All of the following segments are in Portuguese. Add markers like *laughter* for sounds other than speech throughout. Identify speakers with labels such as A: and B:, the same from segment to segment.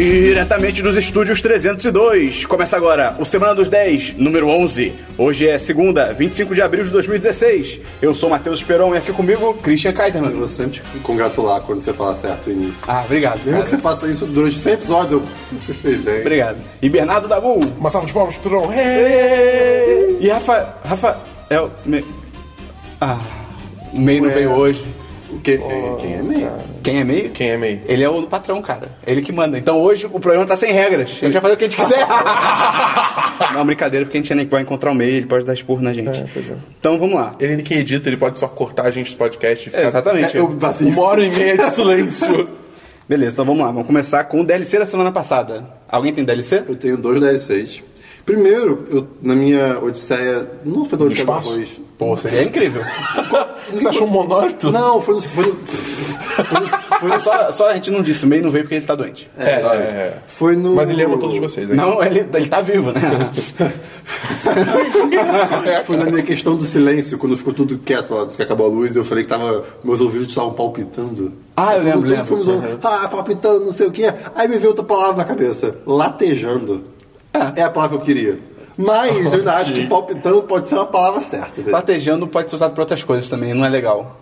A: diretamente dos estúdios 302. Começa agora o Semana dos 10, número 11. Hoje é segunda, 25 de abril de 2016. Eu sou Matheus Peron e aqui comigo, Christian Kaiserman.
B: Eu vou sempre te congratular quando você fala certo o início.
A: Ah, obrigado.
B: Mesmo
A: cara.
B: que você faça isso durante 100 episódios, eu... você fez bem.
A: Obrigado. E Bernardo Dabu.
C: Uma salva de palmas pro Tron.
A: E Rafa. Rafa. É o. Me... Ah. O MEI não
B: Ué.
A: veio hoje.
B: O quê? Quem, quem é meio?
A: Quem é MEI?
C: Quem é MEI?
A: Ele é o patrão, cara. Ele que manda. Então hoje o programa tá sem regras. A gente vai fazer o que a gente
B: *laughs*
A: quiser. não, brincadeira, porque a gente vai encontrar o MEI, ele pode dar esporro na gente.
C: É, pois é.
A: Então vamos lá.
C: Ele quem edita, ele pode só cortar a gente do podcast e ficar
A: exatamente.
B: É, eu vazio.
C: uma hora e meia de silêncio.
A: Beleza, então vamos lá. Vamos começar com o DLC da semana passada. Alguém tem DLC?
B: Eu tenho dois DLCs. Primeiro, eu, na minha Odisseia. Não foi da Odisseia do
C: espaço?
B: Arroz.
A: Pô, seria É incrível.
C: *laughs* Você achou um monótono?
B: Não, foi no. Foi no. Foi no. *laughs* Foi no,
A: só, só a gente não disse, o MEI não veio porque ele tá doente.
C: É, é, é.
B: foi no-
C: Mas ele ama todos vocês,
B: é.
C: hein?
A: Não, ele, ele tá vivo,
B: *laughs*
A: né? É,
B: Foi na minha questão do silêncio, quando ficou tudo quieto lá, que acabou a luz, eu falei que tava, meus ouvidos estavam palpitando.
A: Ah, eu
B: Todo-
A: lembro,
B: todo
A: lembro.
B: filme zoando,
A: Uhum.
B: Ah, palpitando, não sei o quê. Aí me veio outra palavra na cabeça. Latejando. É a palavra que eu queria. Mas eu ainda acho que palpitando pode ser uma palavra certa. velho.
A: Latejando pode ser usado pra outras coisas também, não é legal.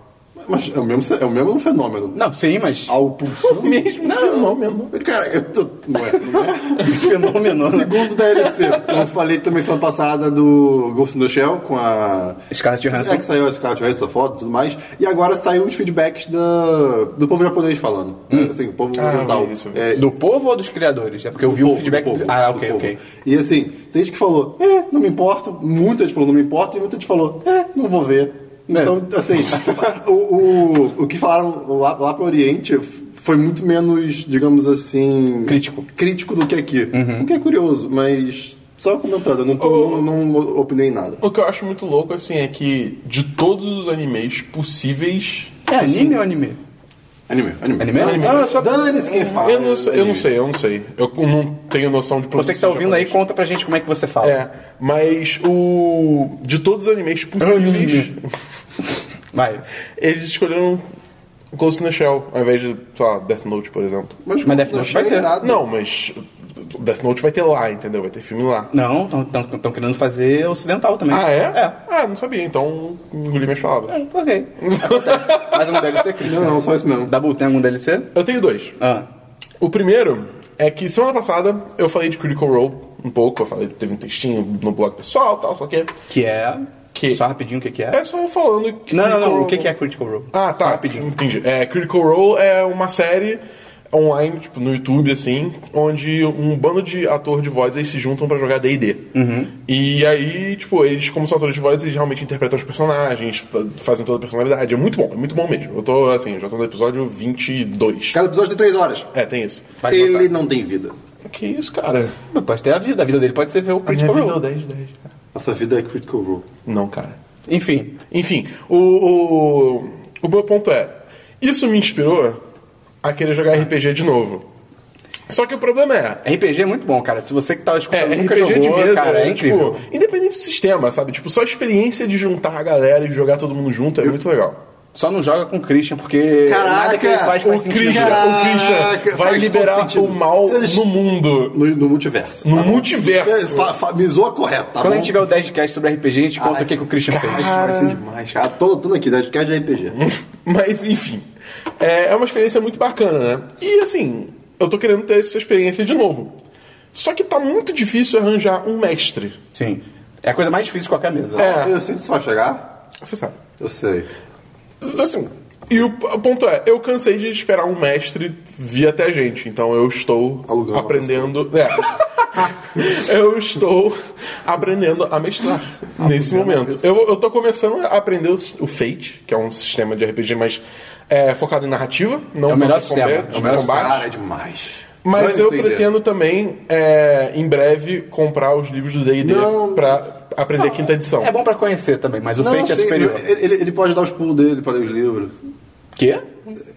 B: Mas é o mesmo, é o mesmo fenômeno.
A: Não, sim, mas.
B: *laughs*
A: *laughs*
B: Algo pulsando.
C: *laughs* Mesmo fenômeno.
B: Cara, eu tô... Não é, não é.
A: Fenômeno. né?
B: Segundo DLC, eu falei também semana passada do Ghost in the Shell com a.
A: Scarlett Johansson.
B: É que saiu a Scarlett Johansson, a foto e tudo mais. E agora saiu os feedbacks da, do povo japonês falando.
A: Hum.
B: Assim, o povo
C: Ah, eu vi
B: oriental.
C: isso, eu vi
B: É,
A: Do povo ou dos criadores? É porque eu vi o
B: povo,
A: feedback.
B: do povo,
A: do- Ah,
B: do
A: ok,
B: povo.
A: ok.
B: E assim, tem gente que falou, é, não me importo. Muita gente falou, não me importo. E muita gente falou, é, não vou ver. Então, *laughs* assim, o, o, o que falaram lá, lá pro Oriente foi muito menos, digamos assim...
A: Crítico.
B: Crítico do que aqui. O que é curioso, mas... Só comentando, eu não,
C: Ô,
B: não, não opinei nada.
C: O que eu acho muito louco, assim, é que de todos os animes possíveis...
A: É
C: assim.
A: anime ou anime?
B: Anime, anime.
A: Anime?
B: Anime.
A: Não, eu só-
B: Dane-se quem fala.
C: Eu não, sei, eu não
B: Anime.
C: sei, eu não sei. Eu não tenho noção de
A: Você que tá
C: produção
A: ouvindo aí,
C: japonesa.
A: conta pra gente como é que você fala.
C: É, mas o... De todos os animes possíveis...
A: Vai.
C: Eles escolheram Ghost in the Shell, ao invés de, sei lá, Death Note, por exemplo.
B: Mas,
A: Mas Death Note vai ter.
B: irado.
C: Não, mas Death Note vai ter lá, entendeu? Vai ter filme lá.
A: Não, estão querendo fazer ocidental também.
C: Ah, é?
A: É.
C: Ah, não sabia, então engoli minhas palavras.
A: É, Ok. Acontece. Mais um DLC, Cris?
B: Não, não, só isso mesmo.
A: Dabu, tem algum DLC?
C: Eu tenho dois.
A: Ah.
C: O primeiro é que semana passada eu falei de Critical Role um pouco, eu falei, teve um textinho no blog pessoal e tal, só que.
A: Que é.
C: Que-
A: Só rapidinho o que, que é.
C: É só falando que.
A: Não, não,
C: Critical
A: não. O
C: Role-
A: que, que é Critical Role?
C: Ah,
A: Só
C: tá.
A: rapidinho.
C: Entendi. É, Critical Role é uma série online, tipo, no YouTube, assim, onde um bando de ator de voz eles se juntam pra jogar D&D.
A: Uhum.
C: E aí, tipo, eles, como são atores de voz, eles realmente interpretam os personagens, fa- fazem toda a personalidade. É muito bom, é muito bom mesmo. Eu tô, assim, já tô no episódio 22.
B: Cada episódio tem três horas.
C: É, tem isso.
A: Vai botar.
B: Ele não tem vida.
C: Que isso, cara?
A: Mas Pode ter a vida. A vida dele pode ser ver o Critical Role.
C: 10 10.
B: Nossa vida é Critical Role.
C: Não, cara.
A: Enfim.
C: Enfim, o, o, o meu ponto é: isso me inspirou a querer jogar RPG de novo. Só que o problema é.
A: RPG é muito bom, cara. Se você que tá
C: É,
A: escutando nunca
C: RPG de
A: jogou,
C: mesa,
A: cara, é
C: tipo,
A: incrível.
C: independente do sistema, sabe? Tipo, só a experiência de juntar a galera e jogar todo mundo junto é muito legal.
A: Só não joga com o Christian, porque
B: Caraca,
A: nada que ele faz faz
C: O
A: sentido.
C: Christian, o Christian
B: Caraca,
C: vai
B: faz todo
C: liberar
B: sentido.
C: o mal
B: Eles-
C: no mundo, *laughs*
B: No, no multiverso.
C: no
B: tá bom?
C: multiverso.
B: Fa- fa- Me zoa correto, tá
A: Quando a
B: bom?
A: gente tiver o 10 cast sobre RPG, a gente
B: Ah,
A: conta o que,
B: isso-
A: que o Christian
B: Cara,
A: fez. É.
B: Isso vai ser demais, cara. Tô notando aqui, Deadcast de RPG.
C: Mas, enfim, é, é uma experiência muito bacana, né? E, assim, eu tô querendo ter essa experiência de novo. Só que tá muito difícil arranjar um mestre.
A: Sim. É a coisa mais difícil de qualquer mesa.
C: É.
B: Eu sinto que isso vai chegar?
C: Você sabe.
B: Eu sei.
C: Assim, e o p- o ponto é, eu cansei de esperar um mestre vir até a gente, então eu estou
B: Alugando uma
C: aprendendo. É. *laughs* eu estou aprendendo a mestrar nesse momento. Eu, eu tô começando a aprender o, s- o Fate, que é um sistema de RPG mais é, focado em narrativa, não
A: É o melhor
C: tanto em
A: sistema,
C: combate-
A: é o melhor
C: combate.
B: Cara, é demais.
C: Mas
B: Dane-se
C: eu
B: D&D.
C: pretendo também, é, em breve, comprar os livros do D&D
B: Não.
C: pra aprender a quinta edição.
A: É bom pra conhecer também, mas o
B: Não,
A: Fate é
B: sei,
A: superior.
B: Ele, ele- ele pode dar os pulos dele pra ler os livros.
A: Quê?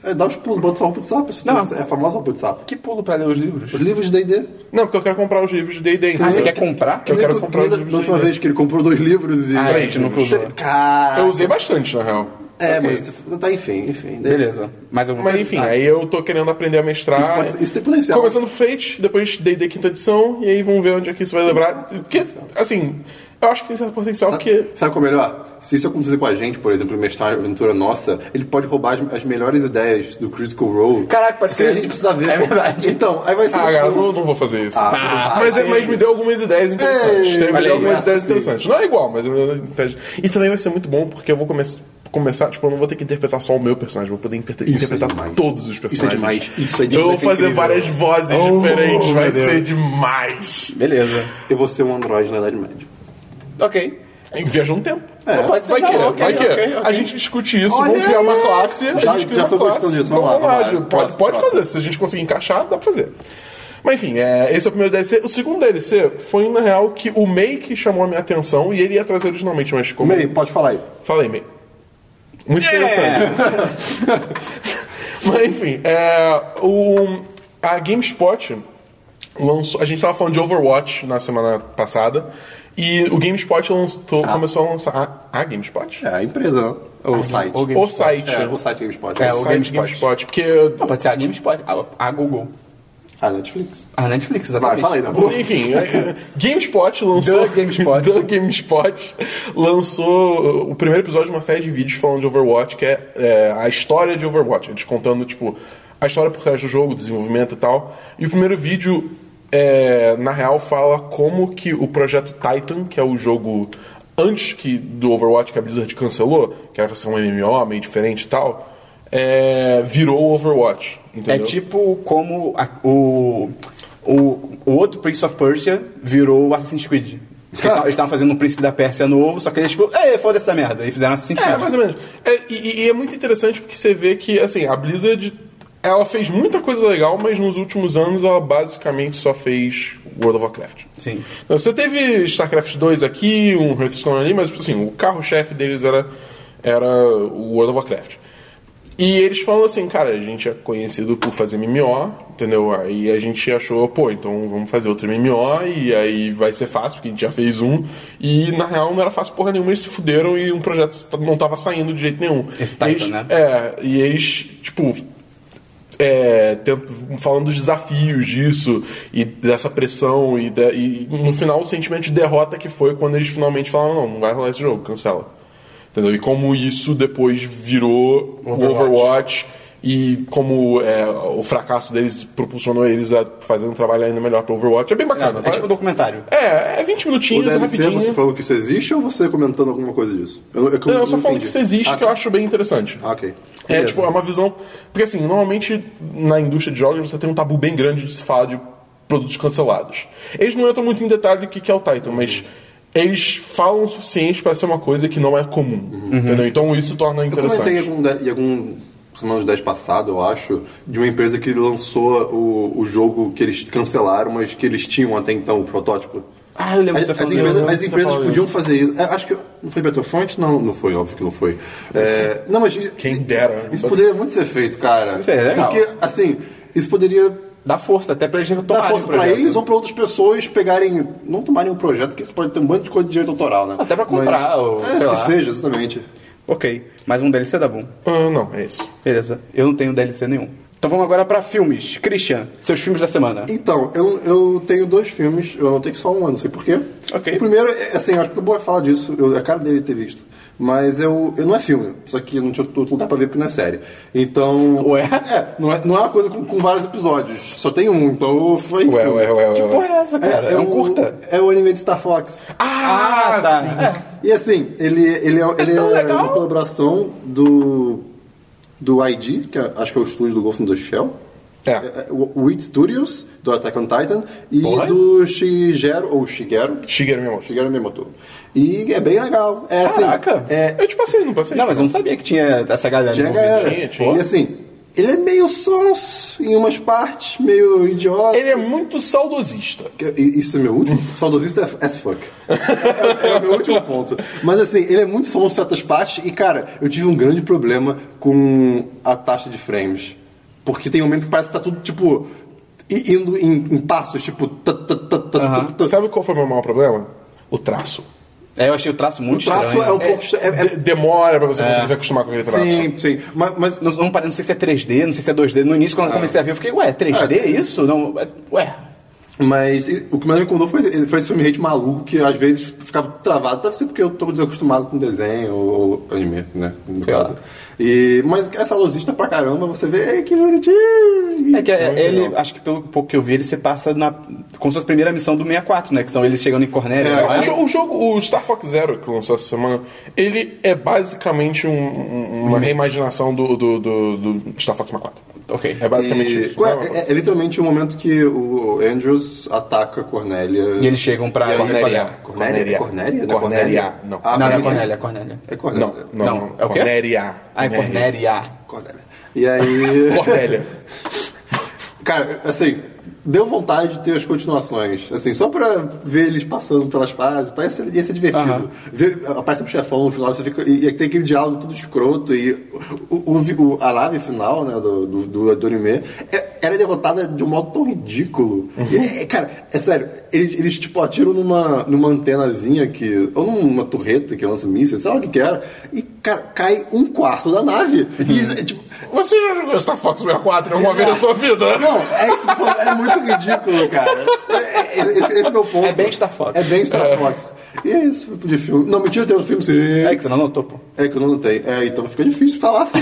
B: É, dá os pulos, bota só um pulo de sapo. isso
A: Não.
B: É famoso pulo de sapo.
A: Que pulo pra ler os livros?
B: Os livros de D&D.
C: Não, porque eu quero comprar os livros de D&D.
A: Ah, você
C: entendeu?
A: quer comprar? um
C: Eu quero
B: Que nem
C: comprar
B: da,
C: os livros
B: da
C: de
B: última
C: D&D.
B: vez que ele comprou dois livros e...
A: Ah,
C: Três,
A: é,
C: nunca usou.
B: Cara...
C: Eu usei bastante, na real.
B: É,
A: Ok.
B: mas tá, enfim, enfim. deixa.
A: Beleza. Mas, eu...
C: Mas enfim,
B: Ah.
C: aí eu tô querendo aprender a mestrar.
B: Isso pode ser- isso tem potencial.
C: Começando Fate, depois D&D quinta edição, e aí vamos ver onde é que isso vai levar. Porque, assim, eu acho que tem certo potencial, porque...
B: Sabe qual é o melhor? Se isso acontecer com a gente, por exemplo, mestrar uma aventura nossa, ele pode roubar as, as melhores ideias do Critical Role.
A: Caraca, pode
B: Sem
A: ser.
B: é- a gente precisar ver.
A: É verdade.
B: Então, aí vai ser.
C: Ah,
B: tipo,
C: cara, não, não vou fazer isso.
B: Ah,
C: mas,
B: vai,
C: é- mas me deu algumas ideias interessantes.
B: Ei,
C: Teve
A: olha aí,
C: algumas
A: é
C: ideias interessantes. Não é igual, mas... eu- E também vai ser muito bom, porque eu vou começar... Começar, tipo, eu não vou ter que interpretar só o meu personagem, vou poder interpre- interpretar
B: é demais.
C: todos os
B: Isso é
C: personagens. Então
B: demais. Isso é
C: Eu vou
B: demais.
C: fazer várias vozes diferentes, vai
B: meu Deus.
C: ser demais.
A: Beleza.
B: Eu vou ser um androide na Idade Média.
A: Ok.
C: E Viaja um tempo.
A: Não, pode ser.
C: Vai que, é,
A: não, ok,
C: vai que.
A: ok, ok.
C: A gente discute isso,
B: Olha
C: vamos criar uma
B: aí.
C: classe. a
B: Já-
C: gente cria
B: já
C: uma
B: tô
C: classe.
B: gostando disso,
C: Vamos,
B: vamos lá,
C: lá,
B: vamos lá.
C: Ju, pode,
B: Próximo,
C: pode
B: próximo.
C: fazer. Se a gente conseguir encaixar, dá pra fazer. Mas enfim, é, esse é o primeiro DLC. O segundo DLC foi, na real, que o Make chamou a minha atenção e ele ia trazer originalmente, mas como.
B: Meio, pode falar aí.
C: Falei, May. Muito interessante. mas enfim, é, o, a GameSpot lançou. A gente tava falando de Overwatch na semana passada. E o GameSpot lançou, começou a lançar. A, a GameSpot?
B: É, a empresa, né? Ou o site.
A: ou
C: O site.
B: É, o site GameSpot.
A: É,
C: O
A: o
C: site GameSpot.
A: GameSpot.
C: Porque.
A: Não, pode ser a GameSpot, a, a Google.
B: A Ah, Netflix.
A: A Netflix,
B: Vai,
A: exatamente.
B: fala aí, da boa.
C: Enfim, é, GameSpot lançou.
A: The
C: *laughs*
A: GameSpot.
C: The GameSpot lançou uh, o primeiro episódio de uma série de vídeos falando de Overwatch, que é, é, a história de Overwatch. Eles contando, tipo, a história por trás do jogo, o desenvolvimento e tal. E o primeiro vídeo, é, na real, fala como que o projeto Titan, que é o jogo antes que do Overwatch que a Blizzard cancelou, que era pra ser um MMO meio diferente e tal, é, virou o Overwatch.
A: É
C: Entendeu?
A: tipo como a- o, o, o outro Prince of Persia virou o Assassin's Creed. Eles tavam- Eles estavam fazendo um Príncipe da Pérsia novo, só que eles, tipo, ei, foda essa merda. E fizeram Assassin's
C: É,
A: Creed.
C: mais ou menos. É, e, e é muito interessante porque você vê que, assim, a Blizzard, ela fez muita coisa legal, mas nos últimos anos ela basicamente só fez World of Warcraft.
A: Sim.
C: Então, você teve StarCraft 2 aqui, um Hearthstone ali, mas, assim, o carro-chefe deles era, era o World of Warcraft. E eles falam assim, cara, a gente é conhecido por fazer MMO, entendeu? Aí a gente achou, pô, então vamos fazer outro MMO e aí vai ser fácil, porque a gente já fez um. E na real não era fácil porra nenhuma, eles se fuderam e um projeto não tava saindo de jeito nenhum.
A: Esse Titan,
C: E eles,
A: né?
C: É, e eles, tipo, é, tento- falando dos desafios disso e dessa pressão e, da- e no final o sentimento de derrota que foi quando eles finalmente falaram não, não vai rolar esse jogo, cancela. Entendeu? E como isso depois virou o
A: Overwatch.
C: Overwatch e como é, o fracasso deles propulsionou eles a fazer um trabalho ainda melhor pro Overwatch. É bem bacana.
A: É, tipo um documentário.
C: é, é 20
B: O
C: minutinhos, é
B: DLC,
C: rapidinho.
B: você falou que isso exei ou você comentando alguma coisa disso? Eu, é eu,
C: Não, eu só falo
B: entendi.
C: que isso existe,
B: Ah,
C: que eu acho bem interessante.
B: Ah, ok.
C: É,
B: Beleza.
C: tipo, é uma visão. Porque assim, normalmente na indústria de jogos você tem um tabu bem grande de se falar de produtos cancelados. Eles não entram muito em detalhe do que que é o Titan, mas eles falam o suficiente pra ser uma coisa que não é comum. Entendeu? Então isso torna
B: Uhum. Eu comentei em
C: interessante.
B: algum, de- em algum semana de 10 passado, eu acho, de uma empresa que lançou o, o jogo que eles cancelaram, mas que eles tinham até então o protótipo.
A: Ah, eu lembro
B: As,
A: que você
B: as
A: falando
B: empresas,
A: disso.
B: as
A: Você
B: empresas
A: falando
B: podiam fazer isso. É, acho que não foi Battlefront? Não, não foi, óbvio que não foi. É, não, mas isso-
C: Quem dera.
B: Isso poderia muito ser feito, cara.
A: Isso é legal.
B: Porque assim, isso poderia
A: Dá força, até pra eles retomarem
B: dar força
A: o
B: pra
A: projeto.
B: eles ou pra outras pessoas pegarem, não tomarem um projeto que isso pode ter um monte de coisa de direito autoral, né?
A: Até pra comprar, ou
B: é,
A: sei
B: que
A: lá.
B: seja, exatamente.
A: Ok, mais um DLC dá bom.
C: Ah, não, é isso.
A: Beleza, eu não tenho DLC nenhum. Então vamos agora pra filmes. Christian, seus filmes da semana.
B: Então, eu, eu tenho dois filmes, eu anotei que só um, eu não sei porquê.
A: Ok.
B: O primeiro, é, assim, eu acho que não vou falar disso, eu, é cara dele ter visto. Mas eu, eu não é filme, só que eu não tinha outro lugar pra ver porque não é série. Então.
A: Ué?
B: É, não é, não é uma coisa com, com vários episódios, só tem um, então foi.
C: Ué, ué, ué, ué.
A: Que porra
C: ué.
A: é essa, cara? É, um
B: o-
A: curta?
B: É o anime de Star Fox.
C: Ah,
A: tá.
C: sim.
B: E assim, ele, ele é, ele é
A: tão legal.
B: uma colaboração do. do ID, que é- acho que é o estúdio do Ghost in the Shell.
C: É.
B: É, é, o Wit Studios, do Attack on Titan, e
A: Porra.
B: do Shigeru, ou Shigeru,
C: Shigeru Miyamoto.
B: Shigeru Miyamoto. E é bem legal. É, assim,
A: Caraca.
B: é,
C: Eu te passei, não passei?
A: Não, mas eu não sabia que tinha essa galera
B: tinha
A: envolvida.
B: galera.
C: tinha, tinha.
B: E assim, ele é meio sons em umas partes, meio idiota.
C: Ele é muito saudosista.
B: Que- i- Isso é meu último. Saudosista é f- as fuck. É, é o meu último ponto. Mas assim, ele é muito som em certas partes. E cara, eu tive um grande problema com a taxa de frames. Porque tem um momento que parece que tá tudo tipo. i- indo em, em passos, tipo. tá, tá, tá, tá, tá, tá.
C: Sabe qual foi o meu maior problema? O traço.
A: É, eu achei o traço
B: O
A: muito
B: traço
A: estranho.
B: é um pouco. estra- É, é-
C: De- demora pra você conseguir se acostumar com aquele traço.
B: Sim, sim. Mas, mas
A: Não, não, pare- não sei se é 3D, não sei se é 2D. No início, quando eu comecei a ver, eu fiquei, ué, 3D é isso? Não, é- ué.
B: Mas e- o que mais me incomodou foi, foi esse filme hate maluco que às vezes ficava travado. Deve ser porque eu tô desacostumado com desenho ou, ou anime, né? No
A: Sei
B: caso.
A: lá.
B: E, mas essa luzista pra caramba, você vê, "Ei, que bonitinho!
A: É que é-
C: Muito
A: ele,
C: legal.
A: acho que pelo pouco que eu vi, ele se passa na, como se fosse a primeira missão do 64, né? Que são eles chegando em Cornélia.
C: É,
A: né?
C: o, jogo, o jogo- o Star Fox Zero, que lançou essa semana, ele é basicamente um- um- uma reimaginação do, do- do- do Star Fox 64.
A: Ok.
C: É basicamente
B: E-
C: isso.
B: qual
C: Não
B: é,
C: é uma coisa.
B: é- é literalmente o momento que o Andrews ataca a Cornélia.
A: E eles chegam pra
B: E aí- é?
A: Cornélia.
B: Cornélia? Cornélia?
C: Cornélia. Não.
B: é Ah,
A: não, não, é
B: mas-
A: Cornélia, é Cornélia.
B: É Cornélia.
C: Não, não,
A: Não, é o quê?
C: Cornélia.
A: Ah, é Cornélia.
B: Cornélia. E aí.
A: *laughs*
C: Cornélia.
B: Cara, assim, deu vontade de ter as continuações. Assim, só pra ver eles passando pelas fases, tá? ia, ser, ia ser divertido.
A: Aham.
B: Ver- aparece um chefão no final, você fica. E, e tem aquele diálogo tudo escroto. E o, o, vi- o- a nave final, né, do, do, do, do anime, é- era derrotada de um modo tão ridículo. E, é, cara, é sério, eles, eles tipo atiram numa, numa antenazinha que. Ou numa torreta que lança mísseis, sei lá o que que era. E, cara, cai um quarto da nave. E eles, é, tipo.
C: *laughs* Você já jogou Star Fox 64 alguma vez na sua vida?
B: Não, é isso que eu tô falando, é muito ridículo, cara. É- é- Esse, esse é meu ponto.
A: É bem Star Fox.
B: É bem Star Fox. E é esse tipo de filme. Não, mentira, tem um filme sim.
A: É que você não notou, pô.
B: É que eu não notei. É, então fica difícil falar assim.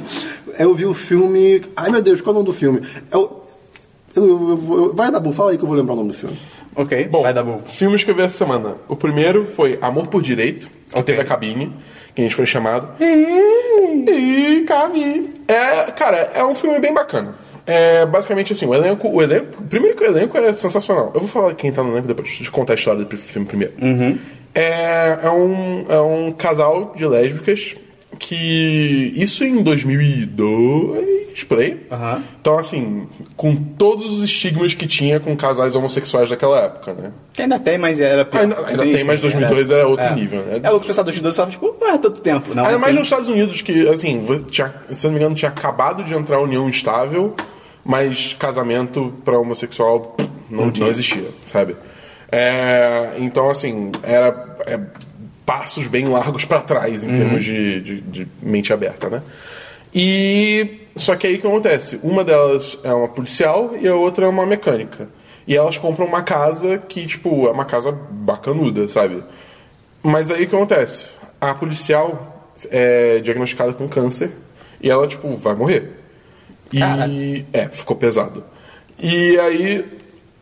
B: *laughs* eu vi o filme. Ai meu Deus, qual é o nome do filme? É o. eu- eu- eu vou- Vai dar fala aí que eu vou lembrar o nome do filme.
A: Ok,
C: Bom,
A: vai dar bom.
C: filmes que eu vi essa semana. O primeiro foi Amor por Direito, que teve a cabine, que a gente foi chamado. E cabine. É, cara, é um filme bem bacana. É basicamente assim, o elenco, o elenco. Primeiro que o elenco é sensacional. Eu vou falar quem tá no elenco depois, deixa eu contar a história do filme primeiro. É, é, um, é um casal de lésbicas que. Isso em 2002, por aí.
A: Aham.
C: Então, assim, com todos os estigmas que tinha com casais homossexuais daquela época, né?
A: Que ainda tem, mas era pior.
C: Ah, Ainda- ainda tem, mas 2002 era outro nível, né? É,
A: É louco pensar 2002 só, tipo, ué, tanto tempo. Não,
C: Ainda
A: assim,
C: mais nos Estados Unidos, que, assim, vo- tinha- se eu não me engano, tinha acabado de entrar a união estável, mas casamento pra homossexual pff, não, não, existia, sabe? É, então, assim, era é, passos bem largos pra trás em termos de, de- de mente aberta, né? E. Só que aí o que acontece? Uma delas é uma policial e a outra é uma mecânica. E elas compram uma casa que, tipo, é uma casa bacanuda, sabe? Mas aí o que acontece? A policial é diagnosticada com câncer e ela, tipo, vai morrer. E.
A: Caraca.
C: É, ficou pesado. E aí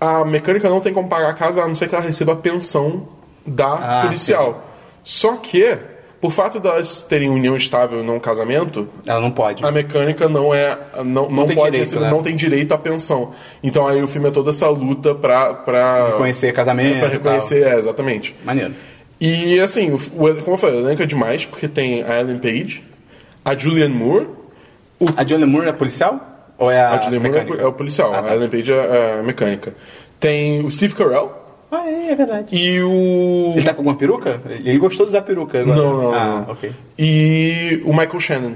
C: a mecânica não tem como pagar a casa a não ser que ela receba a pensão da
A: Ah,
C: policial. Só que, por fato delas terem união estável e não casamento,
A: Ela não pode.
C: a mecânica não é. Não, não,
A: tem
C: pode
A: direito,
C: receber,
A: né?
C: não tem direito à pensão. Então aí o filme é toda essa luta pra. pra
A: Reconhecer casamento
C: Pra
A: e tal.
C: reconhecer, é, exatamente.
A: Maneiro.
C: E assim, o, o, como eu falei, o elenco é demais, porque tem a Ellen Page, a Julianne Moore,
A: A Johnny Moore é policial? Ou é a.
C: a Julianne Moore é o po-
A: mecânica?
C: é o policial,
A: Ah, tá.
C: a Ellen Page é a mecânica. Tem o Steve Carell
A: Ah, é, é verdade.
C: e o.
A: Ele tá com alguma peruca? Ele ele gostou de usar peruca agora.
C: Não, não,
A: Ah,
C: não.
A: ok.
C: E o Michael Shannon,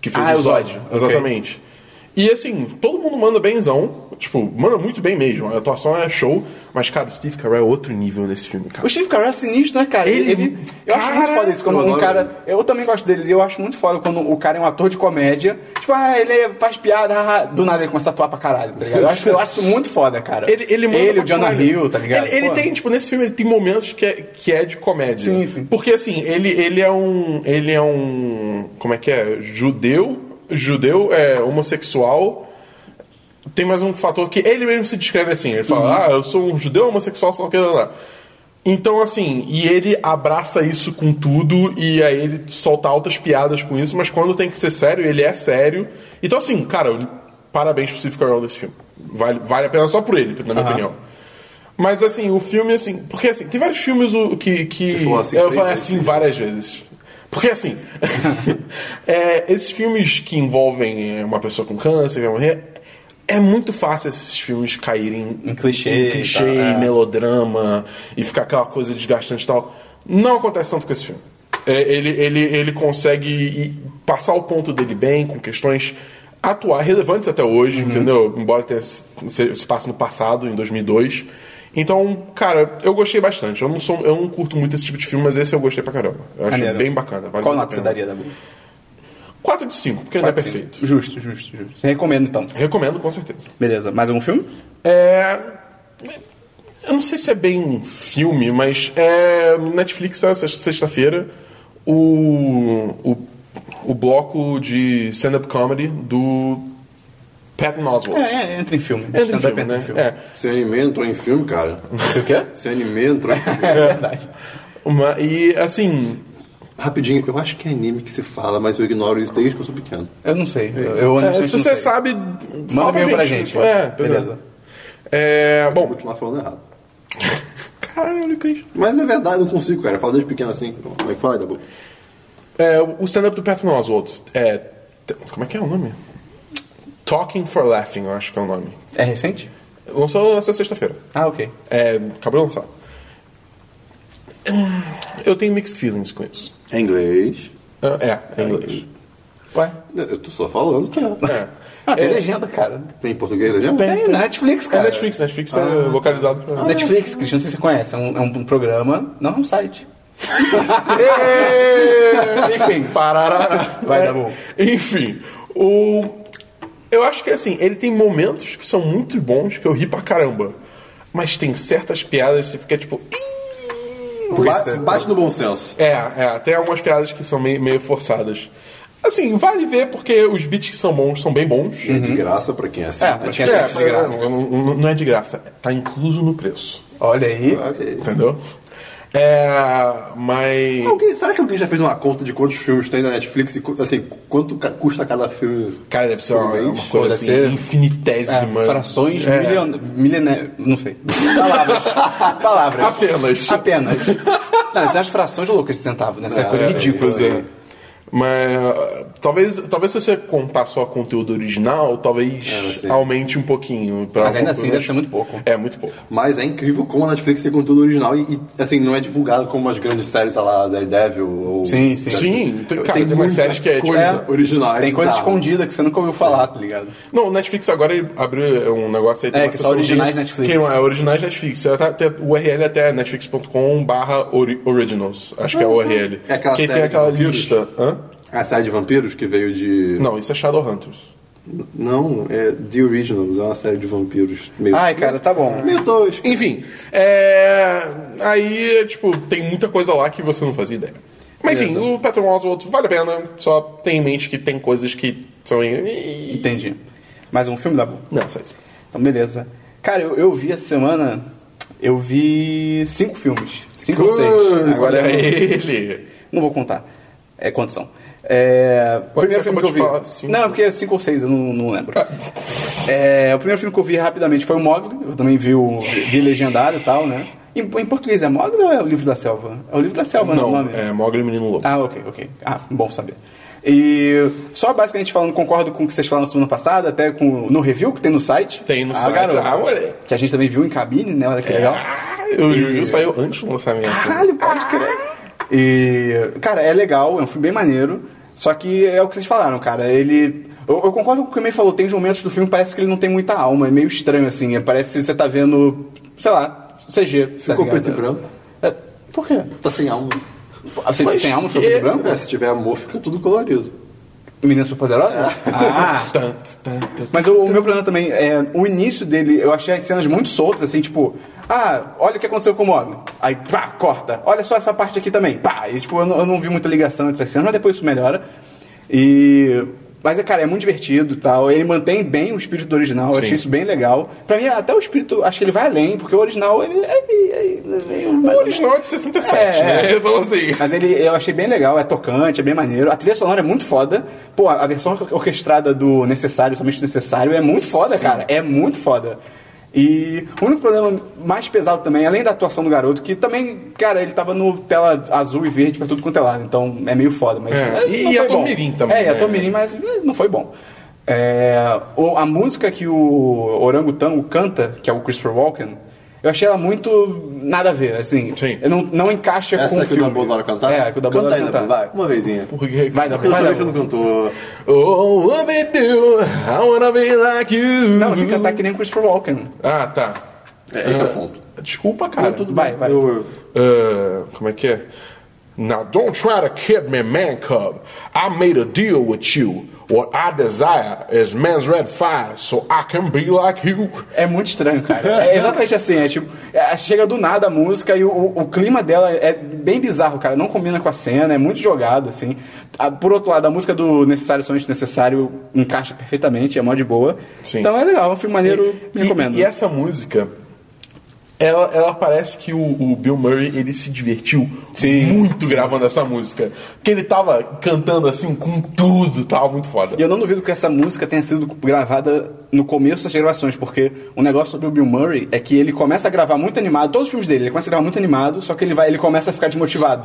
C: que fez
A: Ah, é
C: o
A: o Zod.
C: Zod.
A: Ok.
C: Exatamente. E assim, todo mundo manda benzão. Tipo, manda muito bem mesmo. A atuação é show. Mas, cara, o Steve Carell é outro nível nesse filme, cara.
A: O Steve Carell é sinistro, né, cara?
C: Ele-
A: Ele, eu acho muito
C: Cara,
A: foda isso quando
B: eu
A: um
B: adoro
A: cara. Eu também gosto dele, e eu acho muito foda quando o cara é um ator de comédia. Tipo, ah, ele é- faz piada, ah, ah, do nada ele começa a atuar pra caralho, tá ligado? Eu acho, eu acho isso muito foda, cara.
C: Ele, ele manda
A: Ele,
C: pra
A: o Jonah
C: caralho.
A: Hill, tá ligado?
C: Ele, ele
A: Pô.
C: tem, tipo, nesse filme ele tem momentos que é, que é de comédia.
A: Sim, sim.
C: Porque, assim, ele, ele é um... Ele é um... Como é que é? Judeu. Judeu, é, homossexual. Tem mais um fator que ele mesmo se descreve assim. Ele fala,
A: Uhum.
C: ah, eu sou um judeu homossexual, só que... lá, lá. Então, assim, e ele abraça isso com tudo, e aí ele solta altas piadas com isso, mas quando tem que ser sério, ele é sério. Então, assim, cara, parabéns pro Steve Carell desse filme. Vale, vale a pena só por ele, na minha opinião. Mas, assim, o filme, assim... Porque, assim, tem vários filmes o- que... que
B: Você falou assim
C: eu
B: três
C: falei
B: vezes.
C: assim várias vezes. Porque, assim, *laughs* é, esses filmes que envolvem é, uma pessoa com câncer, que vai morrer, é muito fácil esses filmes caírem
A: Em clichê
C: em
A: e
C: clichê,
A: tal,
C: em
A: é.
C: melodrama e ficar aquela coisa desgastante e tal. Não acontece tanto com esse filme. É, ele, ele, ele consegue ir- passar o ponto dele bem, com questões
A: Uhum.
C: atuais, relevantes até hoje, entendeu? Embora tenha, se, se passe no passado, em 2002. Então, cara, eu gostei bastante. Eu não, sou, eu não curto muito esse tipo de filme, mas esse eu gostei pra caramba. Eu achei
A: Maneiro.
C: bem bacana. Vale
A: Qual
C: muito a
A: nota você
C: pena.
A: daria, Dabu?
C: 4 de 5, porque ele não é perfeito.
A: Justo, justo, justo. Você recomenda, então.
C: Recomendo, com certeza.
A: Beleza. Mais algum filme?
C: É. Eu não sei se é bem um filme, mas é. no Netflix, essa sexta-feira, o, o. o bloco de stand-up comedy do. Patton Oswalt.
A: É, é entra em filme.
C: Entra em
A: Stand-up
C: filme, né?
A: filme.
C: É.
B: Se anime entrou em filme, cara.
A: Você o quê?
B: Se anime entrou em filme.
A: É verdade.
C: Uma, e assim,
B: Rapidinho, eu acho que é anime que se fala, mas eu ignoro isso desde que eu sou pequeno.
A: Eu não sei. Eu, eu
C: é,
A: honestamente
C: se
A: não
C: você
A: sei.
C: sabe,
A: Manda um
C: fala
A: e-mail pra gente.
C: É, pois é.
A: Beleza.
C: É,
B: Vou
C: bom,
B: continuar falando errado.
C: caralho, olha o Christian.
B: Mas é verdade, eu não consigo, cara. Eu falo desde pequeno assim. Como é que fala, Dabu?
C: É, o stand-up do Patton Oswalt é. t- Como é que é o nome? Talking for Laughing, eu acho que é o nome.
A: É recente?
C: Lançou essa sexta-feira.
A: Ah, ok.
C: É, acabou de lançar. Hum, Eu tenho mixed feelings com isso.
B: É inglês.
C: Ah, É, em inglês. Ué?
B: Eu tô só falando, cara.
C: É.
A: *laughs* Ah, tem
C: É.
A: legenda, cara.
B: Tem em português, né? gente?
C: Tem,
A: Tem,
C: tem.
A: na Netflix,
C: É
A: cara.
C: Netflix, Netflix é
A: Ah.
C: localizado pra.
A: Netflix, Cristian, não sei se você conhece, é um, é um programa, não é um site. *laughs*
C: *laughs*
A: Enfim, parará. Vai,
C: É,
A: dar bom.
C: Enfim, o. Eu acho que assim, ele tem momentos que são muito bons, que eu ri pra caramba. Mas tem certas piadas que você fica tipo.
B: Ba- Bate no bom senso.
C: É, é, até algumas piadas que são meio, meio forçadas. Assim, vale ver porque os beats que são bons são bem bons.
A: Uhum.
B: É de graça pra quem é assim.
A: É, pra quem
C: É,
A: é
C: mas
A: de graça.
C: Não, não- não é de graça. Tá incluso no preço.
A: Olha aí.
B: Ok.
C: Entendeu? É. Mas.
B: Alguém- será que alguém já fez uma conta de quantos filmes tem na Netflix e co- assim, quanto ca- custa cada filme?
C: Cara, deve ser uma, uma
B: Deve
C: coisa assim,
A: ser- É,
C: infinitésima.
A: frações
C: É.
A: milion... milené- Não sei. Palavras. *laughs* Palavras.
C: Apenas.
A: Apenas. Não, mas as frações loucas de centavo, né? Essa é,
B: Ah,
A: coisa
B: é,
A: ridícula.
C: Pois é. Mas ah, talvez, talvez se você contar só conteúdo original,
B: É, não
C: talvez
B: sei.
C: aumente um pouquinho. pra
A: Mas ainda
C: alguma
A: assim
C: coisa.
A: deve ser muito pouco.
C: É, muito pouco.
B: Mas é incrível como a Netflix tem conteúdo original e, e, assim, não é divulgado como as grandes séries, sei lá, Daredevil ou...
A: Sim, sim.
C: Sim, tem, cara,
B: tem
C: tem,
B: muita
C: umas séries que é, tipo,
B: coisa. original, é
A: Tem coisa
B: bizarro.
A: escondida que você nunca ouviu falar, tá ligado?
C: Não, o Netflix agora ele abriu um negócio aí.
A: É,
C: uma
A: que só
C: seçãozinha
A: originais Netflix.
C: Que é originais Netflix. Até- até- O URL até é netflix.com barra ori- originals. Acho que é o URL.
B: É aquela
C: que
B: série
C: tem aquela
B: de vampiros?
C: lista. Hã?
B: A série de vampiros que veio de...
C: Não, isso é Shadowhunters.
B: Não, é The Originals, é uma série de vampiros. Meio...
A: Ai, cara, tá bom.
B: Meio tosco.
C: Enfim, é... aí, tipo, tem muita coisa lá que você não fazia ideia. Mas enfim, o Patron Oswald vale a pena, só tem em mente que tem coisas que são. em-
A: Entendi. Mais um filme da boa.
C: Não, só isso.
A: Então, beleza. Cara, eu, eu vi essa semana, eu vi cinco filmes. Cinco ou
B: Olha
A: seis. Agora é
C: Olha
A: eu
C: ele.
A: não vou contar. É quantos são. É, o
C: Ué,
A: primeiro
C: você
A: filme
C: acabou
A: que eu
C: de
A: vi.
C: falar cinco. Ah.
A: Não, é porque é cinco ou seis, eu não, não lembro. É, o primeiro filme que eu vi rapidamente foi o Mogli. Eu também vi o vi legendário e tal, né? Em, em português é Mogli ou é o Livro da Selva? É o Livro da Selva, né, o
C: Não,
A: nome?
C: é Mogli e o Menino Lobo.
A: Ah, ok, ok. Ah, bom saber. E só basicamente falando, concordo com o que vocês falaram na semana passada, até com, no review que tem no site.
C: Tem no
A: Ah,
C: site.
A: garoto.
C: Ah, É. moleque.
A: que a gente também viu em cabine, né? Olha que legal.
C: Ah, Eu, eu, eu saiu antes do lançamento.
A: Caralho, pode crer. E, cara, é legal, é um filme bem maneiro. Só que é o que vocês falaram, cara. Ele. Eu, eu concordo com o que o May falou, tem uns momentos do filme que parece que ele não tem muita alma, é meio estranho, assim. é- Parece que você tá vendo, sei lá, CG. tá
B: Ficou
A: ligado?
B: preto e branco.
A: É, por quê?
B: Tá sem alma.
A: Ah, Você tem alma, ficou preto e branco?
B: É, se tiver amor, fica tudo colorido.
A: Menina
B: É.
A: Superpoderosa? Ah!
C: Tanto, tanto.
A: Mas o, o meu problema também é o início dele, eu achei as cenas muito soltas, assim, tipo, ah, olha o que aconteceu com o Mogli. Aí, pá, corta. Olha só essa parte aqui também. Pá. E, tipo, eu não, eu não vi muita ligação entre as cenas, mas depois isso melhora. E. Mas, é, cara, é muito divertido e tal. Ele mantém bem o espírito do original, eu achei isso bem legal. Pra mim, até o espírito, acho que ele vai além, porque o original. Ele, é- é- é- é- é-
C: O original é de 67,
A: É,
C: né?
A: é.
C: Então assim.
A: mas ele, eu achei bem legal, é tocante, é bem maneiro. A trilha sonora é muito foda. Pô, a a versão orquestrada do Necessário, somente Necessário, é muito foda, cara. É muito foda. E o único problema mais pesado também, além da atuação do garoto, que também, cara, ele tava no tela azul e verde pra tudo quanto é lado, então é meio foda, mas.
C: É,
A: é,
C: e-
A: não
C: e
A: foi
C: ator
A: bom.
C: mirim também,
A: É, e ator
C: né?
A: mirim, mas eh, não foi bom. É, o- a música que o Orangotango canta, que é o Christopher Walken, eu achei ela muito nada a ver, assim.
C: Sim.
A: Eu não, não encaixa com
B: Essa
A: o
B: é que o
A: filme.
B: Dabu adora cantar?
A: É, que o Dabu
B: Canta
A: adora
B: aí,
A: cantar.
B: Dabu, vai. Uma vezinha.
C: Porque...
A: Vai, Dabu,
B: Eu
A: vai,
B: também sou
A: Dabu.
B: do cantor.
C: Oh, what we do, I wanna be like you.
A: Não, tem que cantar que nem o Christopher Walken.
C: Ah, tá.
B: É, esse é o ponto.
C: Desculpa, cara.
A: tudo vai, vai.
B: Eu, eu-
C: Uh, como é que é? Now don't try to kid me, man cub. I made a deal with you. What I desire is man's red fire, so I can be like you.
A: É muito estranho, cara. É exatamente assim. É tipo, é, chega do nada a música e o, o- o clima dela é bem bizarro, cara. Não combina com a cena, é muito jogado, assim. Ah, Por outro lado, a música do Necessário Somente Necessário encaixa perfeitamente, é mó de boa.
C: Sim.
A: Então é legal, é um filme maneiro,
C: E-
A: recomendo.
B: é
C: E, e essa música, ela, ela parece que o, o Bill Murray ele se divertiu
A: Sim.
C: muito gravando essa música. Porque ele tava cantando assim com tudo, tava muito foda.
A: E eu não duvido que essa música tenha sido gravada no começo das gravações, porque o negócio sobre o Bill Murray é que ele começa a gravar muito animado, todos os filmes dele, ele começa a gravar muito animado, só que ele vai, ele começa a ficar desmotivado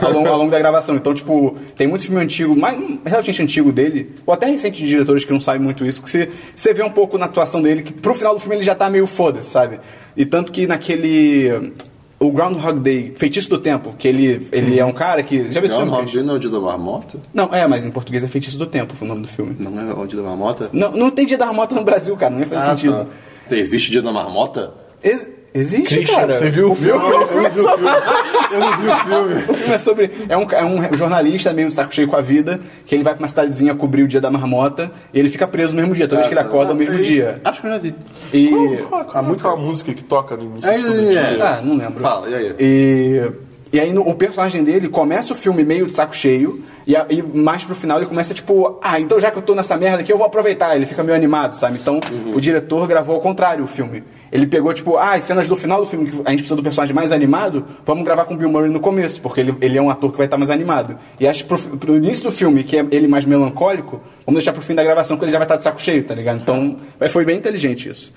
A: ao, longo, ao longo da gravação. Então, tipo, tem muito filme antigo, mais um relativamente antigo dele, ou até recente de diretores que não sabem muito isso, que você, você vê um pouco na atuação dele, que pro final do filme ele já tá meio foda-se, sabe? E tanto que naquele. hum, O Groundhog Day, Feitiço do Tempo, que ele, ele é um cara que. Já viu esse
B: Não,
A: filme?
B: Rob
A: Cris?
B: Jr. é o Dia da Marmota?
A: Não, é, mas em português é Feitiço do Tempo, foi o nome do filme.
B: Não é o Dia da Marmota? Ah, tá.
A: Não, não tem dia da marmota no Brasil, cara. Não ia fazer sentido.
B: Tem- Existe Dia da Marmota?
A: Ex- existe,
C: Christian,
A: cara.
C: você viu o filme?
A: O filme, é sobre-
B: Eu não vi o filme.
A: o filme é sobre... É um, é um jornalista meio saco cheio com a vida, que ele vai pra uma cidadezinha cobrir o dia da marmota, e ele fica preso no mesmo dia,
B: Ah,
A: toda vez que ele
B: tá.
A: acorda, no mesmo dia.
B: Acho que eu já vi.
A: E...
C: Qual, qual é aquela música que toca no início
B: É,
C: de todo
B: é,
C: dia?
B: é.
A: Ah, não lembro.
B: Fala, e aí?
A: E, e aí no- o personagem dele começa o filme meio de saco cheio, e, a- e mais pro final ele começa tipo, ah, então já que eu tô nessa merda aqui, eu vou aproveitar. Ele fica meio animado, sabe? Então o diretor gravou ao contrário o filme. Ele pegou, tipo, ah, as cenas do final do filme que a gente precisa do personagem mais animado, vamos gravar com o Bill Murray no começo, porque ele, ele é um ator que vai estar mais animado. E acho que pro, fi- pro início do filme, que é ele mais melancólico, vamos deixar pro fim da gravação, que ele já vai estar de saco cheio, tá ligado? Então, mas foi bem inteligente isso.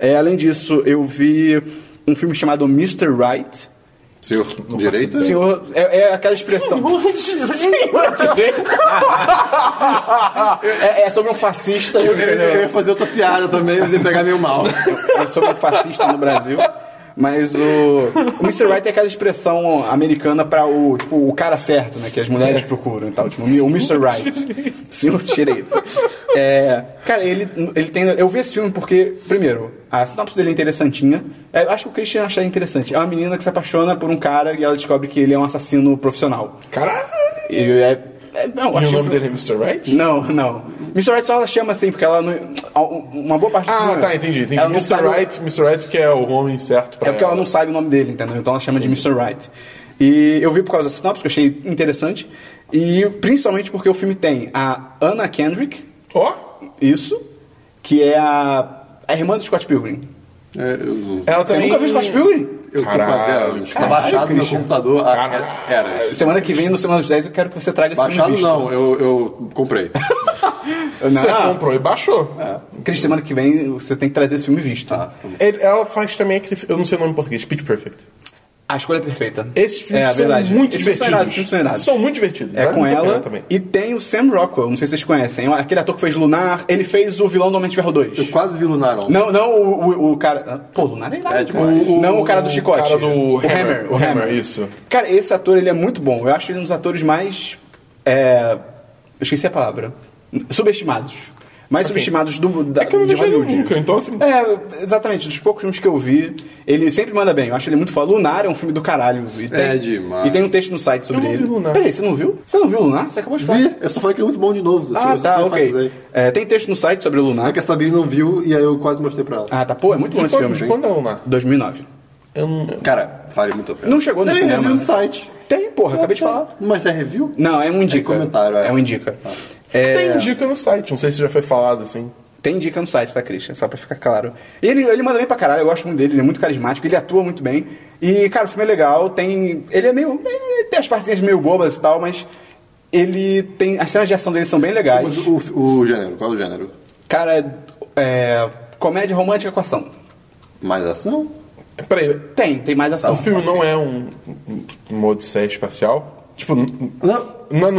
A: É, além disso, eu vi um filme chamado Mr. Right.
B: Senhor, direita?
A: Senhor, é, é aquela expressão. é, é sobre um fascista.
B: Eu, eu- eu
A: entendeu?
B: ia fazer outra piada também, mas ia pegar meio mal.
A: É sobre um fascista no Brasil. Mas o, o Mr. Right é aquela expressão americana pra o, tipo, o cara certo, né? Que as mulheres procuram e tal. Tipo, o Mr. Right. Senhor direito. É, cara, ele, ele tem. Eu vi esse filme porque, primeiro, a sinopse dele é interessantinha. É, eu acho que o Christian achar interessante. É uma menina que se apaixona por um cara e ela descobre que ele é um assassino profissional.
C: Caralho!
A: E é. é não,
C: E
A: achei
C: o
A: filme-
C: nome dele é Mr. Right?
A: Não, não. Mr. Right só ela chama assim, porque ela não. Uma boa parte do
C: Ah,
A: filme-
C: tá, entendi. Tem
A: ela não
C: Mr.
A: sabe o-
C: Right, Mr. Right que é o homem certo pra
A: É porque ela não sabe o nome dele, entendeu? Então ela chama de Mr. Right. E eu vi por causa da sinopse, que eu achei interessante. E principalmente porque o filme tem a Anna Kendrick,
C: Ó,
A: isso, que é a, a irmã do Scott Pilgrim.
B: É, eu-
C: ela
A: Você
C: também...
A: nunca viu Scott Pilgrim?
B: Eu tô
C: Caralho,
B: pagando. Tá baixado no meu computador. Ah, é- era.
A: Semana que vem, no Semana dos 10, eu quero que você traga esse
B: Baixado
A: filme visto.
B: não, né? eu, eu comprei.
A: não.
C: Você
A: Ah,
C: comprou e baixou.
A: Cris, semana que vem você tem que trazer esse filme visto.
B: Tá.
C: Ele- ela faz também aquele... fi- Eu não sei o nome em português. Pitch Perfect.
A: A escolha é perfeita.
C: Esses filmes
A: é, a
C: são
A: verdade.
C: muito
A: Esses filmes são irados,
C: divertidos.
A: esses filmes são irados.
C: muito divertidos.
A: É
C: vale
A: com
C: muito a pena
A: ela.
C: Também.
A: E tem o Sam Rockwell, não sei se vocês conhecem. é Aquele ator que fez Lunar, ele fez o vilão do Homem de Ferro 2.
B: Eu quase vi Lunaron.
A: Não, não o, o, o cara. ah, Pô, Lunar é irado. cara.
B: É demais.
C: O-
A: não o cara do
C: o
A: chicote.
C: cara do
A: o Hammer.
C: Hammer,
A: O
C: o
A: Hammer,
C: Hammer, isso.
A: Cara, esse ator ele é muito bom. Eu acho ele um dos atores mais. É... Eu esqueci a palavra. Subestimados. Mais subestimados do, da,
C: É que eu não
A: de
C: vejo ele
A: Hollywood.
C: nunca, então, assim-
A: É, exatamente. Dos poucos filmes que eu vi, ele sempre manda bem. Eu acho ele muito foda. Lunar é um filme do caralho. E tem,
B: É demais.
A: E tem um texto no site sobre
C: Eu não vi
A: ele.
C: Lunar.
A: Peraí, você não viu? Você não viu Lunar? Você acabou de falar.
B: Vi, eu só falei que é muito bom de novo.
A: Ah,
B: eu só
A: tá,
B: sei
A: ok.
B: fazer.
A: É, tem texto no site sobre o Lunar.
B: É que a Sabine não viu e aí eu quase mostrei pra ela.
A: Ah, tá. Pô, é muito bom
C: De
A: esse
C: quando-
A: filme.
C: de
A: hein?
C: quando é o Lunar?
A: 2009.
C: Eu não-
B: Ah, Cara, vale muito a pena.
A: Não chegou no
B: Tem
A: cinema,
B: review no
A: né?
B: site.
A: Tem, porra, acabei de falar.
B: Mas é review?
A: Não, é um indica.
B: comentário, é.
A: um indica. É,
C: Tem dica no site. Não sei se já foi falado, assim.
A: tem dica no site, tá, Christian? Só pra ficar claro. E ele, ele manda bem pra caralho, eu gosto muito dele, ele é muito carismático, ele atua muito bem. E, cara, o filme é legal, tem. Ele é meio. é, Tem as partezinhas meio bobas e tal, mas. Ele tem. As cenas de ação dele são bem legais.
B: Mas o, o gênero, qual é o gênero?
A: Cara, é. Comédia romântica com ação.
B: Mais ação?
C: É, Peraí,
A: Tem, tem mais ação.
C: o filme não é um, um- uma odisseia espacial? Tipo, n-
B: Não.
C: não é no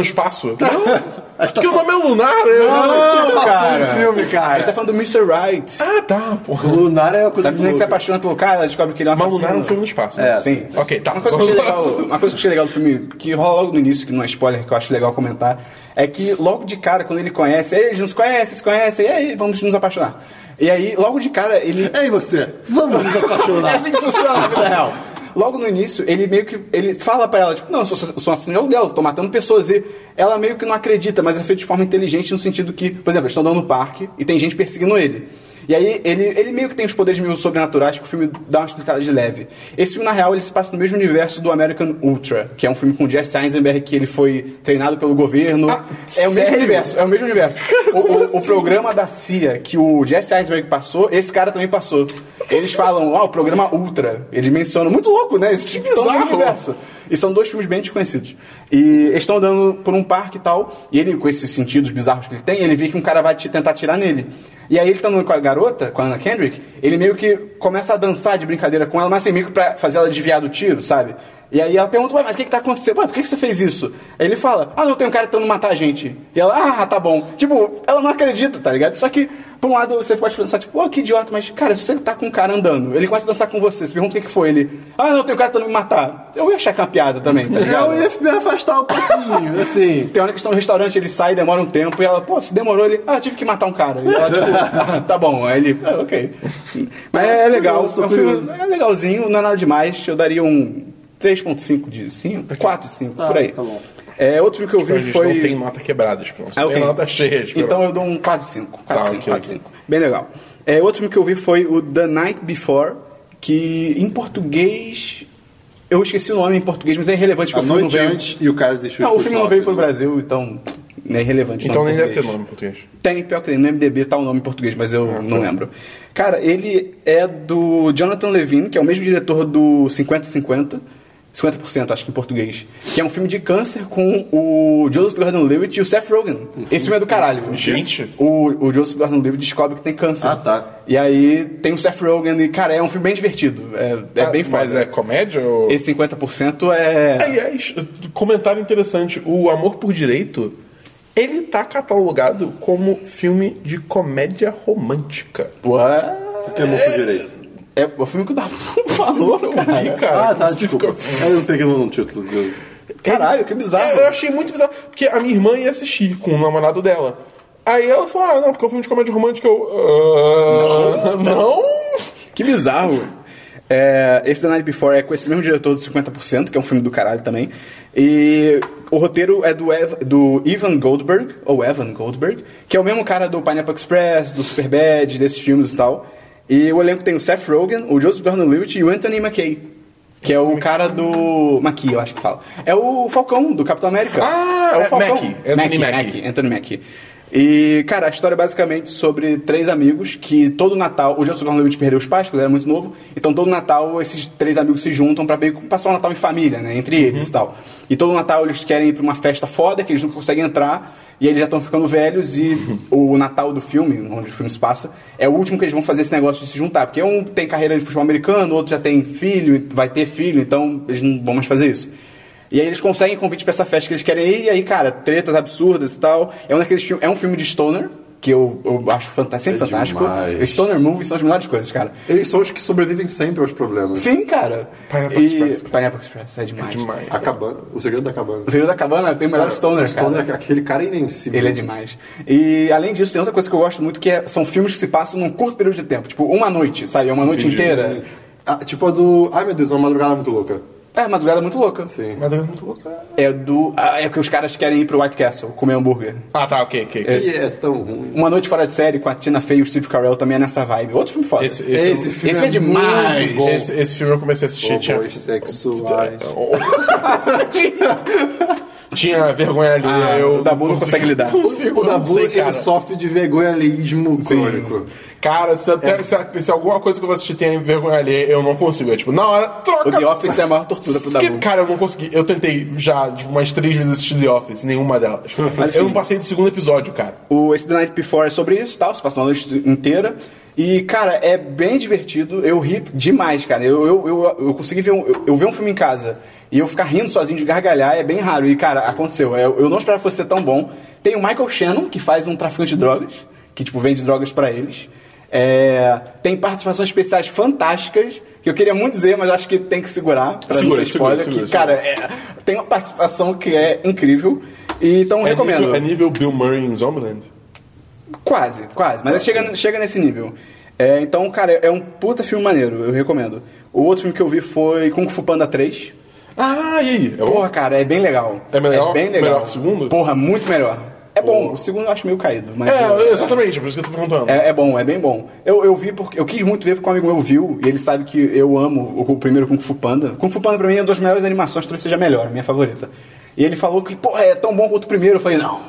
B: Acho
C: espaço?
B: tá
C: Porque o nome é Lunar. eu-
A: Ah,
B: Não,
A: cara.
B: cara. filme,
A: A gente tá
B: cara.
A: falando do Mr. Right.
C: Ah, tá, porra.
B: O Lunar é uma
C: Tá
A: Da menina Tá
B: coisa
A: que
B: muito
A: se
B: louca.
A: apaixona pelo cara, ela descobre que ele é um
C: Mas
A: assassino.
C: Lunar é um filme no espaço.
B: É,
C: né?
A: Sim.
C: Ok, tá.
A: Uma coisa, que
C: *laughs*
A: achei legal, uma coisa que achei legal do filme, que rola logo no início, que não é spoiler, que eu acho legal comentar, é que logo de cara, quando ele conhece, eles não se conhecem, se conhecem, e aí vamos nos apaixonar. E aí, logo de cara, ele.
B: Ei, você, vamos nos
A: É
B: *laughs* apaixonar.
A: assim que funciona na vida real. Logo no início, ele meio que. Ele fala pra ela, tipo, não, eu sou, eu sou um assassino de aluguel, eu tô matando pessoas. E ela meio que não acredita, mas é feito de forma inteligente no sentido que, por exemplo, eles estão andando no parque e tem gente perseguindo ele. E aí ele, ele meio que tem os poderes meio sobrenaturais que o filme dá uma explicada de leve. Esse filme, na real, ele se passa no mesmo universo do American Ultra, que é um filme com o Jesse Eisenberg que ele foi treinado pelo governo.
C: Ah,
A: é o mesmo
C: sério?
A: universo, é o mesmo universo. O, o- o programa da CIA que o Jesse Eisenberg passou, esse cara também passou. Eles falam, ah, o programa Ultra. Eles mencionam, muito louco, né? Esse tipo
C: bizarro.
A: de universo. E são dois filmes bem desconhecidos. E eles estão andando por um parque e tal, e ele, com esses sentidos bizarros que ele tem, ele vê que um cara vai te- tentar atirar nele. E aí ele tá andando com a garota, com a Anna Kendrick, ele meio que começa a dançar de brincadeira com ela, mas assim, meio que pra fazer ela desviar do tiro, sabe? E aí ela pergunta, Ué, mas o que que tá acontecendo? Ué, por que que você fez isso? Aí ele fala, ah, não, tem um cara tentando matar a gente. E ela, ah, tá bom. Tipo, ela não acredita, tá ligado? Só que, por um lado, você pode pensar, tipo, oh, que idiota, mas, cara, se você tá com um cara andando, ele começa a dançar com você, você pergunta o que que foi, ele, ah, não, tem um cara tentando me matar. Eu ia achar que é uma piada também, tá ligado?
B: Eu ia me afastar um *laughs* pouquinho, assim.
A: Tem hora que estão no restaurante, ele sai, demora um tempo, e ela, pô, se demorou, ele, ah, tive que matar um cara. E ela, tipo,
B: *laughs*
A: ah, tá bom. Aí ele, ah, ok. Mas é legal,
B: Curioso, tô
A: é, um filme-
B: curioso.
A: é legalzinho, não é nada demais. Eu daria um 3.5 de 5, 4, 5,
B: Tá,
A: por aí.
B: tá bom.
A: É, outro filme que eu
C: A
A: vi
C: gente
A: foi...
C: não tem nota quebrada, tipo, não
A: Ah, ok.
C: tem nota cheia. Tipo,
A: Então eu dou um 4 5, 4
C: Tá,
A: 5,
C: ok,
A: 4
C: ok.
A: 5. Bem legal. É, outro filme que eu vi foi o The Night Before, que em português eu esqueci o nome em português, mas é irrelevante
B: A
A: porque o filme não
B: noite
A: veio.
B: antes e o cara desistiu
A: Não,
B: de
A: o filme não
B: continuar,
A: veio pro
B: entendeu?
A: Brasil, então é irrelevante. o
C: então
A: nome
C: nem
A: em
C: deve ter
A: português.
C: nome em português.
A: Tem, pior que tem. No MDB tá o nome em português, mas eu não
C: tá.
A: lembro. Cara, ele é do Jonathan Levine, que é o mesmo diretor do 50-50. 50%, acho que em português. Que é um filme de câncer com o Joseph Gordon-Levitt e o Seth Rogen. Esse filme é do caralho.
C: Uhum. Gente.
A: O, o Joseph Gordon-Levitt descobre que tem câncer.
B: Ah, tá.
A: E aí tem o Seth Rogen e, cara, é um filme bem divertido. É, é
C: Ah,
A: bem foda.
C: Mas é comédia ou...
A: Esse 50% é...
C: Aliás, comentário interessante. O Amor por Direito, ele tá catalogado como filme de comédia romântica.
A: What?
B: Porque eu não fui direito.
A: É o filme que o Dabu *laughs* falou,
C: Eu
A: cara.
C: vi, cara.
B: Ah, tá,
C: Você
B: desculpa.
C: fica-
B: Eu não peguei no título. viu?
A: Caralho, que bizarro.
C: É, eu achei muito bizarro, porque a minha irmã ia assistir com o namorado dela. Aí ela falou, ah, não, porque é um filme de comédia romântica. Eu, "Ah, não?
A: Que bizarro. É, esse The Night Before é com esse mesmo diretor do 50%, que é um filme do caralho também. E o roteiro é do, Ev- do Evan Goldberg, ou Evan Goldberg, que é o mesmo cara do Pineapple Express, do Superbad, desses filmes e tal. E o elenco tem o Seth Rogen, o Joseph Gordon-Levitt e o Anthony McKay. Que é o cara do... McKee, eu acho que fala. É o Falcão, do Capitão América.
C: Ah,
A: é o
C: é
A: Falcão.
C: Mackie, Anthony Mackie.
A: Anthony Mackie. E, cara, a história é basicamente sobre três amigos que todo Natal. O Joseph Gordon-Levitt perdeu os pais, quando ele era muito novo. Então, todo Natal, esses três amigos se juntam pra meio que passar o Natal em família, né? Entre eles e tal. E todo Natal eles querem ir pra uma festa foda que eles nunca conseguem entrar. E eles já estão ficando velhos. E o Natal do filme, onde o filme se passa, é o último que eles vão fazer esse negócio de se juntar. Porque um tem carreira de futebol americano, outro já tem filho, vai ter filho. Então, eles não vão mais fazer isso. E aí eles conseguem convite pra essa festa que eles querem ir, e aí, cara, tretas absurdas e tal. É um daqueles filmes, é um filme de stoner, que eu, eu acho fanta- sempre
B: É
A: fantástico.
B: demais.
A: Stoner movies são as melhores coisas, cara.
B: Eles são os que sobrevivem sempre aos problemas.
A: Sim, cara.
C: Pineapple
A: E-
C: Express.
A: Pineapple Express, é demais.
C: Demais.
B: A cabana, o segredo da cabana.
A: O Segredo da Cabana tem o melhor stoner,
B: O Stoner,
A: cara.
B: aquele cara é invencível.
A: Ele é demais. E além disso, tem outra coisa que eu gosto muito que é- são filmes que se passam num curto período de tempo. Tipo, uma noite, sabe? É uma noite inteira.
B: Ah, tipo a do. Ai meu Deus, é uma madrugada muito louca.
A: É, a madrugada é muito louca.
B: Sim.
C: Mas é muito louca.
A: É do. Ah, é que os caras querem ir pro White Castle comer hambúrguer.
C: Ah, tá, ok, ok. ok.
B: Esse é tão ruim.
A: Uma Noite Fora de Série com a Tina Fey e o Steve Carell também é nessa vibe. Outro filme foda.
C: Esse- esse-
A: esse filme, é, demais.
B: muito
A: bom.
C: Esse, esse filme eu comecei a assistir,
A: é
C: tinha,
B: Robôs
A: *laughs*
B: sexuais.
C: tinha vergonha ali.
A: Ah,
C: aí eu
A: o Dabu não
C: consigo-
A: consegue lidar.
C: consigo,
B: O
C: eu não
B: Dabu,
C: sei, cara.
B: ele sofre de vergonhalismo crônico.
C: Cara,
A: É.
C: se, até, se, se alguma coisa que eu vou assistir tem vergonha ali, eu não consigo. É tipo, na hora, troca.
A: O The Office é a maior tortura pro
C: Skip-
A: Dabu.
C: Cara, eu não consegui. Eu tentei já tipo, umas três vezes assistir The Office, nenhuma delas.
A: Mas, assim-
C: eu
A: enfim.
C: não passei do segundo episódio, cara.
A: O, esse The Night Before é sobre isso, tal, se passa uma noite inteira. E, cara, é bem divertido. Eu ri demais, cara. Eu, eu, eu, eu consegui ver um, eu, eu ver um filme em casa e eu ficar rindo sozinho de gargalhar é bem raro. E, cara, aconteceu. É, Eu, eu não esperava que fosse ser tão bom. Tem o Michael Shannon, que faz um traficante de drogas, que, tipo, vende drogas pra eles. É, tem participações especiais fantásticas, que eu queria muito dizer, mas eu acho que tem que segurar. Pra
C: Segura,
A: não ser spoiler,
C: segura,
A: que,
C: segura,
A: cara, é- tem uma participação que é incrível. E, então,
C: É
A: recomendo.
C: nível, é nível Bill Murray em Zombieland?
A: Quase, quase. Mas chega, chega nesse nível. É, então, cara, é um puta filme maneiro, eu recomendo. O outro filme que eu vi foi Kung Fu Panda 3.
C: Ah, e aí? É bom?
A: Porra, cara, é bem legal.
C: É melhor?
A: É bem legal.
C: Melhor que o segundo? Oh.
A: Porra, muito melhor. É bom, o segundo eu acho meio caído, mas.
C: É, exatamente, é por isso que eu tô perguntando.
A: É, é bom, é bem bom. Eu, eu vi porque. Eu quis muito ver porque um amigo meu viu, e ele sabe que eu amo o, o primeiro Kung Fu Panda. Kung Fu Panda pra mim é uma das melhores animações, talvez seja a melhor, a minha favorita. E ele falou que, porra, é tão bom quanto o primeiro. Eu falei, não,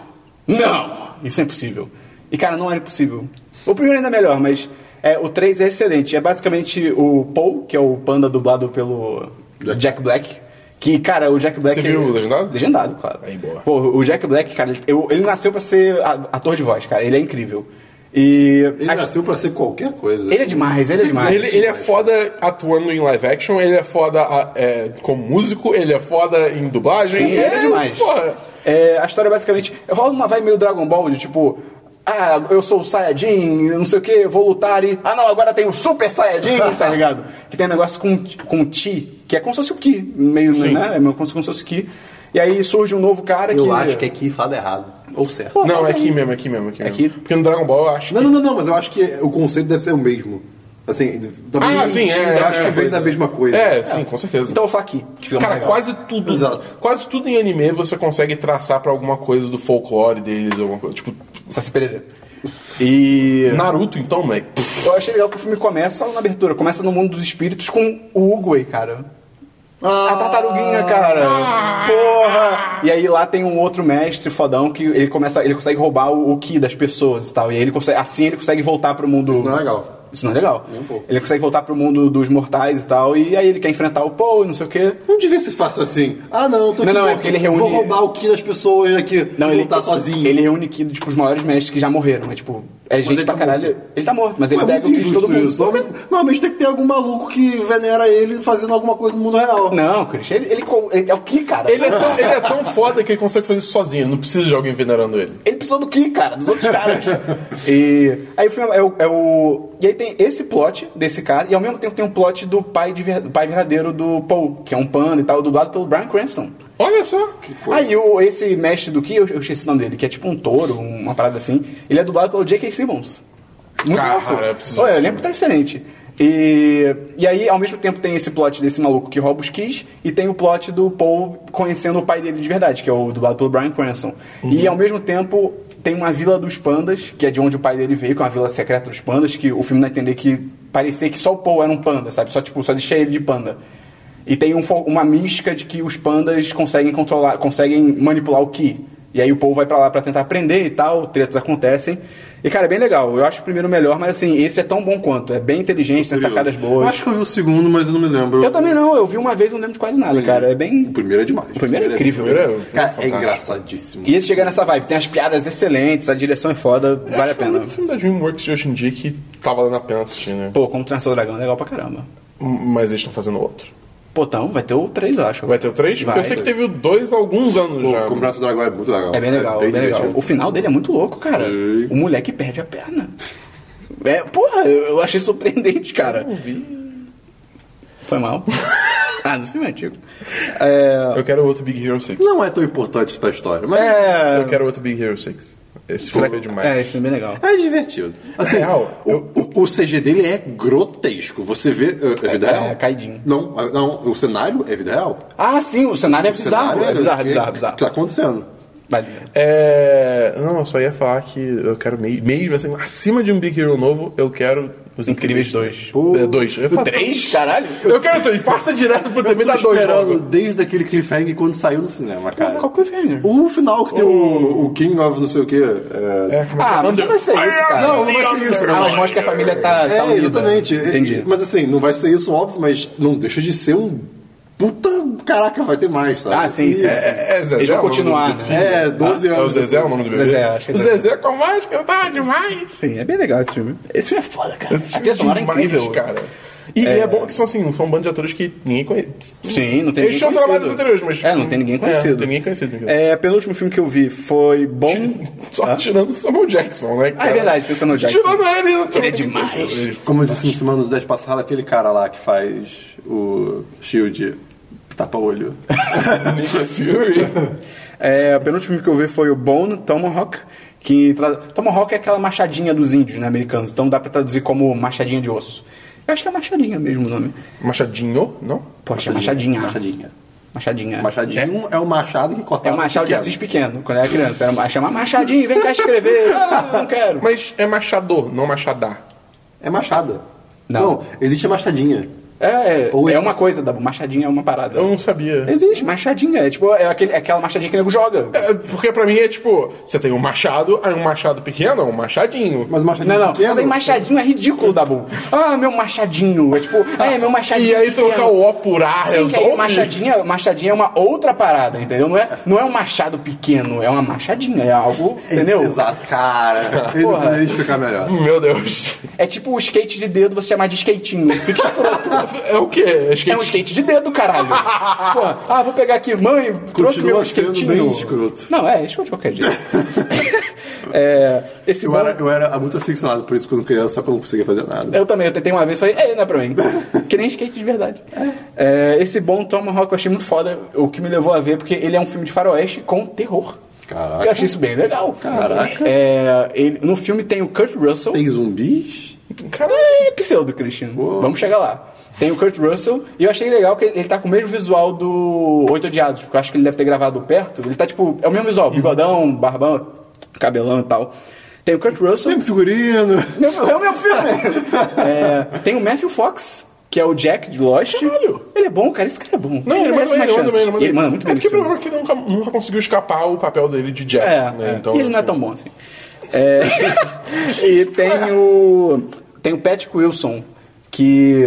A: não, isso é impossível. E cara, não era impossível. O primeiro ainda é melhor, mas é, o 3 é excelente. É basicamente o Paul, que é o panda dublado pelo Jack Black. Que, cara, o Jack Black. é
C: Você viu o legendado?
A: Legendado, claro.
C: Aí, boa.
A: Pô, o Jack Black, cara, ele, eu- ele nasceu pra ser a- ator de voz, cara. Ele é incrível. E.
B: Ele
A: acho-
B: nasceu pra ser qualquer coisa.
A: ele é demais, ele é demais.
C: Ele, ele é foda atuando em live action, ele é foda ah, é, como músico, ele é foda em dublagem.
A: Sim, ele é demais.
C: Porra.
A: É, a história basicamente. Rola uma vibe meio Dragon Ball de tipo. Ah, eu sou o Saiyajin, não sei o que, vou lutar e. Ah, não, agora tem o Super Saiyajin, tá ligado? Que tem um negócio com, com o Ti, que é como se fosse o Ki, meio, né? É meio como se como se fosse o Ki. E aí surge um novo cara
D: Eu
A: que.
D: acho
B: É.
D: que aqui fala errado. Ou certo.
C: Não, é aqui mesmo, é aqui mesmo. É aqui mesmo.
A: Aqui?
C: Porque no Dragon Ball
A: é
C: eu acho
B: Não, não, não, não, mas eu acho que o conceito deve ser o mesmo. Assim, da
C: Ah,
B: mesma-
C: sim, é,
B: eu
C: é,
B: acho
C: é,
B: que vem
C: é.
B: da mesma coisa.
C: É, sim, com certeza.
A: Então eu falo aqui. Que fica mais
C: Cara,
A: legal.
C: quase tudo.
B: Exato.
C: Quase tudo em anime você consegue traçar pra alguma coisa do folclore deles, alguma coisa. Tipo,
A: Saci Pereira. E.
C: Naruto, então, moleque.
A: Eu achei legal que o filme começa só na abertura, começa no mundo dos espíritos com o Uguay, cara. A tartaruguinha, cara. Porra! E aí lá tem um outro mestre fodão que ele começa, ele consegue roubar o, o ki das pessoas e tal. E aí ele consegue, assim ele consegue voltar pro mundo.
B: Isso não é legal.
A: Isso não é legal.
B: Nem um pouco.
A: Ele consegue voltar pro mundo dos mortais e tal. E aí ele quer enfrentar o Paul e não sei o quê.
B: Não devia ser fácil assim. Ah, não, tô aqui.
A: Não, não, é
B: morto,
A: porque ele
B: Vou
A: reúne-
B: roubar o que das pessoas aqui.
A: Não,
B: Não,
A: ele
B: voltar sozinho.
A: Ele reúne ki tipo os maiores mestres que já morreram, mas tipo, é gente
B: ele
A: pra
B: tá
A: caralho. Ele tá morto, mas ele
B: Mas é
A: pega
B: muito
A: o ki de
B: injusto
A: todo mundo.
B: isso. Normalmente, normalmente tem que ter algum maluco que venera ele fazendo alguma coisa no mundo real.
A: Não, Christian, ele, ele co- ele- é o Ki, cara.
C: Ele é, tão, ele é tão foda que ele consegue fazer isso sozinho, ele não precisa de alguém venerando ele.
A: Ele precisou do Ki, cara, dos outros caras. e aí o filme é o, é o- E aí tem esse plot desse cara, e ao mesmo tempo tem um plot do pai, de ver- do pai verdadeiro do Paul, que é um panda e tal, dublado pelo Brian Cranston.
C: Olha só.
A: Aí Ah, o, esse mestre do Ki, eu, eu esqueci o nome dele, que é tipo um touro, uma parada assim, ele é dublado pelo J.K. Simmons. Muito
C: Cara,
A: louco.
C: eu preciso
A: Olha, eu
C: desse
A: lembro que tá excelente. E, e aí, ao mesmo tempo, tem esse plot desse maluco que rouba os keys e tem o plot do Paul conhecendo o pai dele de verdade, que é o dublado pelo Brian Cranston.
C: Uhum.
A: E ao mesmo tempo, tem uma vila dos pandas, que é de onde o pai dele veio, que é uma vila secreta dos pandas, que o filme dá a entender que parecia que só o Paul era um panda, sabe? Só, tipo, só deixa ele de panda. E tem um fo- uma mística de que os pandas conseguem controlar, conseguem manipular o Ki. E aí o povo vai pra lá pra tentar aprender e tal, tretas acontecem. E cara, é bem legal. Eu acho o primeiro melhor, mas assim, esse é tão bom quanto. É bem inteligente, tem sacadas boas.
B: Eu
A: Eu,
B: acho que eu vi o segundo, mas eu não me lembro.
A: também não, eu vi uma vez e não lembro de quase nada, cara. É bem.
B: O primeiro é demais.
A: O primeiro é incrível.
C: Primeiro
D: Cara, é
C: fantástico.
D: engraçadíssimo.
A: E esse chega nessa vibe, tem as piadas excelentes, a direção é foda, vale a
C: Acho que É o
A: pena.
C: único filme da Dreamworks de hoje em dia que tá valendo a pena assistir, né?
A: Pô, como Transou o Dragão é legal pra caramba.
C: Um, Mas eles estão fazendo outro.
A: Pô, então, vai ter o 3, eu acho.
C: Vai ter o 3? Porque
A: Vai.
C: eu sei que teve o 2 há alguns anos
B: Pô,
C: já. né?
B: o Braço do Dragão é muito legal.
A: É bem legal, é bem legal.
B: divertido.
A: O final dele é muito louco, cara.
B: Ei.
A: O moleque perde a perna. É, porra, eu eu achei surpreendente, cara. Foi mal.
B: *laughs*
A: ah, no filme é antigo. É.
C: Eu quero outro Big Hero 6.
B: Não é tão importante pra história, mas é,
A: é...
C: Eu quero outro Big Hero 6. Esse
A: será
C: filme
A: que-
C: é demais.
A: É, esse filme é bem legal.
B: divertido.
A: É
B: Assim,
C: real,
B: o, o, o CG dele é grotesco. Você vê. É, é vida
A: É,
B: real?
A: é caidinho.
B: Não, é- não, o cenário é vida real.
A: Ah, sim, o cenário é bizarro.
B: O cenário
A: É bizarro, é
B: que-
A: bizarro, é
B: que
A: bizarro.
B: tá acontecendo?
A: Vale.
C: É. Não, eu só ia falar que eu quero mei- mesmo assim, acima de um Big Hero novo, eu quero os
A: Incríveis
C: Incríveis
A: dois.
C: É, dois. Eu ia
A: O
C: falar-
A: 3, caralho?
C: Eu quero três. Passa direto pro também dá
B: Tô
C: dois.
B: esperando
C: logo.
B: desde aquele cliffhanger quando saiu no cinema, cara.
A: Qual é cliffhanger?
B: O final que tem o, o King of não sei o quê. É,
C: É, como é que é
A: Ah, mas
C: o nome
A: não
C: dele?
A: vai ser isso, cara.
B: Não, não vai ser isso.
A: Ah, mas mostra que a família tá, tá
B: É,
A: unida.
B: exatamente. É,
A: Entendi.
B: é, Mas assim, não vai ser isso, óbvio, mas não deixa de ser um puta. Caraca, vai ter mais, sabe?
A: Ah, sim, sim. sim.
B: E-
C: É, é Zezé.
A: Eles
C: o
A: vão
C: nome
A: continuar,
C: do
A: né?
C: filho?
B: É, 12
C: Ah, É o
B: anos.
C: Zezé é o nome do bebê?
A: Zezé, acho que é
C: O
A: Zezé.
C: Zezé com máscara, tá demais.
A: Sim, é bem legal esse filme. Esse filme é foda, cara.
C: Esse
A: a trilha
C: filme
A: sonora
C: é
A: é
C: demais,
A: incrível.
C: cara. E é... bom que são assim, são um bando de atores que ninguém conhece.
A: Sim, não tem
C: Eles
A: ninguém
C: tinham trabalhos
A: conhecido.
C: é anteriores, mas.
A: É, não tem ninguém
C: É,
A: conhecido.
C: não tem ninguém conhecido. Então,
A: É, pelo último filme que eu vi foi Bom.
C: *laughs* Só tirando o Samuel Jackson, né?
A: Ah, é verdade, tem o Samuel Jackson.
C: Tirando ele, não tem
A: Ele é
C: ninguém
A: demais.
C: conhecido. Ele-
B: Como eu disse no semana dos 10 passado, aquele cara lá que faz o Shield tapa-olho.
A: *laughs*
C: Nick Fury.
A: É, o penúltimo filme que eu vi foi o Bone, Tomahawk. Que tra... Tomahawk é aquela machadinha dos índios, né, americanos. Então dá pra traduzir como machadinha de osso. Eu acho que é machadinha mesmo o nome.
C: Machadinho, não?
A: Poxa, é machadinha.
D: Machadinha.
A: Machadinha.
D: Machadinho é, um machado que corta
A: É o machado de Assis pequeno, quando era criança. Era ma- chamar machadinho, vem cá *laughs* escrever. Ah, não quero.
C: Mas é machador, não machadar.
B: É machada.
A: Não.
B: existe a machadinha.
A: É,
B: Ou
A: é, é
B: isso.
A: uma coisa, da machadinha é uma parada.
C: Eu não sabia.
A: Existe, machadinha. É tipo, é, aquele, é aquela machadinha que o nego joga.
C: É, Porque pra mim é tipo, você tem um machado, aí um machado pequeno, um machadinho.
B: Mas machadinha
A: Não, não,
B: pequena-
A: mas aí machadinho é ridículo, Dabu. Ah, meu machadinho. É tipo, é, meu machadinho.
C: E aí
A: pequeno.
C: trocar o O por A
A: Sim, que aí
C: resolve.
A: machadinha, machadinha é uma outra parada, entendeu? Não é, não é um machado pequeno, é uma machadinha, é algo, entendeu?
B: Exato, cara. Ele não
A: *laughs* Porra.
B: poderia explicar melhor.
C: Meu Deus.
A: É tipo o skate de dedo, você chamar de skatinho. Fica *laughs* escroto.
C: É o quê? É skate?
A: É um skate de dedo, *laughs* caralho. Porra, ah, vou pegar aqui, mãe, trouxe
B: Continua
A: meu
B: sendo
A: skatinho.
B: bem escroto.
A: Não, é, escroto de qualquer *laughs* jeito. é, esse
B: Eu
A: bom-
B: era, eu era muito aficionado por isso quando criança, só que eu não conseguia fazer nada.
A: É. Eu também, eu tentei uma vez e falei, é, não é pra mim. *laughs* que nem skate de verdade. É, esse bom Tomahawk eu achei muito foda, o que me levou a ver, porque ele é um filme de faroeste com terror.
B: Caraca.
A: Eu achei isso bem legal.
B: Caraca.
A: É, ele- no filme tem o Kurt Russell.
B: Tem zumbis?
A: Cara, é pseudo, Christian. Vamos chegar lá. Tem o Kurt Russell, e eu achei legal que ele ele tá com o mesmo visual do Oito Odiados, porque eu acho que ele deve ter gravado perto. Ele tá tipo, é o mesmo visual, bigodão, barbão, cabelão e tal. Tem o Kurt Russell.
B: Tem figurino.
A: Meu- é o meu filme! É, tem o Matthew Fox, que é o Jack de Lost.
C: Caralho!
A: Ele é bom, cara, esse cara é bom.
C: Não, ele,
A: merece
C: manda bem,
A: mais
C: ele manda
A: chances.
C: bem, ele manda
A: E Ele
C: bem.
A: manda muito
C: É
A: bem.
C: porque
A: nesse
C: o
A: filme.
C: problema é *laughs* que nunca, nunca conseguiu escapar o papel dele de Jack,
A: É,
C: né?
A: é.
C: Então,
A: e ele não é
C: assim,
A: tão bom assim. É, *laughs* e tem o. Tem o Patrick Wilson, que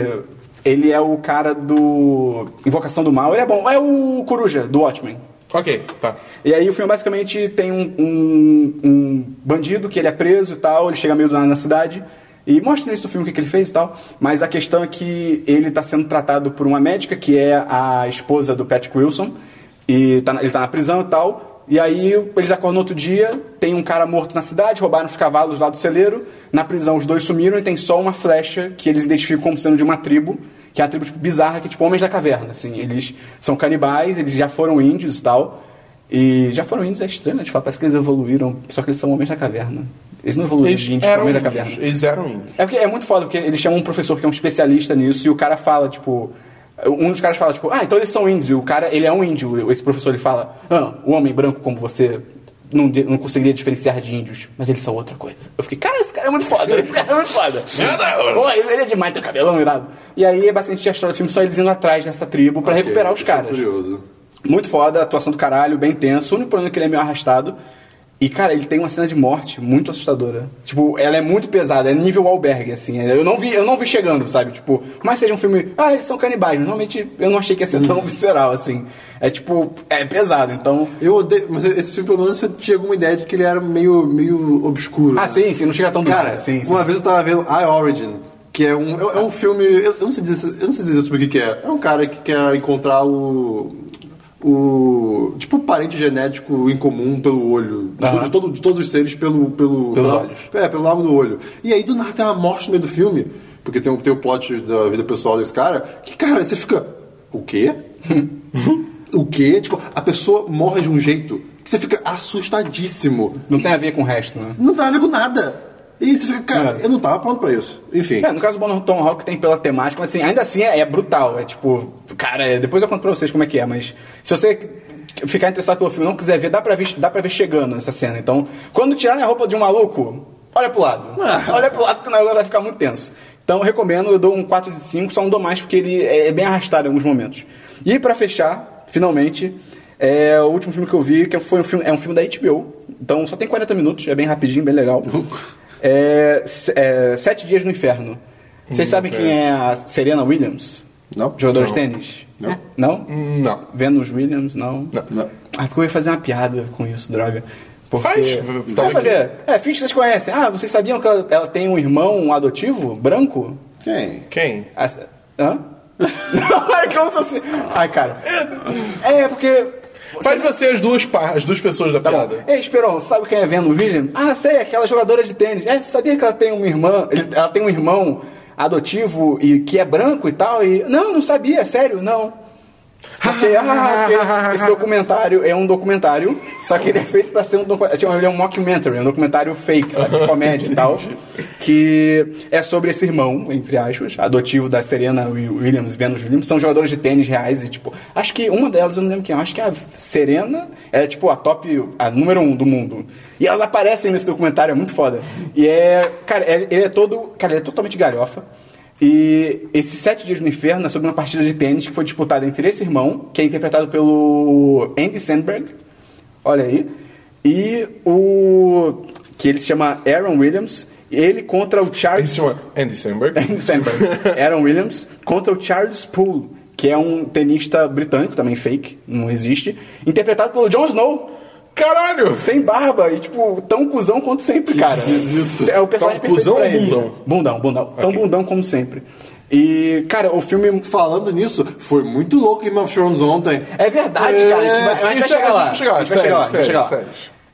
A: ele é o cara do. Invocação do Mal, ele é bom. É o Coruja, do Watchmen.
C: Ok, tá.
A: E aí o filme basicamente tem um, um- um bandido que ele é preso e tal, ele chega meio do nada na cidade. E mostra no início do filme o que, que ele fez e tal. Mas a questão é que ele está sendo tratado por uma médica, que é a esposa do Patrick Wilson. E tá na- ele tá na prisão e tal. E aí eles acordam no outro dia, tem um cara morto na cidade, roubaram os cavalos lá do celeiro. Na prisão os dois sumiram e tem só uma flecha que eles identificam como sendo de uma tribo. Que é uma tribo tipo, bizarra, que é tipo Homens da Caverna, assim. Eles são canibais, eles já foram índios e tal. E já foram índios, é estranho, né? Tipo, parece que eles evoluíram, só que eles são homens da caverna. Eles não evoluíram de índios para homens da
C: índios,
A: caverna.
C: Eles eram índios.
A: É, porque é muito foda, porque eles chamam um professor que é um especialista nisso, e o cara fala, tipo... Um dos caras fala, tipo, ah, então eles são índios. E o cara, ele é um índio. Esse professor, ele fala, ah, o homem branco como você não, de- não conseguiria diferenciar de índios, mas eles são outra coisa. Eu fiquei, cara, esse cara é muito foda, esse cara é muito foda.
C: *laughs* Meu Deus!
A: Pô, ele, ele é demais, tem um cabelão irado. E aí, é basicamente a história do filme, só eles indo atrás dessa tribo pra recuperar os
C: é
B: Fiquei
A: caras.
B: Curioso.
A: Muito foda, atuação do caralho, bem tenso. O único problema é que ele é meio arrastado. E, cara, ele tem uma cena de morte muito assustadora. Tipo, ela é muito pesada, é nível albergue, assim. Eu não vi, eu não vi chegando, sabe? Tipo, por mais que seja um filme. Ah, eles são canibais, mas normalmente eu não achei que ia ser
B: Uhum.
A: tão visceral, assim. É tipo, é pesado, então.
B: Eu odeio. Mas esse filme, pelo menos, você tinha alguma ideia de que ele era meio, meio obscuro.
A: Ah,
B: né?
A: sim, sim, não chega tão do
B: Cara,
A: sim, sim.
B: uma vez eu tava vendo I Origin, que é um, é é um filme. Eu, eu não sei dizer, eu não sei dizer sobre o que, que é. É um cara que quer encontrar o. O. Tipo, o parente genético incomum pelo olho. De,
A: Aham.
B: de todo- de todos os seres pelo. pelo
A: Pelos
B: pela-
A: olhos.
B: É, pelo lado do olho. E aí do nada tem uma morte no meio do filme, porque tem, o- tem o plot da vida pessoal desse cara, que, cara, você fica.
A: *laughs*
B: O quê? o quê? Tipo, a pessoa morre de um jeito que você fica assustadíssimo.
A: Não tem a ver com o resto, né?
B: Não tava a ver com nada. E você fica, cara,
A: É.
B: eu não tava pronto pra isso. Enfim.
A: É, no caso do Bono Tom Rock tem pela temática, mas assim, ainda assim é, é brutal. É tipo, cara, é- depois eu conto pra vocês como é que é, mas se você ficar interessado pelo filme e não quiser ver, dá pra ver, dá pra ver chegando essa cena. Então, quando tirarem a roupa de um maluco, olha pro lado. Olha pro lado que o negócio vai ficar muito tenso. Então, eu recomendo, eu dou um 4 de 5, só não dou mais porque ele é é bem arrastado em alguns momentos. E pra fechar, finalmente, é o último filme que eu vi, que foi um filme, é um filme da HBO. Então, só tem 40 minutos, é bem rapidinho, bem legal. É, se- é, Sete Dias no Inferno. Vocês sabem
C: ok.
A: quem é a Serena Williams?
B: Não.
A: Jogadora de
C: Não.
A: tênis?
B: Não.
A: Não?
C: Não.
A: Venus Williams? Não.
C: Não.
B: Não.
A: Ah, porque eu ia fazer uma piada com isso, droga. Porque...
C: Faz,
A: Vai
C: talvez.
A: fazer. É, finge que vocês conhecem. Ah, vocês sabiam que ela, ela tem um irmão adottivo, branco?
B: Quem?
C: Quem?
A: Ah, se- Hã? *laughs* Não, é como se fosse... Ai, cara. É, porque...
C: Faz você as duas, par... as duas pessoas da
A: Tá bom.
C: piada.
A: Ei, Esperon, sabe quem é Venom Vision? Ah, sei, aquela jogadora de tênis. É, sabia que ela tem uma irmã, ele- ela tem um irmão adotivo e que é branco e tal? E não, não sabia, sério, não. Porque, ah, porque esse documentário é um documentário, só que ele é feito pra ser um documentário. Ele é um mockumentary, um documentário fake, sabe? De comédia e tal. Que é sobre esse irmão, entre aspas, adotivo da Serena Williams, Venus Williams. São jogadores de tênis reais e, tipo, acho que uma delas, eu não lembro quem, é, acho que a Serena é, tipo, a top, a número um do mundo. E elas aparecem nesse documentário, é muito foda. E é. Cara, é- ele é todo. Cara, ele é totalmente galhofa. E esses Sete Dias no Inferno é sobre uma partida de tênis que foi disputada entre esse irmão, que é interpretado pelo Andy Sandberg, olha aí, e o. que ele se chama Aaron Williams, ele contra o
C: Ele
A: Charles.
C: se chama Andy
A: *laughs*
C: Samberg.
A: Andy Sandberg. Aaron Williams contra o Charles Poole, que é um tenista britânico, também fake, não existe, interpretado pelo Jon Snow.
C: Caralho!
A: Sem barba e, tipo, tão cuzão quanto sempre, cara. É o personagem
C: Tão cuzão
A: perfeito pra
C: ou
A: ele.
C: bundão?
A: Bundão, bundão. Tão
C: Ok.
A: bundão como sempre. E, cara, o filme...
B: Falando nisso, foi muito louco Game of Thrones ontem.
A: É verdade, cara. Isso vai, a gente vai
C: Isso é-
A: chegar lá.
C: a gente vai chegar lá,
A: A gente vai chegar lá, a gente vai
C: sério,
A: chegar lá.
C: sério,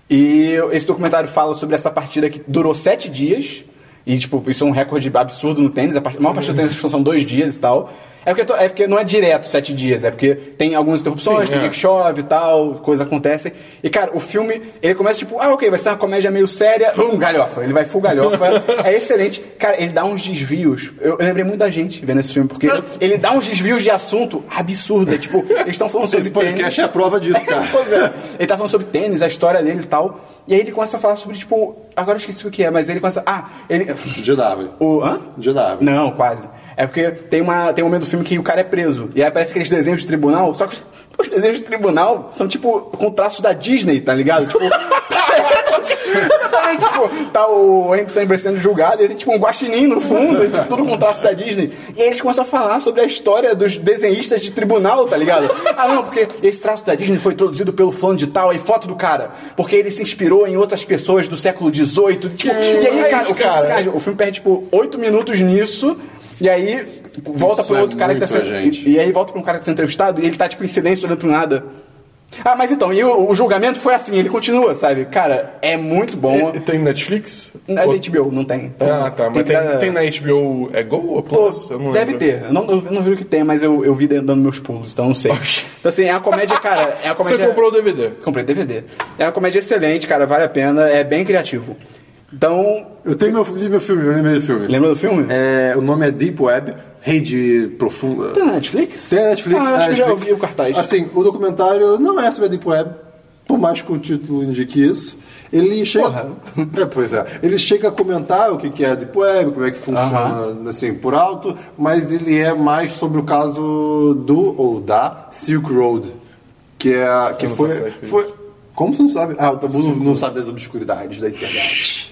A: E esse documentário fala sobre essa partida que durou sete dias. E, tipo, isso é um recorde absurdo no tênis. A, part... a maior partida do tênis tipo, são dois dias e tal. É porque, to- é porque não é direto sete dias. É porque tem algumas interrupções,
C: Sim,
A: tem
C: é.
A: dia que chove e tal, coisas acontecem. E, cara, o filme, ele começa tipo, ah, ok, vai ser uma comédia meio séria. Bum, galhofa. Ele vai full
C: *laughs*
A: galhofa. é excelente. Cara, ele dá uns desvios. Eu, eu lembrei muito da gente vendo esse filme, porque ele dá uns desvios de assunto absurdo. É tipo, eles estão falando sobre
B: Esse podcast é a prova disso, cara.
A: pois *laughs* é. Ele tá falando sobre tênis, a história dele e tal. E aí ele começa a falar sobre, tipo, agora eu esqueci o que é, mas ele começa. Ah, ele.
B: GW.
A: O. Hã?
B: GW.
A: Não, quase. É porque tem, uma, tem um momento do filme que o cara é preso. E aí aparece aqueles desenhos de tribunal, só que os, os desenhos de tribunal são tipo com traços da Disney, tá ligado? Tipo. *laughs* Exatamente, tipo, tá o Andy Samberg sendo julgado, e ele tipo um guaxinim no fundo, e, tipo, tudo com traço da Disney. E aí eles começam a falar sobre a história dos desenhistas de tribunal, tá ligado? Ah, não, porque esse traço da Disney foi introduzido pelo fulano de tal, aí foto do cara, porque ele se inspirou em outras pessoas do século XVIII, tipo, e aí, cara, o filme,
C: cara.
A: o filme perde, tipo, oito minutos nisso, e aí volta
B: Isso
A: pro
B: é
A: outro cara que tá
B: muita
A: sendo.
B: gente.
A: E, e aí volta pra um cara que tá sendo entrevistado e ele tá, tipo, em silêncio olhando pro nada. Ah, mas então, e o, o julgamento foi assim, ele continua, sabe? Cara, é muito bom.
C: E- Tem Netflix?
A: É
C: Ou-
A: da HBO, não tem. Então,
C: Ah, tá. Mas
A: que
C: tem,
A: dar-
C: tem na HBO é Go ou
A: Pô,
C: Plus? Eu não
A: deve
C: lembro.
A: ter. Eu não, eu não vi o que tem, mas eu, eu vi dando meus pulos, então não sei. Então, assim, é uma comédia, cara. É uma
C: *laughs* Você
A: comédia...
C: comprou
A: *laughs*
C: o DVD.
A: Comprei DVD. É uma comédia excelente, cara, vale a pena, é bem criativo. Então,
B: Eu tenho meu, li meu filme, eu lembrei do filme.
A: lembra do filme?
B: É, o nome é Deep Web, Rede Profunda.
A: Tá na Netflix?
B: Tem a é Netflix.
A: Ah,
B: a
A: acho que eu já
B: Netflix.
A: ouvi o cartaz.
B: Assim, o documentário não é sobre a Deep Web, por mais que o título indique isso. Ele chega. *laughs* É, pois é. Ele chega a comentar o que que é a Deep Web, como é que funciona, assim, por alto, mas ele é mais sobre o caso do ou da Silk Road, que é a- que
C: Eu não
B: foi,
C: faço ideia.
B: foi como você não sabe? Ah, o Tabu não- não sabe das obscuridades da internet.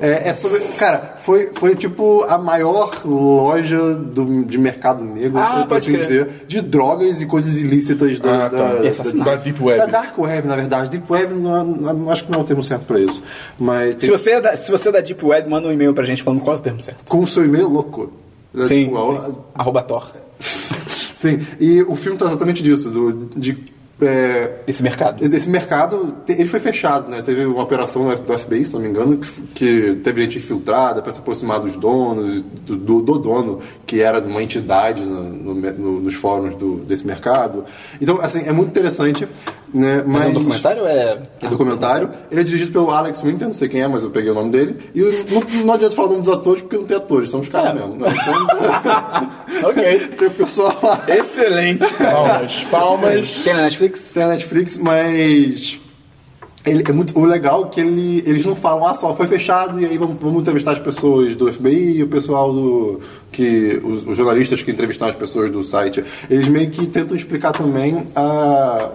B: É, é sobre. Cara, foi, foi tipo a maior loja do- de mercado negro,
A: Ah,
B: por
A: pode
B: assim
A: crer.
B: dizer, de drogas e coisas ilícitas da,
C: Ah,
B: da,
C: tá.
B: da-
C: E
A: assassinato.
C: Da Deep Web.
B: Da Dark Web, na verdade. Deep Web, não, não- acho que não é o termo certo pra isso. Mas
A: Se
B: tem,
A: você, é da, se você é da Deep Web, manda um e-mail pra gente falando qual é o termo certo.
B: com o seu e-mail louco. É,
A: Sim.
B: tipo, a-
A: Arroba Thor.
B: *laughs* sim. E o filme trata exatamente disso, do, de. é,
A: Esse mercado.
B: Esse mercado, te- ele foi fechado, né? Teve uma operação do F- do FBI, se não me engano, que, f- que teve gente infiltrada para se aproximar dos donos, do, do- do dono, que era de uma entidade no- no me- no- nos fóruns do- desse mercado. Então, assim, é muito interessante, né? Mas,
A: Mas é um documentário ou é...
B: É documentário. Ele é dirigido pelo Alex Winter, não sei quem é, mas eu peguei o nome dele. E eu- não, não adianta falar o nome dos atores, porque não tem atores, são os caras
A: É.
B: mesmo. Né? Então, *laughs*
A: Ok.
B: tem o pessoal lá.
A: *laughs* Excelente.
C: Palmas, palmas.
A: Tem na Netflix?
B: tem na Netflix, mas ele, é muito, o legal é que ele, eles não falam, ah, só foi fechado e aí vamos, vamos entrevistar as pessoas do FBI e o pessoal do. que os, os jornalistas que entrevistaram as pessoas do site. Eles meio que tentam explicar também a.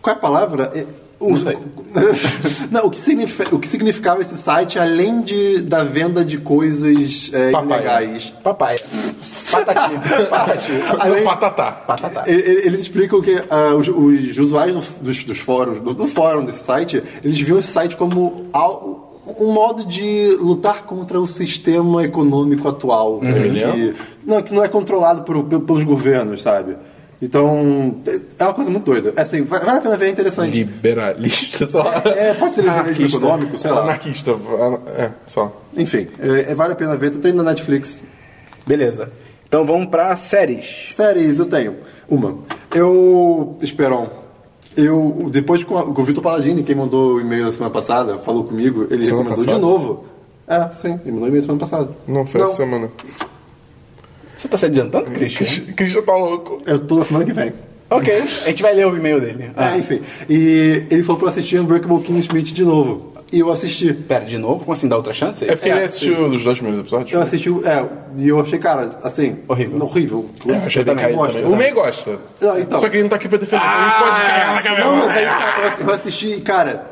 B: Qual é a palavra? É, o-
A: sei.
B: *laughs* Não, o, que signifi- o que significava esse site além de, da venda de coisas é,
C: Papai.
B: ilegais?
A: Papaya. Tá Patati.
C: *laughs*
A: Patati.
B: Além-
C: Patatá.
A: Patatá.
B: Ele- ele- Eles explicam que ah, os, os usuários do- dos, dos fóruns, do, do fórum desse site, eles viam esse site como al- um modo de lutar contra o sistema econômico atual. né, que, não, que não é controlado por- pe- pelos governos, sabe? Então, é uma coisa muito doida. É Assim, vale vale a pena ver, é interessante.
C: Uhum. Liberalista, só.
B: É, pode ser liberalismo
A: Anarquista.
B: econômico, sei lá.
C: Anarquista. ana- É, só.
B: Enfim, é- é- vale a pena ver. Tem na Netflix.
A: Beleza. Então vamos pra séries.
B: Séries, eu tenho. Uma. Eu. Esperon. Eu. Depois que o Vitor Paladini, quem mandou o e-mail na semana passada, falou comigo, ele
C: Semana
B: recomendou
C: passada?
B: de novo. É, sim, ele mandou e-mail semana passada.
C: Não foi essa semana.
A: Você tá se
B: Hum.
A: adiantando, Christian?
B: *laughs*
C: Christian tá louco.
B: Eu tô na semana que vem.
A: ok, a gente vai ler o e-mail dele. Ah,
B: É, enfim. E ele falou pra eu assistir Unbreakable King Smith de novo. E eu assisti.
A: Pera, de novo? Como assim, dá outra chance?
C: É porque ele
B: É,
C: assistiu os dois primeiros
B: Eu
C: episódios?
B: assisti, o- é, e eu achei, cara, assim.
A: Horrível.
B: Horrível.
C: Eu É, achei
B: Eu
C: decaído
B: gosto,
C: também.
B: eu
C: O Ney gosta.
B: Ah, então.
C: Só que ele não tá aqui pra defender. a gente pode cagar na cabeça.
B: Ah, Não, mas
A: é.
B: aí cara, eu assi- eu assisti, e, cara.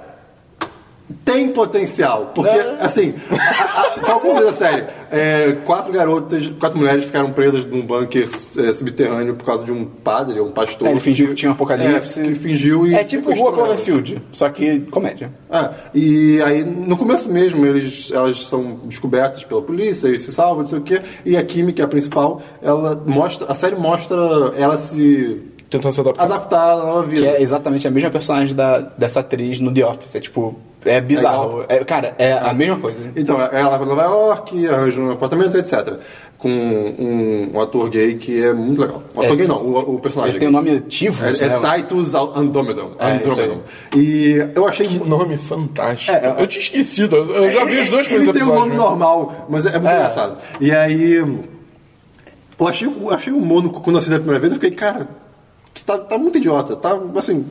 B: Tem potencial, porque, assim, a- a- qual coisa da série? É, quatro garotas, quatro mulheres ficaram presas num bunker é, subterrâneo por causa de um padre, um pastor.
A: É, ele fingiu que tinha um apocalipse.
B: É, que fingiu e.
A: É tipo
B: sequestrou
A: Rua
B: elas.
A: Cloverfield, só que comédia.
B: Ah, e aí, no começo mesmo, eles, elas são descobertas pela polícia e se salvam, não sei o quê. E a Kimi, que é a principal, ela mostra, a série mostra ela se
C: Tentando se adaptar.
B: adaptar à nova vida.
A: Que é exatamente a mesma personagem da, dessa atriz no The Office. É tipo, é bizarro. É, cara, é a mesma coisa.
B: Então, ela vai pra Nova York, arranja um apartamento, etc. Com um, um ator gay que é muito legal. Um ator
A: É,
B: gay não, o, o personagem.
A: Ele tem o nome Tivus,
B: É,
A: né?
B: é Titus Al- Andromedon.
A: É, isso
B: Andromedon. E eu achei...
C: Que nome fantástico.
B: É, é.
C: eu tinha esquecido. Eu eu já vi os dois
B: Ele
C: primeiros
B: tem um
C: episódios.
B: nome
C: né?
B: normal, mas é muito
A: É.
B: engraçado. E aí... Eu achei, eu achei um o Mono, quando eu assisti a primeira vez, eu fiquei, cara, que tá, tá muito idiota. Tá, assim,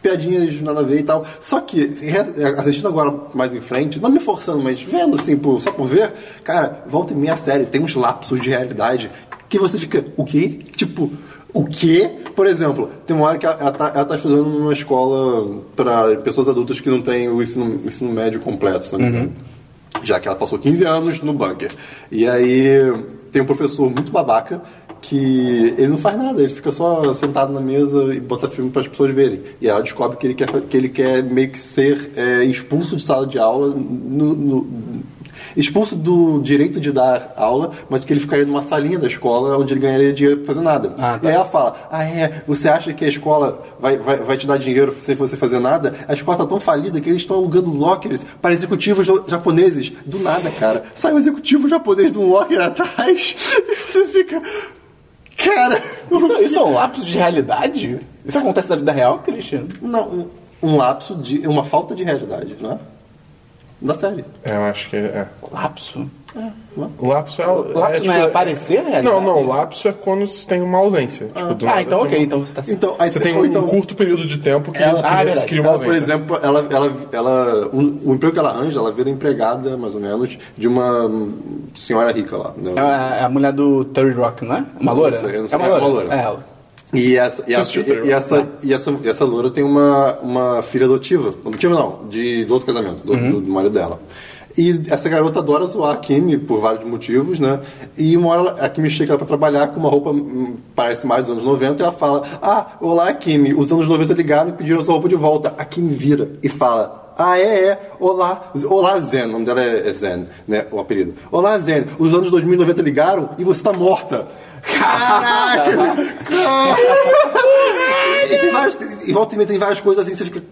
B: piadinhas nada a ver e tal. Só que, re- assistindo agora mais em frente, não me forçando, mas vendo assim, por- só por ver, cara, volta em minha série, tem uns lapsos de realidade que você fica, o quê? Tipo, o quê? Por exemplo, tem uma hora que ela, ela, tá, ela tá estudando numa escola para pessoas adultas que não têm o ensino, ensino médio completo, sabe? já que ela passou 15 anos no bunker. E aí tem um professor muito babaca que ele não faz nada, ele fica só sentado na mesa e bota filme para as pessoas verem. E ela descobre que ele quer, fa- que ele quer meio que ser é, expulso de sala de aula, no- no- expulso do direito de dar aula, mas que ele ficaria numa salinha da escola onde ele ganharia dinheiro pra fazer nada.
A: Ah, tá.
B: E aí ela fala: Ah, é, você acha que a escola vai, vai, vai te dar dinheiro sem você fazer nada? A escola tá tão falida que eles estão alugando lockers para executivos jo- japoneses. Do nada, cara. Sai um executivo japonês de um locker atrás *laughs* e você fica. Cara.
A: Isso, isso é um lapso de realidade? Isso acontece na vida real, Christian?
B: *laughs* Não, um, um lapso de. Uma falta de realidade, não é? Da série.
C: É, eu acho que é.
A: Lapso?
C: Lapso é.
A: Lapso não é aparecer a
B: né,
A: realidade?
C: Não, não. Lapso é quando se tem uma ausência. Tipo, do
A: Ah,
C: nada
A: então
C: tem
A: ok,
C: uma-
A: então você tá certo.
B: Então, aí
C: Você tem
B: ou
C: um
B: então-
C: curto período de tempo que
A: Ela-
C: que
A: Ah,
C: se
A: verdade.
C: cria uma
B: Ela, por
C: ausência.
B: exemplo, ela, ela, ela, o, o emprego que ela arranja, ela vira empregada, mais ou menos, de uma hum, senhora rica lá. né?
A: É a, é a mulher do Terry Rock, não é? Uma loura?
B: Eu não sei, eu não sei.
A: É uma loura.
B: É uma loura.
A: É ela.
B: E essa, e, essa,
C: assistiu o trailer?
B: e, essa, e, essa, e essa loura tem uma, uma filha adotiva. Adotiva não, de, do outro casamento, do, do- do marido dela. E essa garota adora zoar a Kimi por vários motivos, né? E uma hora ela- a Kimi chega pra trabalhar com uma roupa hum, parece mais dos anos 90 e ela fala: Ah, olá Kimi, os anos 90 ligaram e pediram sua roupa de volta. A Kimi vira e fala. Ah, é, é. Olá, Z- olá Zen. O nome dela é é Zen, né? O apelido. Olá, Zen. Os anos 2090 ligaram e você tá morta. Caraca! cara. E, tem várias, e volta e meia tem várias coisas assim que você fica.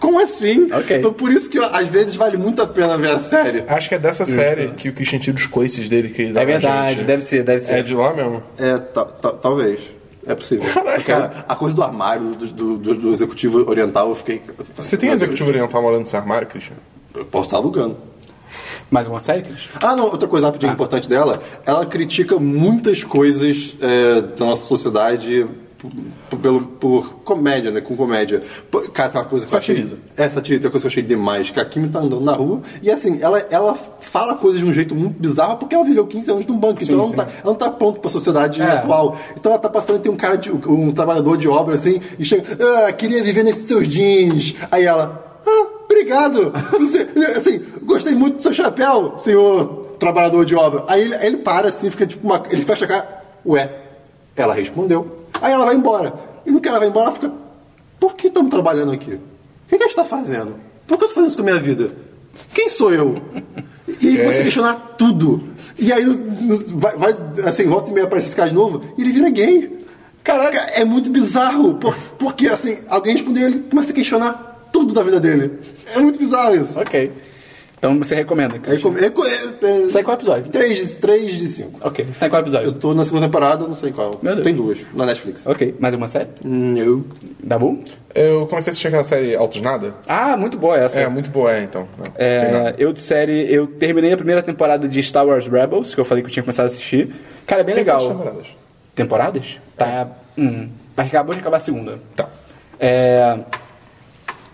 B: Como assim?
A: Ok.
B: Então por isso que às vezes vale muito a pena ver a série.
C: Acho que é dessa série que o Christian tira os coices dele que ele dá
A: É
C: pra
A: verdade,
C: gente.
A: deve ser, deve ser.
C: É de lá mesmo.
B: É, ta- ta- talvez. É possível.
C: Caraca.
B: Cara, a coisa do armário do, do- do- do executivo oriental, eu fiquei.
C: Você tem executivo oriental morando nesse armário, Christian?
B: Eu posso estar alugando.
A: Mais uma série, Christian?
B: Ah, não, outra coisa rapidinho importante dela, ela critica muitas coisas é, da nossa sociedade p- p- pelo, por comédia, né? Com comédia. P- Cara, tem uma coisa que eu achei-
C: Satiriza.
B: É, satiriza, tem uma coisa que eu achei demais, que a Kim tá andando na rua e assim, ela, ela fala coisas de um jeito muito bizarro porque ela viveu 15 anos num banco, então ela não, tá, ela não tá pronta pra sociedade
A: É.
B: atual. Então ela tá passando e tem um cara de. um trabalhador de obra assim, e chega, ah, queria viver nesses seus jeans. Aí ela. Ah, obrigado! Você- assim, gostei muito do seu chapéu, senhor trabalhador de obra. Aí ele, ele para assim, fica tipo uma. Ele fecha a cara. Ué, ela respondeu. Aí ela vai embora. E no que ela vai embora, ela fica. Por que estamos trabalhando aqui? O que, que a gente está fazendo? Por que eu tô fazendo isso com a minha vida? Quem sou eu? E assim,
C: É.
B: começa a questionar tudo. E aí nos- nos- vai, vai, assim, volta e meia aparece esse cara de novo e ele vira gay.
A: Caraca.
B: Ca- É muito bizarro, por- porque assim, alguém respondeu ele, começa a questionar tudo da vida dele. É muito bizarro isso.
A: Ok. Então você recomenda.
B: É,
A: Christian.
B: com- é, co- é, é,
A: Sai qual episódio?
B: 3, de, 3 de 5.
A: Ok, você tá em qual episódio?
B: Eu tô na segunda temporada, não sei qual.
A: Meu Deus.
B: Tem duas, na Netflix.
A: Ok, mais uma série?
B: Não.
A: Dabu?
C: Eu comecei a assistir aquela série Altos Nada.
A: Ah, muito boa essa.
C: É, muito boa, é, então. É.
A: É, eu de série, eu terminei a primeira temporada de Star Wars Rebels, que eu falei que eu tinha começado a assistir. Cara, é bem legal.
C: Tem quantas temporadas?
A: Temporadas? Tá. Hum, mas acabou de acabar a segunda.
C: Tá.
A: É...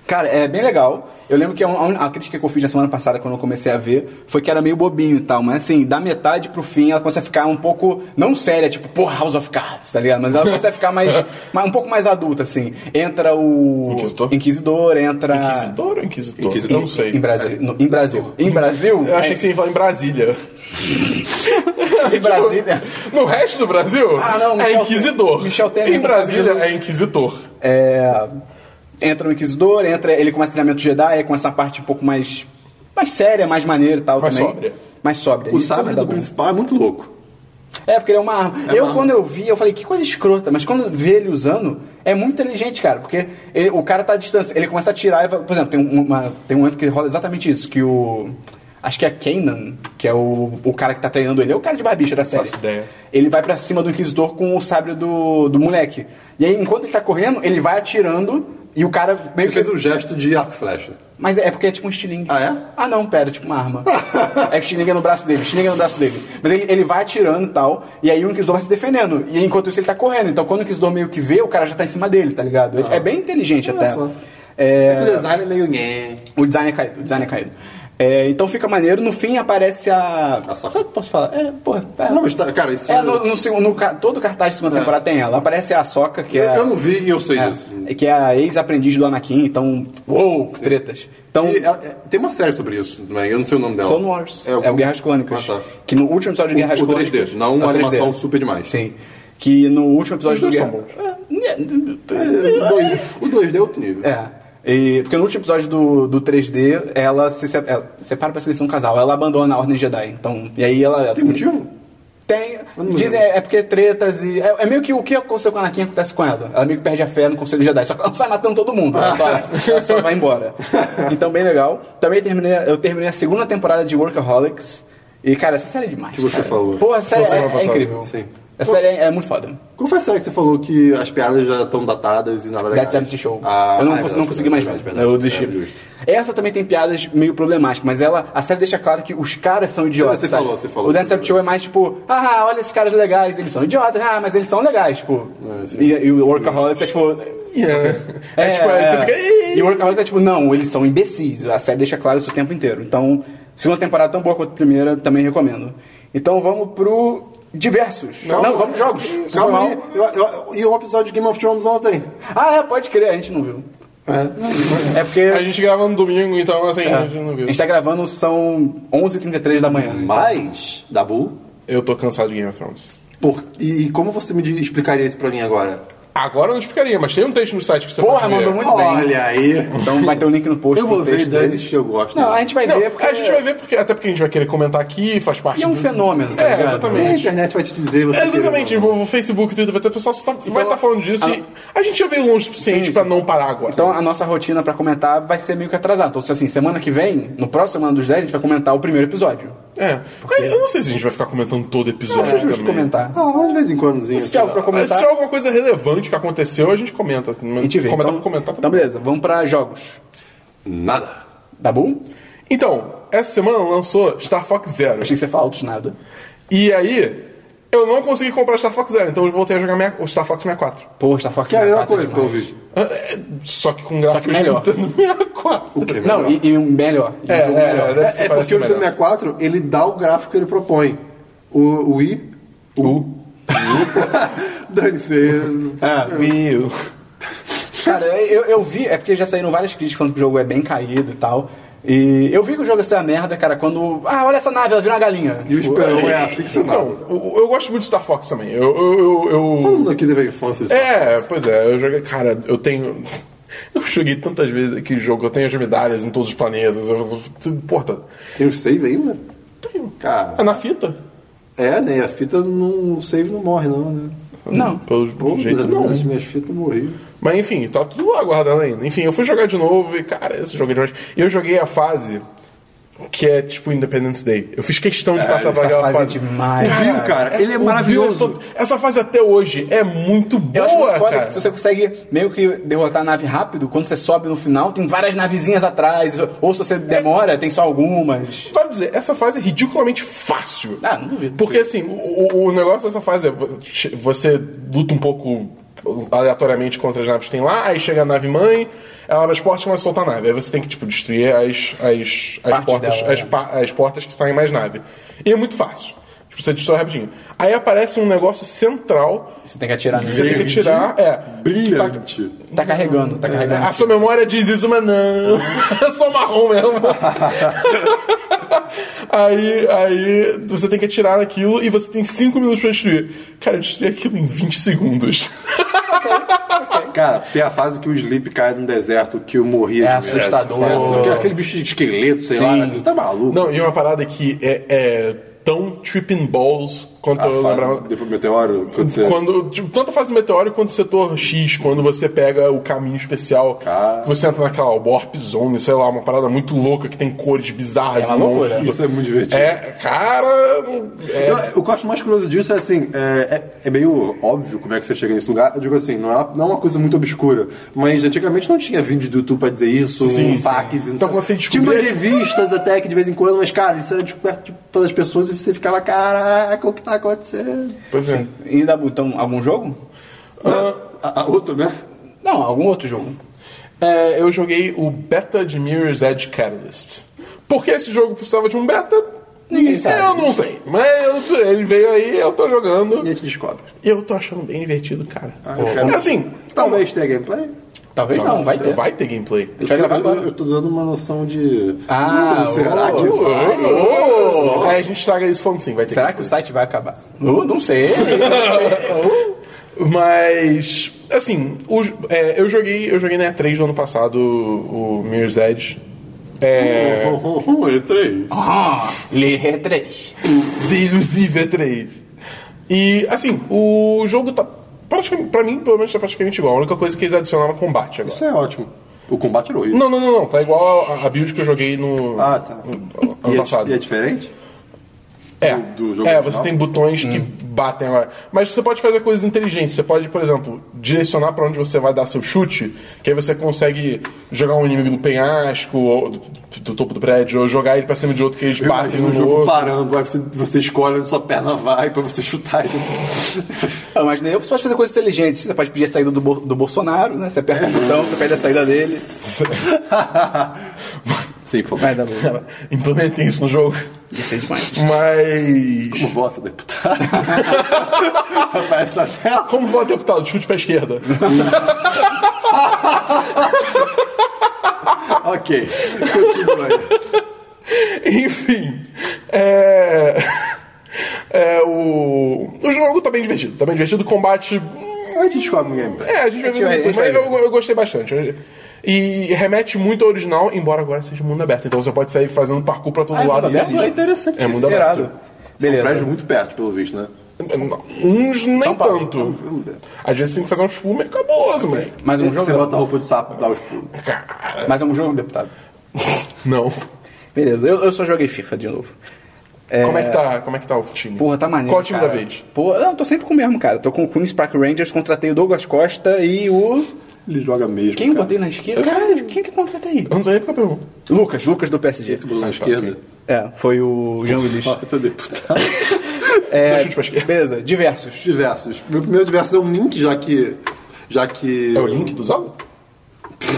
A: Cara, é bem legal. Eu lembro que a, un- a crítica que eu fiz na semana passada, quando eu comecei a ver, foi que era meio bobinho e tal. Mas assim, da metade pro fim, ela começa a ficar um pouco. Não séria, tipo, porra, House of Cards, tá ligado? Mas ela começa a ficar *laughs* mais, mais- um pouco mais adulta, assim. Entra o.
C: Inquisitor?
A: Inquisidor, entra.
C: Inquisidor ou Inquisitor?
A: Em,
C: Eu não sei.
A: Em Brasil. no- em Brasil. Em Brasil?
C: Eu achei que você ia falar em Brasília.
A: *laughs* Em Brasília.
C: *laughs* No resto do Brasil,
A: Ah, não,
C: é
A: Michel-
C: Inquisidor.
A: Michel Temer tá
C: em
A: não
C: Brasília,
A: sabia do-
C: é Inquisitor.
A: É, entra o Inquisidor, entra, ele começa treinamento Jedi, aí começa a parte um pouco mais, mais séria, mais maneira e tal
C: Mais
A: também.
C: sóbria.
A: Mais sóbria.
B: O
A: Isso
B: sabre
A: dá
B: do
A: Tá bom.
B: principal é muito louco.
A: É, porque ele é uma arma. eu,
B: uma
A: quando eu vi, eu falei, que coisa escrota. Mas quando eu vi ele usando, é muito inteligente, cara. Porque ele- o cara tá à distância. Ele começa a tirar e vai, Por exemplo, tem, um- uma, tem um momento que rola exatamente isso. Que o... Acho que é Kanan, que é o, o cara que tá treinando ele. É o cara de barbicha da série.
C: Faço ideia.
A: Ele vai pra cima do Inquisidor com o sabre do, do moleque. E aí, enquanto ele tá correndo, ele vai atirando... E o cara meio
B: Ele
A: que...
B: fez um gesto de arco e flecha.
A: Mas é porque é tipo um estilingue.
B: Ah, é?
A: Ah, não, pera, é tipo uma arma. *laughs* é que o estilingue é no braço dele, o estilingue é no braço dele. Mas ele, ele vai atirando e tal, e aí o Inquisidor vai se defendendo. E enquanto isso ele tá correndo. Então quando o Inquisidor meio que vê, o cara já tá em cima dele, tá ligado? É bem inteligente
B: Olha
A: até.
B: só.
A: É,
B: O design é meio nhé.
A: o design é caído, o design é caído. É, então fica maneiro, no fim aparece a.
B: A Sokka.
A: Ah, Só que posso falar? É, porra. É,
B: Não, mas tá- cara, isso
A: é no, no seg- no ca- todo cartaz de segunda temporada tem ela. Aparece a Soca, que é.
B: Eu não vi e eu sei disso.
A: é, que é a ex-aprendiz do Anakin, então. Uou, tretas. Então,
B: E ela- é- tem uma série sobre isso também, eu não sei o nome dela.
A: Clone Wars. É o,
B: Guerra
A: Guerras Clônicas.
B: Ah, tá.
A: Que no último episódio de
B: O-
A: Guerras
B: o
A: Clônicas.
B: 3D, não uma
A: Ah, 3D.
B: animação super demais.
A: Sim. Que no último episódio
C: Os dois
A: do né,
C: são
A: Guerra...
B: É, o dois- O 2D é outro nível.
A: É. E- porque no último episódio do, do 3D, ela se se- ela separa pra seleção um casal. Ela abandona a Ordem Jedi. Então, e aí ela...
B: Tem motivo?
A: Tem.
B: não
A: Dizem é, é porque tretas e. É, é meio que o que aconteceu com a Anakin acontece com ela. Ela meio que perde a fé no Conselho Jedi. Só que ela não sai matando todo mundo. Ela só, ela só vai
B: *laughs*
A: embora. Então, bem legal. Também terminei, eu terminei a segunda temporada de Workaholics. E, cara, essa série é demais.
B: Que você
A: cara.
B: falou.
A: Pô, essa série
C: Foi semana
A: é, é
C: passada.
A: incrível.
B: Sim.
A: Essa série é, é muito foda.
B: Qual foi a série que você falou que as piadas já estão datadas e nada
A: Dead
B: legais?
A: Seventy Show.
B: Ah,
A: eu não,
B: ah, é
A: cons-
B: verdade,
A: não consegui mais ver.
B: verdade, verdade,
A: eu
B: verdade,
A: desisti.
B: justo.
A: Essa também tem piadas meio problemáticas, mas ela, a série deixa claro que os caras são idiotas.
B: Você
A: sabe?
B: falou, você falou.
A: O Dance Show é mais tipo, ah, olha esses caras legais, eles são idiotas, ah, mas eles são legais, tipo.
B: É, sim.
A: e, e o Workaholics é tipo.
C: É, tipo, aí você fica...
A: E o Workaholics é tipo, não, eles são imbecis. A série deixa claro isso o tempo inteiro. Então, segunda temporada tão boa quanto a primeira, também recomendo. Então vamos pro. Diversos. Não, vamos pros jogos.
B: Calma
A: Foi
B: aí,
A: mal.
B: eu- eu- e um episódio de Game of Thrones ontem.
A: Ah, é, pode crer, a gente não viu. É porque.
C: A gente grava no domingo, então assim, a gente não
A: A
C: viu.
A: gente tá gravando, são 11h33 da manhã.
B: Mas, Dabu,
C: Eu tô cansado de Game of Thrones.
B: por, e, e como você me di- explicaria isso pra mim agora?
C: Agora eu não explicaria, mas tem um texto no site que você
A: Porra,
C: pode ver.
A: mandou muito bem.
B: Olha aí.
A: Então vai ter o link no post.
B: Eu vou
A: com o
B: ver
A: texto
B: Danis
A: deles.
B: que eu gosto.
A: Não, a gente vai
C: Não,
A: ver porque...
C: a gente vai ver, porque, até porque a gente vai querer comentar aqui, faz parte
A: E é um
C: do-
A: fenômeno, tá
C: É,
A: ligado?
B: E a
C: exatamente.
B: internet vai te dizer você
C: É, exatamente,
B: querer ou
C: tipo, o Facebook, o Twitter, vai ter pessoal que tá- vai estar falando disso
A: a-
C: e a gente já veio longe o suficiente
A: Então, ah, Sim,
C: pra
A: sim.
C: não parar agora.
A: Então a nossa rotina pra comentar vai ser meio que atrasada. Então, se assim, semana que vem, no próximo Semana dos 10, a gente vai comentar o primeiro episódio.
C: é. Mas Eu não sei se a gente vai ficar comentando todo episódio.
A: Acho justo
C: É, também.
A: comentar.
B: não. Ah, de vez em quandozinho.
A: Se tiver algo pra
C: Ah, Se
A: comentar,
C: é alguma coisa relevante que aconteceu, a gente comenta.
A: a gente vê.
C: Comentar
A: então,
C: por comentar
A: então beleza, vamos pra jogos.
B: Nada.
A: Tá bom?
C: Então, essa semana lançou Star Fox Zero.
A: Achei que você falou dos nada.
C: E aí, eu não consegui comprar Star Fox Zero, então eu voltei a jogar minha, o Star Fox 64.
A: Pô, Star Fox
B: Que é a mesma
A: 64
B: coisa que eu
A: demais.
B: vi.
C: Ah, é, Só que com
A: que
C: gráficos
A: melhor.
C: Nintendo 64.
B: que é
A: Não, e, e um melhor. E um
C: É,
A: jogo
C: é,
A: melhor.
C: deve ser-
B: É, é
C: parece
B: porque o Nintendo
C: melhor.
B: 64, ele dá o gráfico que ele propõe. O, o Wii... O... *laughs* É, Dane-se.
A: Ah,
C: Meu.
A: Cara, eu, eu vi, é porque já saíram várias críticas falando que o jogo é bem caído e tal. E eu vi que o jogo ia ser a merda, cara, quando. Ah, olha essa nave, ela vira uma galinha.
B: E o Esperão é aficionado.
C: Então, eu, eu gosto muito de Star Fox também. Eu. eu, eu- eu-
B: Todo mundo aqui teve a infância. sabe?
C: É, pois é, eu joguei. Cara, eu tenho. *laughs* Eu joguei tantas vezes aquele jogo, eu tenho as medalhas em todos os planetas. Eu, porra,
B: Tem o save ainda?
C: tenho.
B: né? Cara,
C: É na fita.
B: é, né? A fita não. O save não morre, não, né?
A: Não.
C: Pelo, pelo
B: Pô,
C: jeito,
B: as
C: não.
B: minhas- minhas fitas morreram.
C: Mas enfim, tá tudo lá guardado ainda. Enfim, eu fui jogar de novo e, cara, esse jogo é demais. Eu joguei a fase que é tipo Independence Day. Eu fiz questão de passar
A: Essa
C: pra aquela
A: fase é
C: fase.
A: demais.
D: Viu, cara? Ele é
C: O
D: maravilhoso.
C: Bill, essa fase até hoje é muito
A: Eu
C: boa,
A: acho muito foda
C: cara.
A: que se você consegue meio que derrotar a nave rápido, quando você sobe no final, tem várias navezinhas atrás. Ou se você demora, tem só algumas.
C: Vale dizer, essa fase é ridiculamente fácil.
A: Ah, não duvido.
C: Porque assim, o, o- o negócio dessa fase é vo- che- você luta um pouco aleatoriamente contra as naves que tem lá, aí chega a nave mãe, ela abre as portas e começa a soltar a nave. Aí você tem que, tipo, destruir as, as, as
A: Partes
C: portas,
A: dela,
C: as,
A: né?
C: pa- as portas que saem mais nave. E é muito fácil. Tipo, você destrói rapidinho. Aí aparece um negócio central
A: Você tem que atirar
C: que
A: nele.
C: você tem que tirar. É, que tá-
B: Brilhante.
A: Tá carregando, tá carregando.
C: a sua memória diz
B: *laughs*
C: isso, mas não. É só marrom mesmo. *laughs* aí, aí você tem que atirar naquilo e você tem 5 minutos pra destruir. Cara, eu destruí aquilo em 20 segundos. *laughs*
B: Cara, tem a fase que o Sleep cai no deserto, que eu morria
A: É
B: de medo.
A: assustador.
B: Essa fase, que é Aquele bicho de esqueleto, sei
A: Sim.
B: lá. né? Tá maluco.
C: não, e uma parada que é, é tão tripping balls quanto
B: a
C: eu
B: fase
C: lembrava.
B: depois do meteoro, quando você...
C: Quando, tipo, tanto a fase meteórica quanto o setor X, quando você pega o caminho especial,
B: Cara.
C: que você entra naquela warp zone, sei lá, uma parada muito louca que tem cores bizarras
A: É uma
C: e monstros.
A: loucura.
B: Isso é muito divertido.
C: É, cara. é-
B: Eu- Então, o que eu acho mais curioso disso é assim, é, é- é meio óbvio como é que você chega nesse lugar. Eu digo assim, não é, uma- não é uma coisa muito obscura, mas antigamente não tinha vídeo do YouTube pra dizer isso,
C: Sim, sim.
B: fax e não
C: Então,
B: sei-
C: quando você
B: Tinha
C: descobria,
B: umas revistas até que de vez em quando, mas cara, isso era descoberto de todas as pessoas e você ficava, caraca, o que tá acontecendo?
C: Pois é.
A: E dá botão algum jogo?
B: A, a outra, né?
A: Não, algum outro jogo.
C: É, eu joguei o beta de Mirror's Edge Catalyst. Por que esse jogo precisava de um beta?
A: Ninguém sabe.
C: Eu não sei. Mas eu- ele veio aí, eu tô
B: E
C: jogando.
B: a gente descobre.
C: E eu tô achando bem divertido, cara.
B: Ah, eu
C: Pô,
B: quero-
C: assim,
B: Talvez tenha gameplay.
A: Talvez não, vai ter.
C: vai ter gameplay.
A: A gente vai
B: eu,
A: gravar agora.
B: eu tô dando uma noção de.
A: Ah,
B: Hum, será
A: oh,
B: que
A: oh,
B: vai?
C: Oh! Aí a gente traga isso falando sim, vai ter.
A: Será que o site vai acabar? Uh, não sei.
C: Mas, assim, o- é, eu joguei eu joguei na E3 do ano passado o o Mirror's Edge. É,
B: Oh, *laughs* oh, oh, ele três.
A: ah, Ler 3.
C: Inclusive é 3. E, assim, o jogo tá. praticamente- Pra mim, pelo menos, tá praticamente igual. A única coisa que eles adicionaram é combate agora.
B: Isso é ótimo. O combate era horrível.
C: Não, não, não, não. Tá igual a, a build que eu joguei no.
B: Ah, tá.
C: no-
B: E
C: Ano
B: é,
C: passado.
B: di- e é diferente?
C: É,
B: do- do jogo
C: é
B: original?
C: você tem botões que
A: Hum.
C: batem agora. Mas você pode fazer coisas inteligentes. Você pode, por exemplo, direcionar pra onde você vai dar seu chute, que aí você consegue jogar um inimigo do penhasco, ou do, do topo do prédio, ou jogar ele pra cima de outro que eles
B: Eu
C: batem
B: imagino
C: no
B: o jogo
C: outro.
B: parando, aí você, você escolhe onde sua perna vai pra você chutar.
A: Ah, mas nem eu você pode fazer coisas inteligentes. Você pode pedir a saída do, Bo- do Bolsonaro, né? Você aperta o botão, você pede a saída dele.
B: Sim, por
A: Vai dar bom.
C: Cara, implementem isso Então, é no jogo.
A: Isso é demais.
C: Mas.
B: Como voto, deputado? *laughs* Aparece na tela.
C: Como voto deputado? Chute pra esquerda. *laughs*
B: Ok, continua aí.
C: Enfim. É. É o. O jogo tá bem divertido. Tá bem divertido. O combate.
B: A gente descobre um gameplay.
C: É, a gente vai
A: gente vai-
C: ver muito,
A: a gente
C: mas
A: vai
C: eu, eu gostei bastante. E remete muito ao original, embora agora seja mundo aberto. Então você pode sair fazendo parkour pra todo
A: Ah, é
C: lado.
A: mundo
C: e
A: aberto?
C: existe.
A: É
B: interessante
C: É
B: isso,
C: mundo
A: Irado.
C: aberto.
B: Um
A: Beleza.
B: prédio muito perto, pelo visto, né?
C: Uns nem
A: Paulo. é
C: tanto. Às vezes você tem que fazer uns pulos meio cabuloso, moleque.
A: Mais um
B: Você
A: jogo?
B: bota a roupa de sapo e dá os pulos.
C: Cara.
A: Mais um jogo, deputado.
C: Não.
A: Beleza, eu, eu só joguei FIFA de novo.
C: Como é que tá? Como é que tá o time?
A: Porra, tá maneiro.
C: Qual o time
A: cara.
C: da vez?
A: Porra, não, tô sempre com o mesmo, cara. Tô com o Queen's Park Rangers, contratei o Douglas Costa e o.
B: Ele joga mesmo.
A: Quem eu
B: cara.
A: botei na esquerda?
C: Eu sei.
A: Caralho, quem que eu contratei?
C: Eu não sei nem porque eu pergunto.
A: Lucas, Lucas do PSG.
B: Você botou na esquerda?
A: É, foi o Jean Willis.
B: Vota deputado.
A: É,
C: Seu chute pra esquerda.
A: beleza, diversos.
B: Diversos. Meu primeiro diverso é o Link, já que. Já que.
C: É o link do Zalo?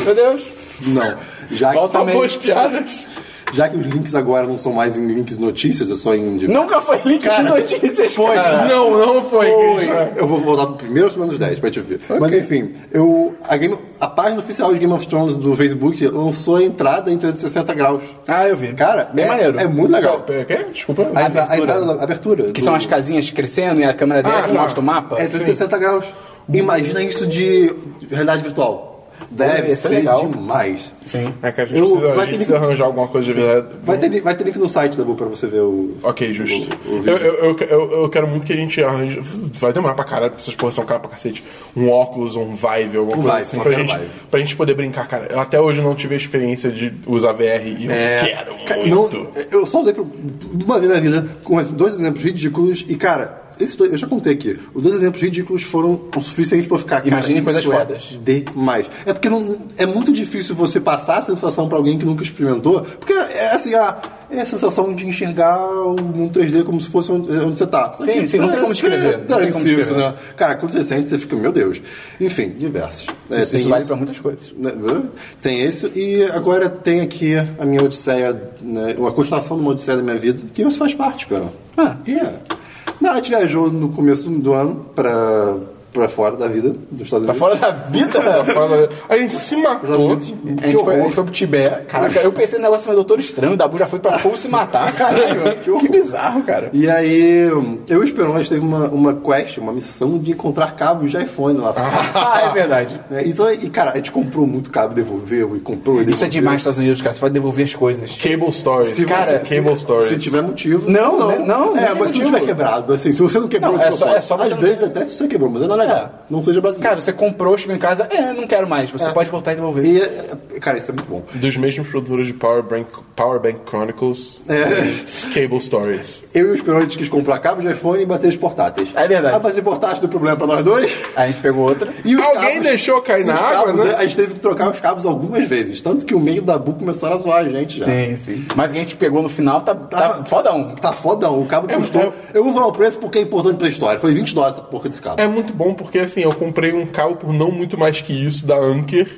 A: Meu Deus.
B: Não. Já que,
A: Volta Também.
C: Boas piadas.
B: já que os links agora não são mais em links notícias, é só em. de-
A: Nunca foi link de notícias, foi.
B: É.
C: Não, não foi.
B: Oi,
C: Christian.
B: Eu vou voltar pro primeiro ou menos 10 pra te ver. Mas enfim, eu, a, Game- a página oficial de Game of Thrones do Facebook lançou a entrada em 360 graus.
A: Ah, eu vi.
B: Cara,
A: bem
B: é,
A: maneiro.
B: é muito legal.
C: Pera, quê? Desculpa.
B: A,
C: Ah,
B: entra- a entrada da abertura.
A: Que são as casinhas crescendo e a câmera desce e
C: tá.
A: mostra o mapa.
B: É 360 graus. Imagina isso de realidade virtual. Deve
A: Isso é
B: ser
A: legal.
B: demais.
A: Sim.
C: É, cara, a gente,
B: Eu-
C: precisa, a
B: vai
C: gente
B: ter
C: precisa
B: que-
C: arranjar alguma coisa de verdade.
B: Vai ter, li- vai ter link no site da Bu pra você ver o.
C: Ok, justo.
B: O- o vídeo.
C: eu, eu, eu- eu, eu quero muito que a gente arranje. Vai demorar pra caralho, porque essas porras são caras pra cacete. Um óculos, um vibe, alguma coisa
B: Vive,
C: assim.
B: só
C: Pra
B: quero
C: gente,
B: Vive.
C: pra gente poder brincar, cara. Eu até hoje não tive a experiência de usar VR e eu quero
B: É. Ca-
C: muito.
B: não, eu só usei pro- uma vez na vida com esses dois exemplos ridículos e, cara, esses dois, eu já contei aqui. Os dois exemplos ridículos foram o suficiente pra eu ficar. cara,
A: Imagine coisas
B: isso é
A: fodas.
B: Demais. É porque não, é muito difícil você passar a sensação pra alguém que nunca experimentou, porque é assim, a, é a sensação de enxergar o mundo 3D como se fosse onde, onde você tá. Só
A: Sim,
B: que,
A: sim, não tem como
B: é,
A: descrever, não tem como
B: É, dane-se isso,
A: descrever.
B: né? Cara, quando você sente, você fica, meu Deus. Enfim, diversos. É,
A: isso,
B: tem
A: isso vale
B: isso.
A: pra muitas coisas.
B: Né, Tem esse, e agora tem aqui a minha Odisseia, né, a continuação de uma Odisseia da minha vida, que isso faz parte, cara.
A: Ah.
B: E é. Não, a gente viajou no começo do ano pra, pra fora da vida dos Estados
A: Pra
B: Unidos.
A: fora da *laughs* vida? né?
C: Pra fora- A gente se matou.
A: A gente, foi, a gente foi pro Tibete. Caraca, eu pensei no negócio mas Doutor Estranho, o Dabu já foi pra Pou se matar, *laughs* caralho. Que, que bizarro, cara.
B: E aí, eu e o Esperon, a gente teve uma, uma quest, uma missão de encontrar cabos de iPhone lá fora.
A: Ah, é verdade.
B: *laughs* Né, Então, e cara, a gente comprou muito cabo, devolveu e comprou e devolveu.
A: Isso é demais nos Estados Unidos, cara. Você pode devolver as coisas.
C: Cable Stories.
A: Se
C: cara,
A: você-
C: Cable Stories.
B: Se tiver motivo.
A: Não, né? Não, não
B: É,
A: tem
B: mas se não
A: motivo.
B: tiver quebrado, assim, se você não quebrou,
A: Não,
B: de
A: é só-
B: propósito.
A: é só você
B: Às
A: não-
B: vezes até se você quebrou, mas é não legal. Não seja brasileiro.
A: Cara, você comprou, chegou em casa, é, não quero mais. Você pode voltar e devolver.
B: E, é, cara, isso é muito bom.
C: Dos mesmos produtores de Power Bank, Power Bank Chronicles.
B: É.
C: Cable Stories.
B: Eu e os Peroni quis comprar cabo de iPhone e bateria de portáteis.
A: É verdade.
B: A bateria portátil deu problema pra nós dois.
A: Aí a gente pegou outra.
B: Ah, E os
C: Alguém
B: cabos-
C: deixou cair
B: os
C: na água,
B: cabos,
C: né?
B: A gente teve que trocar os cabos algumas vezes. Tanto que o meio da Bu começaram a zoar a gente já.
A: Sim, sim. Mas o que a gente pegou no final tá, tá,
B: Tá-
A: fodão.
B: Tá fodão. O cabo
C: É,
B: custou.
C: é-
B: Eu vou falar o preço porque é importante pra história. Foi 20 dólares essa porca desse cabo.
C: É muito bom porque assim, eu comprei um cabo por não muito mais que isso da Anker.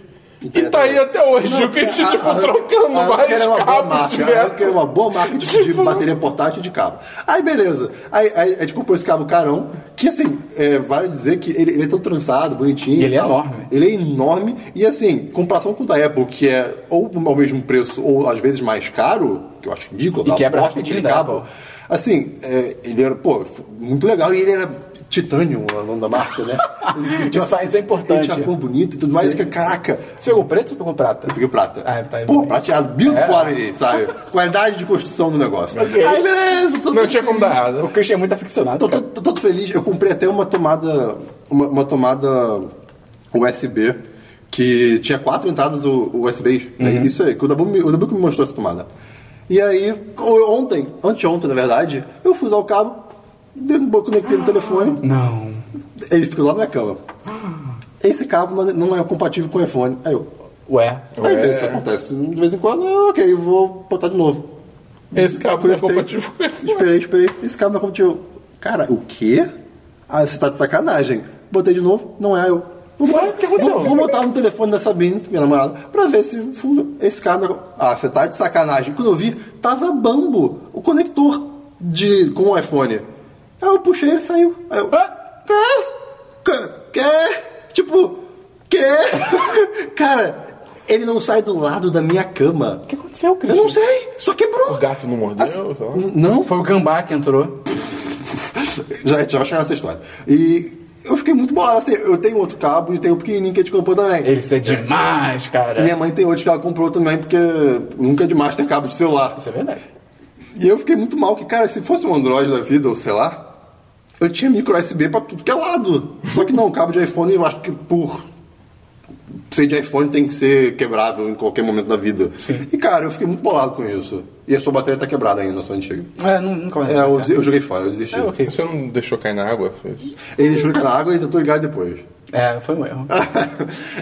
C: E tá aí até hoje, o que a gente, tipo, trocando
B: Ah,
C: vários cabos de
B: Que era uma boa marca de, de
C: Tipo-
B: bateria portátil e de cabo. Aí, beleza. Aí, aí a gente comprou esse cabo carão, que assim, é, vale dizer que ele, ele é tão trançado, bonitinho.
A: E ele é
B: tal.
A: enorme.
B: Ele é enorme. E assim, em comparação com o da Apple, que é ou ao mesmo preço, ou às vezes mais caro, que eu acho ridículo,
A: E
B: tá?
A: quebra
B: Bosta aquele
A: rapidinho da
B: cabo.
A: Apple.
B: Assim, é, ele era, pô, muito legal. E ele era titânio, o nome da marca, né? Ele tinha-
A: *laughs* Isso faz- isso é importante.
B: Ele tinha cor bonita e tudo mais. Que, caraca,
A: Você pegou preto ou você pegou prata?
B: Peguei prata.
A: Ah, tá,
B: Pô,
A: bem.
B: prateado. Build
A: É.
B: quality,
A: *laughs*
B: sabe? Qualidade de construção do negócio. Aí, beleza. Tô,
C: Não
B: tô,
C: tinha como dar
A: O
C: errado.
A: Christian é muito aficionado.
B: tô, tô,
A: Cara.
B: tô todo feliz. Eu comprei até uma tomada... Uma, uma tomada USB que tinha quatro entradas U- USBs. né? Isso aí. Que o Dabu, me, o Dabu que me mostrou essa tomada. E aí, o- ontem, anteontem, na É verdade, *laughs* eu fui usar o cabo, dei um bo- conectei no telefone,
A: Não.
B: ele ficou lá na minha cama. Esse cabo não é- não é compatível com o iPhone. Aí eu...
A: Ué.
B: Às vezes isso acontece. De vez em quando, ah, ok, vou botar de novo.
C: Esse cabo não é
B: Conectei.
C: compatível com ele.
B: Esperei, esperei. Esse cabo não é compatível. Cara, o quê? Ah, você tá de sacanagem. Botei de novo, não é eu. Vou botar,
A: o que aconteceu?
B: Vou, vou botar no telefone da Sabine, minha namorada, pra ver se funciona. Esse cabo. não é- Ah, você tá de sacanagem. Quando eu vi, tava bambo o conector de, com o iPhone. Aí eu puxei ele saiu. Aí eu.
A: Ah!
B: Quê? Quê? Quê? Tipo, quê? *laughs* Cara, ele não sai do lado da minha cama.
A: O que aconteceu,
B: Eu
A: Christian?
B: não sei, só quebrou.
C: O *laughs* gato não mordeu,
B: Assim,
C: sei lá.
B: Não,
A: Foi o Gambá que entrou.
B: já, já vai chegar nessa história. E eu fiquei muito bolado. Assim, eu tenho outro cabo e tenho o pequenininho que a gente comprou também.
A: Isso é demais, cara.
B: Minha mãe tem outro que ela comprou também, porque nunca é demais ter cabo de celular.
A: Isso é verdade.
B: E eu fiquei muito mal que, cara, se fosse um Android da vida, ou sei lá, eu tinha micro USB pra tudo que é lado. Só que não, cabo de iPhone, eu acho que por ser de iPhone tem que ser quebrável em qualquer momento da vida. E, cara, eu fiquei muito bolado com isso. E a sua bateria tá quebrada ainda, a sua antiga.
A: É, nu- nunca mais.
B: É,
A: vai
B: eu,
A: acontecer.
B: eu joguei fora, eu desisti.
A: É, ok.
C: Você não deixou cair na água? Fez.
B: Ele deixou ele na água então e tentou ligar depois.
A: É, foi um erro.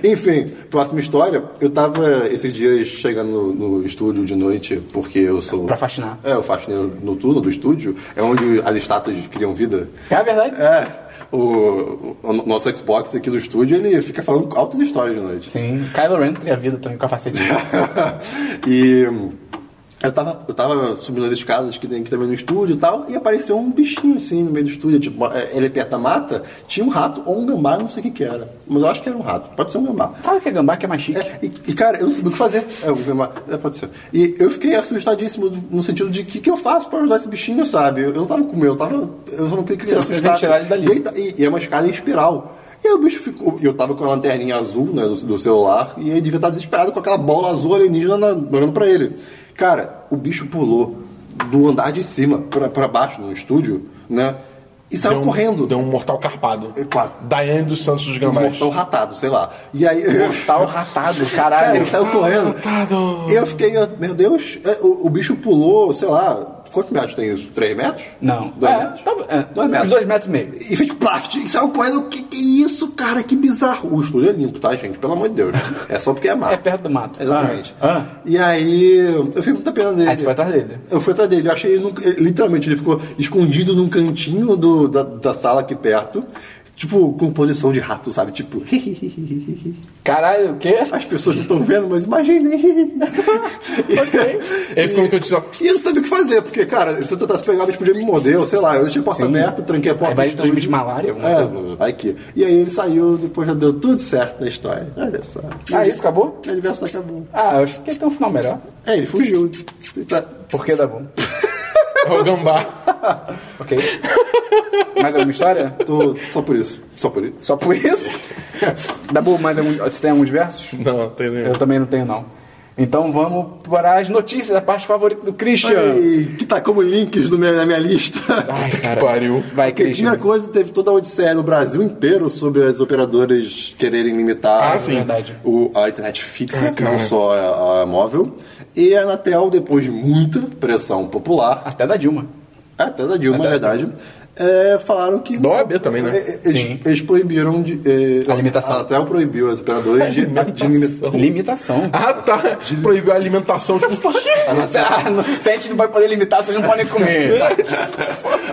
B: Enfim, próxima história. Eu tava esses dias chegando no, no estúdio de noite, porque eu sou.
A: Pra faxinar.
B: É, o faxineiro noturno do estúdio. É onde as estátuas criam vida.
A: É verdade.
B: É. O, o nosso Xbox aqui do estúdio, ele fica falando altas histórias de noite.
A: Sim. Kylo Ren tem a vida também, capacete. *laughs*
B: *laughs* e hum, eu tava, eu tava subindo as escadas que tem aqui também no estúdio e tal, e apareceu um bichinho assim no meio do estúdio, tipo, é, ele é perto da mata, tinha um rato ou um gambá, eu não sei o que que era. Mas eu acho que era um rato, pode ser um gambá.
A: Fala que é Gambá que é mais chique.
B: É, e, e, cara, eu não sabia o que fazer. É, o gambá, é, pode ser. E eu fiquei assustadíssimo do- no sentido de o que, que eu faço pra ajudar esse bichinho, sabe? Eu, eu não tava com medo, eu tava. Eu só não queria que ele
A: Você
B: se
A: precisa
B: assustasse.
A: tirar ele dali.
B: E, ele tá- e- e é uma escada em espiral. E aí o bicho ficou. Eu tava com a lanterninha azul né, do, do celular e ele devia estar desesperado com aquela bola azul alienígena na- olhando pra ele. Cara, o bicho pulou do andar de cima pra, pra baixo no estúdio, né? E saiu
C: Deu um-
B: correndo.
C: Deu um mortal carpado.
B: É, claro.
C: Daiane dos Santos dos
B: Um
C: Gambás.
B: mortal ratado, sei lá. E aí.
C: um
A: Mortal Tá ratado,
B: Cara, *laughs* ele
A: caralho.
B: saiu correndo. E eu fiquei, eu- meu Deus, é, o, o bicho pulou, sei lá, quantos metros tem isso? 3 metros?
A: Não.
B: 2
A: É,
B: metros?
A: tava- é,
B: Dois metros.
A: uns dois metros e meio.
B: E fez plástico, e saiu correndo. Que, que isso, cara? Que bizarro. O estúdio é limpo, tá, gente? Pelo amor de Deus. É só porque é mato.
A: É perto do mato.
B: Exatamente.
A: Ah, ah.
B: E aí, eu fiquei com muita pena dele.
A: Aí você foi atrás dele.
B: Eu fui atrás dele, eu achei ele num- ele- literalmente, ele ficou escondido num cantinho do- da, da sala aqui perto. Tipo, com posição de rato,
A: *laughs*
B: sabe? Tipo,
A: Caralho, o quê?
B: as pessoas não estão vendo,
A: *laughs*
B: mas imaginem.
C: Ele ficou no que eu
B: *laughs*
C: disse, ó.
B: E eu não sabia o que fazer, porque, cara, se eu tentasse pegar, eles podiam me morder, ou sei lá, eu deixei a porta
A: Sim.
B: aberta, tranquei a porta.
A: Aí vai
B: do estúdio.
A: transmitir malária, alguma
B: É, vai que. E aí ele saiu, depois já deu tudo certo na história. Olha só.
A: Ah, isso acabou?
B: O universo acabou.
A: Ah, eu acho que tem um final melhor.
B: É, ele fugiu. Tá.
A: Por que dá bom?
C: É o Gambá.
A: Ok. Mais alguma história?
B: Tô só por isso. Só por isso.
A: Só por isso? Dabu, mais algum, você tem alguns versos?
C: Não, tem nenhum.
A: Eu também não tenho, não. Então vamos para as notícias, a parte favorita do Christian.
B: Ai, que tá como links no meu- na minha lista.
A: Ai, cara.
C: pariu.
A: Vai,
B: Porque,
A: Christian.
B: primeira coisa, teve toda a odisseia no Brasil inteiro sobre as operadoras quererem limitar
A: É.
C: Ah, sim.
A: Verdade.
B: o- a internet fixa,
A: É,
C: Ah, cara.
B: não só a, a móvel. E a Anatel, depois de muita pressão popular,
A: Até da Dilma.
B: até da Dilma, na
A: Até-
B: verdade, é, falaram que...
C: Da OAB também, né?
B: É, é, Eles,
A: Sim.
B: eles proibiram de... é,
A: A limitação.
B: A Anatel proibiu as
A: *laughs*
B: operadoras de, de
A: é
B: limitar...
A: Limitação.
C: Ah, tá. Proibiu a alimentação. Tipo,
A: *laughs*
B: *laughs* É,
A: Ah, não- Se a gente não vai poder limitar, vocês não podem comer.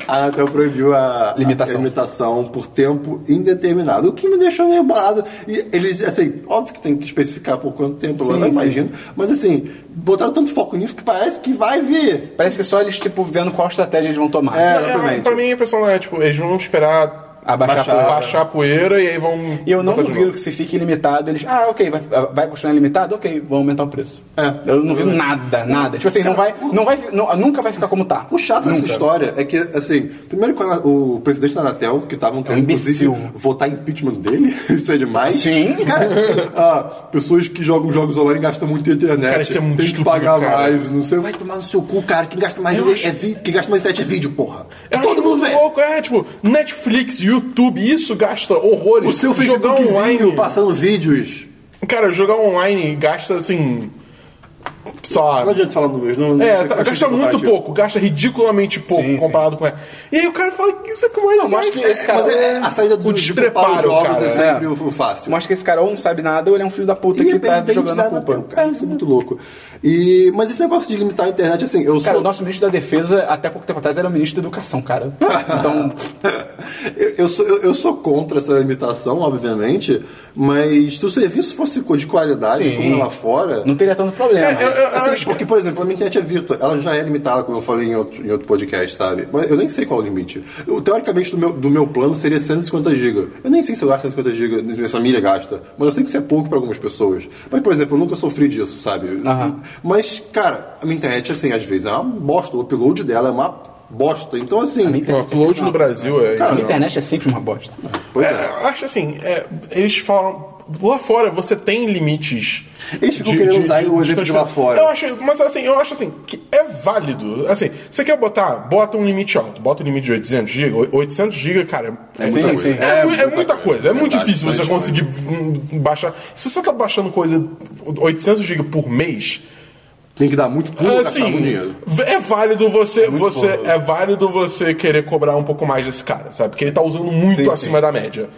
B: A Anatel proibiu a
A: Limitação.
B: a limitação por tempo indeterminado, o que me deixou meio bolado. E eles, assim, óbvio que tem que especificar por quanto tempo,
A: Sim,
B: eu não
A: sim.
B: imagino, mas assim, botaram tanto foco nisso que parece que vai vir.
A: Parece que só eles, tipo, vendo qual estratégia eles vão tomar.
B: É.
C: é,
B: exatamente.
C: pra mim a impressão é, tipo, eles vão esperar
A: Abaixar a
B: Baixar.
A: poeira.
C: baixar a poeira e aí vão.
A: E eu não
C: botar de
A: duvido
C: novo.
A: que se fique ilimitado, eles. Ah, ok, vai, vai continuar ilimitado? Ok, vão aumentar o preço.
B: É.
A: Eu não duvido nada, nada. Tipo assim, não vai. Não vai não- nunca vai ficar como tá.
B: O chato dessa
A: Nunca.
B: história é que, assim, primeiro que o presidente da Anatel, que estavam
C: É um
B: querendo,
A: imbecil.
B: inclusive, votar impeachment dele, *laughs* isso é demais.
A: Sim.
B: Cara, ah, pessoas que jogam jogos online gastam muito internet.
C: Cara, isso é muito
B: Tem
C: estúpido,
B: que pagar
C: cara.
B: mais, não sei. Vai tomar no seu cu, cara, quem gasta mais,
C: Eu
B: é
C: acho-
B: vi- quem gasta mais internet é vídeo, porra.
C: Eu
B: Todo
C: acho
B: mundo
C: muito
B: vê.
C: louco, é, tipo, Netflix, YouTube, isso gasta horrores.
B: O seu
C: jogar
B: Facebookzinho
C: online.
B: passando vídeos.
C: Cara, jogar online gasta assim. Sei lá.
B: Não adianta falar números, não. não-
C: É,
B: eu
C: tá-
B: achei
C: gasta muito
B: comparativo.
C: pouco, gasta ridiculamente pouco
A: Sim, sim.
C: comparado com ela. E aí o cara fala que isso é como é
A: Não, mas acho que esse cara.
B: Mas é, a saída
C: O
B: do de
C: despreparo,
B: culpar os jogos
C: cara,
B: é sempre
A: é.
B: o o fácil.
A: Mostra que esse cara ou não sabe nada ou ele é um filho da puta
B: E
A: que tá
B: depende
A: jogando
B: da
A: a culpa.
B: Anatel, cara, isso é muito louco. E, mas esse negócio de limitar a internet, assim, eu
A: Cara,
B: sou.
A: o nosso ministro da defesa, até pouco tempo atrás, era o ministro da educação,
B: *laughs*
A: cara. Então,
B: eu, eu sou eu, eu sou contra essa limitação, obviamente, mas se o serviço fosse co- de qualidade,
A: Sim.
B: como é lá fora.
A: não teria tanto problema.
C: É, eu- eu-
B: Assim,
C: acho que-
B: porque, por exemplo, a minha internet é virtual, ela já é limitada, como eu falei em outro, em outro podcast, sabe? Mas eu nem sei qual é o limite. Eu, teoricamente, do meu, do meu plano seria 150 GB. Eu nem sei se eu gasto 150 GB, se minha família gasta, mas eu sei que isso é pouco pra algumas pessoas. Mas, por exemplo, eu nunca sofri disso, sabe?
A: Aham.
B: Mas, cara, a minha internet, assim, às vezes é uma bosta, o upload dela é uma bosta. Então, assim.
A: minha
C: O upload no Brasil é.
A: Cara, a
C: não.
A: internet é sempre uma bosta.
B: Pois
C: É,
B: é.
C: eu acho assim, é, eles falam. Lá fora você tem limites.
B: Eles ficam querendo usar o exemplo de lá
C: transferência.
B: fora.
C: Eu acho, mas assim, eu acho assim, que é válido. Assim, você quer botar, bota um limite alto, bota um limite de 800 GB. 800 GB, cara, é,
A: muita
C: muita
A: coisa.
C: coisa. É, mu- é muita
B: muita
C: coisa, é muito
B: Verdade,
C: difícil você
B: verdade.
C: conseguir hum, baixar. Se você tá baixando coisa 800 GB por mês,
B: Tem que dar muito pulo gastar muito
C: assim,
B: tá dinheiro.
C: é válido você, você
B: né?
C: é válido você querer cobrar um pouco mais desse cara, sabe? Porque ele tá usando muito
A: Sim,
C: acima da média.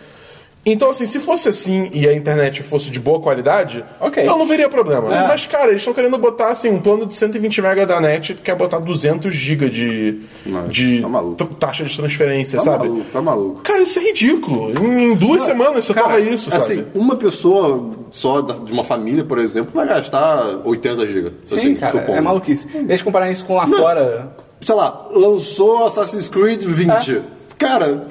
C: Então, assim, se fosse assim e a internet fosse de boa qualidade,
A: Ok.
C: eu não veria problema.
A: É.
C: Mas, cara, eles estão querendo botar, assim, um plano de 120 mega da net que quer botar 200 giga de,
B: Não,
C: de
B: tá maluco.
C: t- taxa de transferência,
B: Tá
C: sabe?
B: maluco, tá maluco.
C: Cara, isso é ridículo. Em, em duas semanas você
B: Cara,
C: tava É isso, sabe?
B: Assim, uma pessoa só da- de uma família, por exemplo, vai gastar 80 GB.
A: Sim, cara, é maluquice. Eles compararem isso com lá
B: Não.
A: fora.
B: Sei lá, lançou Assassin's Creed 20. Cara,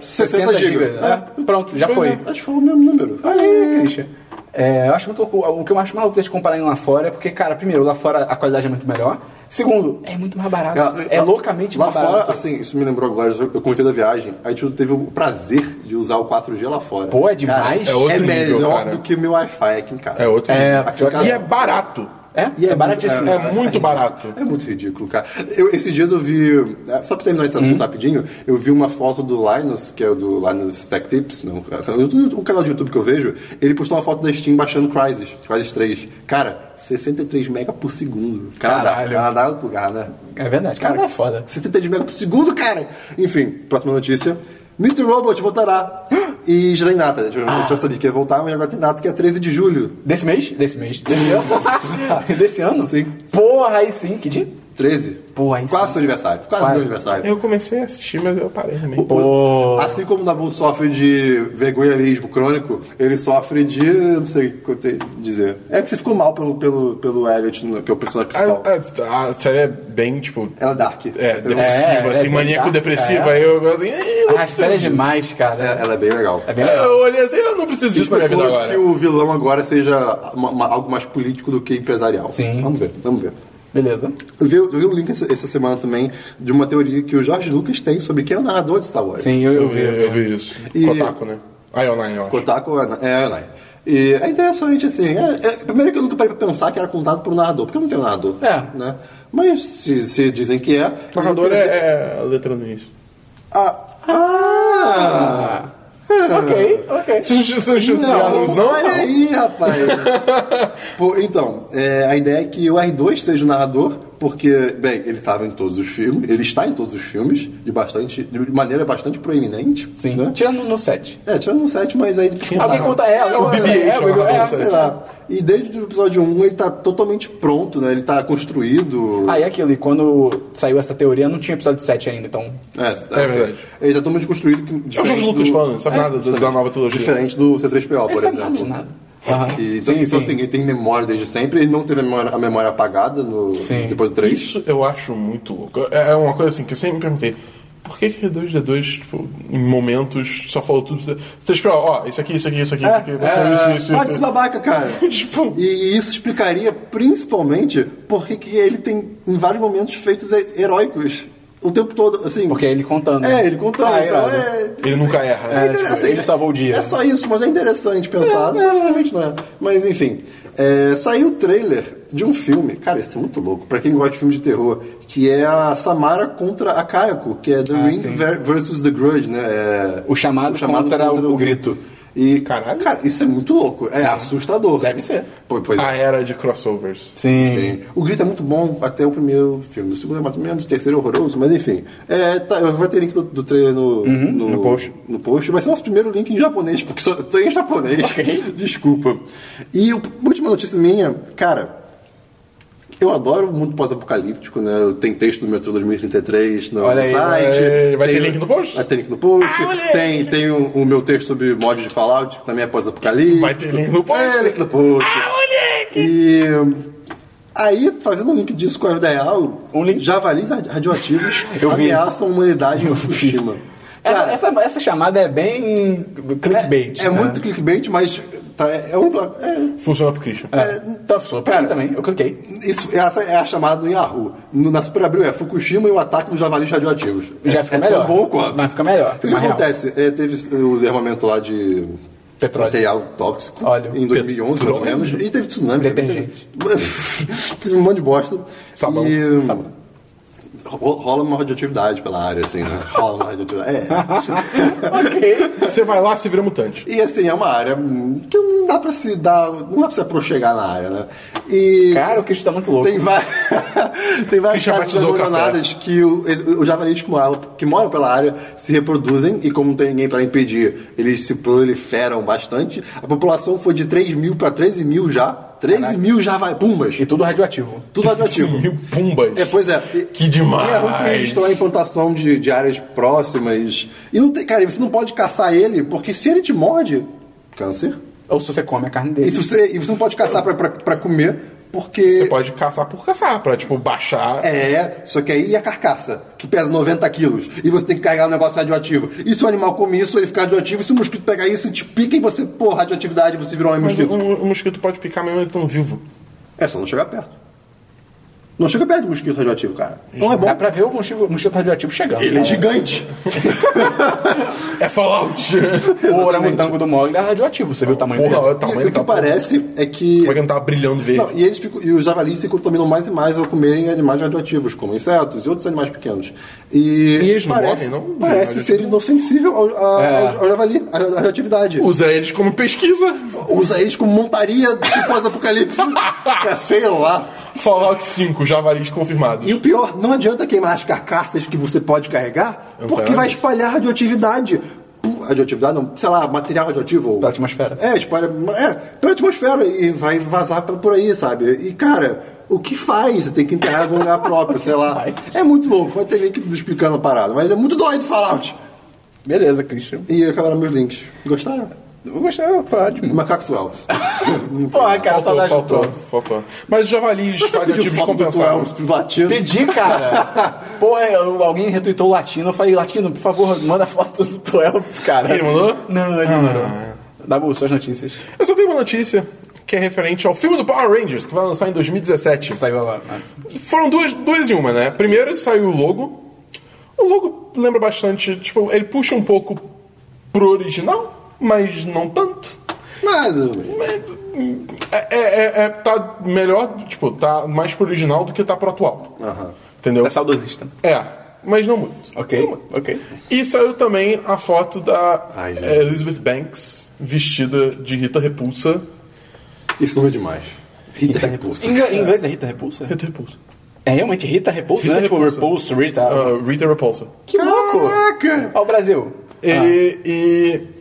A: 60
B: 60, GB.
A: GB. É, Pronto, já
B: Pois
A: foi.
B: é, acho que foi o mesmo número.
A: Olha aí, né, Christian. É, eu acho muito louco. O que eu acho maluco deles compararem lá fora é porque, cara, primeiro, lá fora a qualidade é muito melhor. Segundo, é muito mais barato. é loucamente
B: Lá
A: mais barato.
B: fora, assim, isso me lembrou agora, eu eu comentei da viagem, a gente teve o prazer de usar o 4G lá fora.
A: Pô, é demais?
B: Cara,
A: É
B: é
C: outro nível,
B: melhor
C: cara.
B: do que o meu Wi-Fi aqui em casa.
C: É outro.
A: É,
C: nível.
B: aqui em casa-
C: e é barato.
A: É,
B: E
A: é, baratíssimo.
C: é, é muito barato.
B: É muito ridículo, cara. Eu- esses dias eu vi. é, Só pra terminar esse
A: Uhum.
B: assunto rapidinho, eu vi uma foto do Linus, que é o do Linus Tech Tips, não, o, o canal de YouTube que eu vejo, ele postou uma foto da Steam baixando Crysis, Crysis 3. Cara, 63 mega por segundo. Canadá.
A: Caralho.
B: Canadá é outro lugar, né?
A: É verdade, cara, é foda.
B: 63 mega por segundo, cara! Enfim, próxima notícia. Mr. Robot voltará. E já tem data. Eu já- eu já sabia que ia voltar, mas agora tem data que é 13 de julho.
A: Desse mês? Desse mês. Desse ano? *laughs* Desse ano?
B: Sim.
A: *laughs* Porra, aí sim. Que dia?
B: 13.
A: Pô, aí sim.
B: Quase seu aniversário. Quase,
A: Quase.
B: meu aniversário.
C: Eu comecei a assistir, mas eu parei no meio.
A: Pô.
B: Assim como o Nabu sofre de vergonhalismo crônico, ele sofre de. eu não sei o que eu tenho que dizer. É que você ficou mal pelo, pelo, pelo Elliot, no- que é o personagem
C: Ah,
B: principal.
C: A, a- a série é bem, tipo.
B: Ela é dark.
C: É,
B: Então,
A: é,
C: depressiva, assim,
A: é,
C: maníaco
A: é.
C: depressiva. Aí eu assim. "Ih, não
A: Ah, a
C: preciso
A: série é
C: disso."
A: demais, cara.
B: é, ela é bem legal.
A: É bem
C: É,
A: legal.
C: Eu olhei assim, eu não preciso disso pra minha vida
B: Especulou-se que
C: agora.
B: o vilão agora seja uma- uma- algo mais político do que empresarial.
A: Sim.
B: Vamos ver, vamos ver.
A: Beleza.
B: Eu vi, eu vi um link essa, essa semana também de uma teoria que o Jorge Lucas tem sobre quem é o narrador de Star Wars.
A: Sim, eu,
C: Eu
A: eu
C: vi,
A: vi.
C: eu vi isso.
B: E-
C: Kotaku, né? Aí online, eu acho.
B: Kotaku é, é, né? E é interessante, assim. é- é- primeiro que eu nunca parei pra pensar que era contado por um narrador, porque eu não tenho narrador.
A: É.
B: Né? Mas se, se dizem que é.
C: O narrador é, é a letra no início. *laughs*
B: Ah! ah,
A: Ok, ok.
C: Vocês não- vocês não tinham alunos, não? é
B: olha aí,
A: *laughs*
B: rapaz! Pô, então, é, a ideia é que o R2 seja o narrador, porque, bem, ele estava em todos os filmes, ele está em todos os filmes, de, bastante, de maneira bastante proeminente.
A: Sim.
B: Né?
A: Tirando no set.
B: É, tirando um 7, mas aí depois
A: Alguém
B: contaram.
A: conta, é, alguém
B: Não,
A: conta, é,
B: é,
A: alguém-
B: é,
A: é,
B: sei lá. E desde o episódio 1 ele tá totalmente pronto, né? Ele tá construído.
A: Ah, e aquilo, e quando saiu essa teoria, não tinha episódio 7 ainda, então.
B: É,
C: É verdade.
B: Ele tá totalmente construído. que- diferente
C: É o Jorge Lucas
B: do- é
C: falando, não sabe nada do- da nova trilogia.
B: Diferente do C3PO,
A: Ele
B: por
A: sabe nada de
B: exemplo.
A: nada. Aham.
B: E, então, então, assim, ele tem memória desde sempre, ele não teve a memória, a memória apagada no,
A: Sim.
B: depois do 3.
C: Isso eu acho muito louco. É é uma coisa assim que eu sempre me perguntei. Por que que R2D2, tipo, em momentos, só falou tudo? Você espera, ó, isso aqui, isso aqui, isso aqui, isso aqui, isso, isso,
B: Pode
C: isso,
B: ser
C: isso.
B: babaca, cara.
C: *laughs*
B: *laughs*
C: Tipo-
B: E isso explicaria principalmente porque que ele tem, em vários momentos, feitos he- heróicos. O tempo todo, assim.
A: Porque é ele contando. né?
B: É, ele contando.
A: Ah,
B: então,
A: irado.
B: é,
C: Ele nunca erra.
B: É
C: né?
A: tipo,
B: interessante.
A: ele salvou o dia.
B: É só isso, mas é interessante pensar. Realmente não é. Mas enfim, é, saiu o trailer de um filme. Cara, isso é muito louco. Pra quem gosta de filme de terror, que é a Samara contra a Kayako, que é The
A: Ah,
B: Ring
A: sim.
B: ver- versus The Grudge, né? É,
A: O chamado contra o- o grito.
B: E,
C: Caralho.
B: Cara, isso é muito louco. É assustador.
A: Deve ser. Ah,
B: Pois, pois é.
C: A era de crossovers.
A: Sim.
B: Sim. O grito é muito bom até o primeiro filme. O segundo é mais ou menos, o terceiro é horroroso, mas enfim. É, tá, vai ter link do, do trailer no,
C: Uhum,
B: no,
A: no post.
B: no post. Vai ser nosso primeiro link em japonês, porque só tem em japonês. *laughs* Desculpa. E o- a última notícia minha, cara. Eu adoro o mundo pós-apocalíptico, né? Eu- Tem texto do Metrô 2033 no
A: Olha aí,
B: site.
C: é, vai- vai ter
B: Tem-
C: link no post? Ah,
B: Vai ter link no post. tem tem o, o meu texto sobre mod de Fallout, que também é pós-apocalíptico.
C: Vai ter link no post? Ah,
B: É, link no post. E aí, fazendo um link disso com a vida real,
A: Um link.
B: javalis radi- radioativos
A: *laughs* Eu vi. É.
B: ameaçam a humanidade em Fukushima.
A: Essa,
B: Cara,
A: essa, essa chamada é bem clickbait. né?
B: é muito clickbait, mas tá, é, é um. é-
C: Funciona pro Christian.
A: É. Tá, funcionou pra mim também, eu cliquei.
B: isso, essa é a chamada do Yahoo. No, na Super Abril é Fukushima e o ataque dos javalis radioativos.
A: Já
B: é,
A: fica
B: é
A: melhor.
B: tão bom quanto.
A: Mas fica melhor,
B: O que
A: mais real.
B: acontece? É, teve o derramamento lá de
A: Petróleo.
B: material tóxico
A: Óleo.
B: em 2011, mais ou
C: Petróleo.
B: menos. E teve tsunami. também,
A: Detergente.
B: Teve, *laughs* teve um monte de bosta.
C: Sabão.
B: E, hum,
A: Sabão.
B: ro- Rola uma radioatividade pela área, assim, né? Rola uma radioatividade. É.
A: ok.
C: Você vai lá, se vira mutante.
B: E assim, é uma área hum, que não dá pra se dar. Não dá pra se aproxegar na área, né? E.
A: Cara, o Cristo tá muito louco.
B: Tem, va... *laughs* tem várias
C: Christian
B: casas
C: batizou o café.
B: abandonadas que o- es- os javalis que moram, que moram pela área se reproduzem e, como não tem ninguém para impedir, eles se proliferam bastante. A população foi de 3 mil para 13 mil já. 13 mil javalis. Pumbas!
A: E tudo radioativo.
B: Tudo radioativo.
C: Mil pumbas.
B: É, pois é. E-
C: Que demais.
B: E é ruim porque eles estão a implantação de, de áreas próximas. E não tem, cara, e você não pode caçar ele, porque se ele te morde, câncer.
A: Ou se você come a carne dele.
B: E, se você, e você não pode caçar pra, pra, pra comer, porque.
C: Você pode caçar por caçar, pra, tipo, baixar.
B: É, só que aí e a carcaça, que pesa 90 quilos, e você tem que carregar um negócio radioativo. E se o animal comer isso, ele fica radioativo, e se o mosquito pegar isso, te pica e você, pô, radioatividade, você virou um
C: Mas
B: mosquito.
C: o, o mosquito pode picar mesmo ele tão vivo.
B: É só não chegar perto. Não chega perto do mosquito radioativo, cara. Não é bom.
A: Dá pra ver o motivo, motivo radioativo chegando.
B: Ele é gigante.
C: É Fallout!
A: O orangotango do Mogli é radioativo, você viu o tamanho
C: Porra,
A: dele?
C: olha o
B: E
C: tamanho
B: o que
C: da porra.
B: parece é que.
C: Como é que não tava brilhando
B: Não,
C: verde?
B: e, eles ficam- e os javalis se contaminam mais e mais ao comerem animais radioativos, como insetos e outros animais pequenos. E,
C: eles não
B: parece,
C: morrem, não? É.
B: parece ser inofensível ao, a- ao- ao javali, à radioatividade.
C: Usa eles como pesquisa.
B: Usa eles como montaria do
C: *laughs*
B: pós-apocalipse. Cara, sei lá.
C: Fallout 5, javalis confirmados.
B: E o pior, não adianta queimar as carcaças que você pode carregar,
C: Eu
B: porque
C: quero
B: vai
C: isso.
B: espalhar radioatividade. Pu- Radioatividade não, sei lá, material radioativo. ou-
A: Pra atmosfera.
B: É, espalha. É, pra atmosfera e vai vazar pra- por aí, sabe? E cara, o que faz? Você tem que enterrar em algum lugar próprio, sei lá. *laughs* É muito louco, vai ter link explicando a parada, mas é muito doido Fallout.
A: Beleza, Christian.
B: E acabaram meus links. Gostaram?
A: Eu gostei, foi ótimo.
B: Macaco *laughs* 12.
A: Porra, cara,
C: Faltou,
A: saudade do
C: faltou,
A: Tom.
C: faltou. Mas os javalis tipo radioativos compensaram.
B: latino?
A: Pedi, *laughs* cara. Porra, é, eu- alguém retweetou o latino. Eu falei, latino, por favor, manda foto do Twelves, cara.
C: Ele mandou?
A: Não, ele não mandou. Dabu, suas notícias.
C: Eu só tenho uma notícia que é referente ao filme do Power Rangers, que vai lançar em 2017.
A: Saiu agora. né?
C: Foram duas, duas em uma, né? Primeiro saiu o logo. O logo lembra bastante, tipo, ele puxa um pouco pro original, mas não tanto.
B: Mas,
C: É, é- é- é- tá melhor, tipo, tá mais pro original do que tá pro atual.
B: Aham.
C: Entendeu?
A: Tá saudosista.
C: É, mas não muito.
A: Ok, ok.
C: E saiu também a foto da
B: Ai, gente.
C: eh, Elizabeth Banks vestida de Rita Repulsa.
B: isso não é demais. Rita Repulsa.
A: Em inglês- em inglês é Rita Repulsa?
C: Rita Repulsa.
A: É realmente Rita Repulsa?
C: Rita
A: né? Tipo,
C: Repulsa.
A: Repulse, Rita.
C: Ah, Rita Repulsa.
A: Que louco!
B: Caraca!
A: Ó, o Brasil.
C: E,
A: Ah.
C: e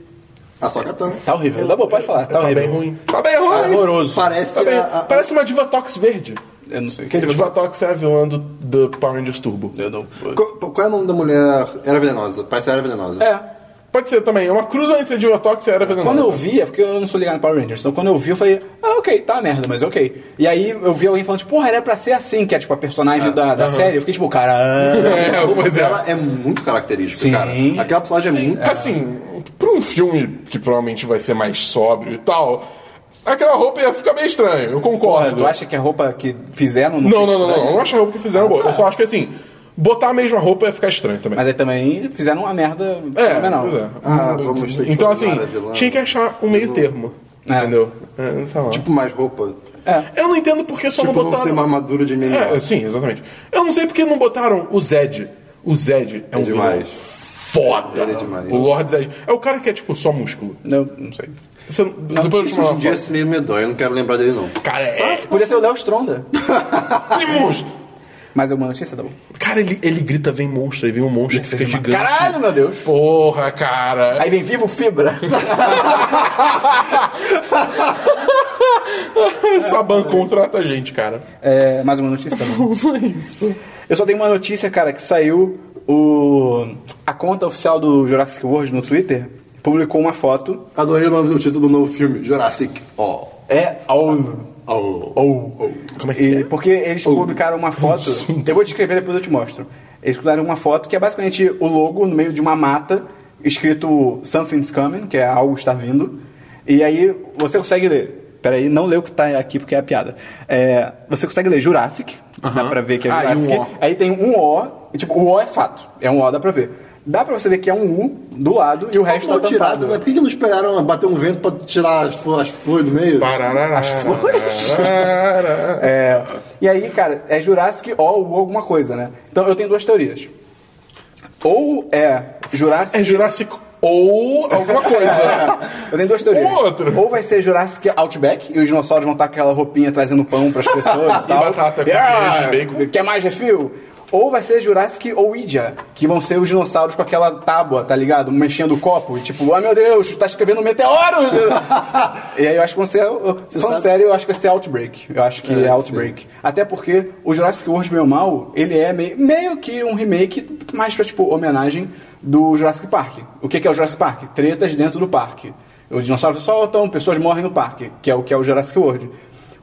B: A sua katana.
A: Tá horrível. Dabu, pode falar. Tá,
C: tá
A: horrível.
C: bem ruim. Tá bem ruim!
A: Horroroso.
B: Parece
C: Tá bem-
A: Ah,
B: a- a-
C: Parece uma Divatox verde.
A: Eu não sei.
C: Divatox é a vilã do, do Power Rangers Turbo.
A: Eu não...
B: Qual, qual é o nome da mulher? Era venenosa. Parece era venenosa.
A: É.
C: Pode ser também, é uma cruza entre a Divatox e a Era Venenosa.
A: Quando eu vi, é porque eu não sou ligado no Power Rangers, então quando eu vi, eu falei, ah, ok, tá uma merda, mas ok. E aí eu vi alguém falando, tipo, porra, era pra ser assim, que é tipo a
C: Ah,
A: personagem da, da série. Eu fiquei tipo, caralho.
C: É, pois
B: Mas
C: é.
B: ela é muito característica,
A: Sim.
B: cara. Aquela personagem é muito.
C: Assim, pra um filme que provavelmente vai ser mais sóbrio e tal, aquela roupa ia ficar meio estranha, eu *laughs* concordo.
A: ah, Tu acha que a roupa que fizeram no né?"
C: Não, não, não, não, eu não acho a roupa que fizeram boa. Eu só acho que assim, botar a mesma roupa ia ficar estranho também.
A: Mas aí também fizeram uma merda
C: é,
A: fenomenal.
C: pois é.
B: Ah, vamos ter que falar
C: Então assim,
B: da vilã.
C: tinha que achar um meio termo.
A: É.
C: Entendeu? É, sei lá.
B: Tipo, mais roupa.
C: eu não entendo porque só
B: tipo,
C: não
B: não
C: botaram.
B: ser uma armadura de menino.
C: É, sim, exatamente. Eu não sei porque não botaram o Zed. O Zed é um vilão
B: demais.
C: foda.
B: Ele é demais.
C: O Lord Zed. É o cara que é, tipo, só músculo.
A: Eu não sei.
C: Você, depois eu
B: Hoje
C: te
B: em
C: mando
B: dia
C: é uma
B: esse meio medonho, eu não quero lembrar dele, não.
C: foto. Cara, é
A: Podia ser o Léo Stronda.
C: tem monstro.
A: Mais alguma notícia, Dabu?
C: Cara, ele, ele grita, vem monstro, aí vem um monstro que fica gigante.
A: Caralho, meu Deus.
C: Porra, cara.
A: Aí vem vivo
C: *laughs*
A: fibra. *laughs*
C: *laughs* Saban contrata a gente, cara.
A: É, mais uma notícia, Dabu?
B: é
C: Usa isso.
A: Eu só tenho uma notícia, cara, que saiu o a conta oficial do Jurassic World no Twitter publicou uma foto.
B: Adorei o, nome, o título do novo filme, Jurassic. Ó.
A: É ao
B: Ó.
C: Como é que
A: E-
C: é?
A: porque eles publicaram uma
C: *laughs*
A: foto. Eu vou te escrever depois eu te mostro. Eles publicaram uma foto que é basicamente o logo no meio de uma mata, escrito Something's Coming, que é algo está vindo. E aí você consegue ler. Peraí, não lê o que tá aqui porque é a piada. É, você consegue ler Jurassic, dá pra ver que é
C: Ah, e um
A: Jurassic.
C: O.
A: aí tem um O, e, tipo, o O é fato, é um O, dá pra ver. Dá pra você ver que é um U do lado e o resto
B: Uma
A: tá
B: tirada,
A: tampado.
C: né?
B: mas por que que não esperaram bater um vento pra tirar as, flo- as flores do meio?
C: Pararará.
B: As flores?
A: É, e aí, cara, é Jurassic ou alguma coisa, né? Então eu tenho duas teorias. Ou é Jurassic.
C: É Jurassic ou alguma coisa.
A: *laughs* Eu tenho duas teorias.
C: Ou outro.
A: Ou vai ser Jurassic Outback e os dinossauros vão estar com aquela roupinha trazendo pão pras pessoas e tal.
C: batata com queijo e bacon.
A: Quer mais refil? Ou vai ser Jurassic ou Ouija, que vão ser os dinossauros com aquela tábua, tá ligado? Mexendo o copo e tipo, ai meu Deus, tá escrevendo um meteoro! *laughs* e aí eu acho que vão ser. Falando
B: sabe?
A: sério, eu acho que vai ser Outbreak. Eu acho que é,
B: É,
A: Outbreak. Até porque o Jurassic World Meio Mal, ele é meio, meio que um remake, mais pra, tipo, homenagem do Jurassic Park. O que, que é o Jurassic Park? Tretas dentro do parque. Os dinossauros soltam, pessoas morrem no parque, que é o que é o Jurassic World.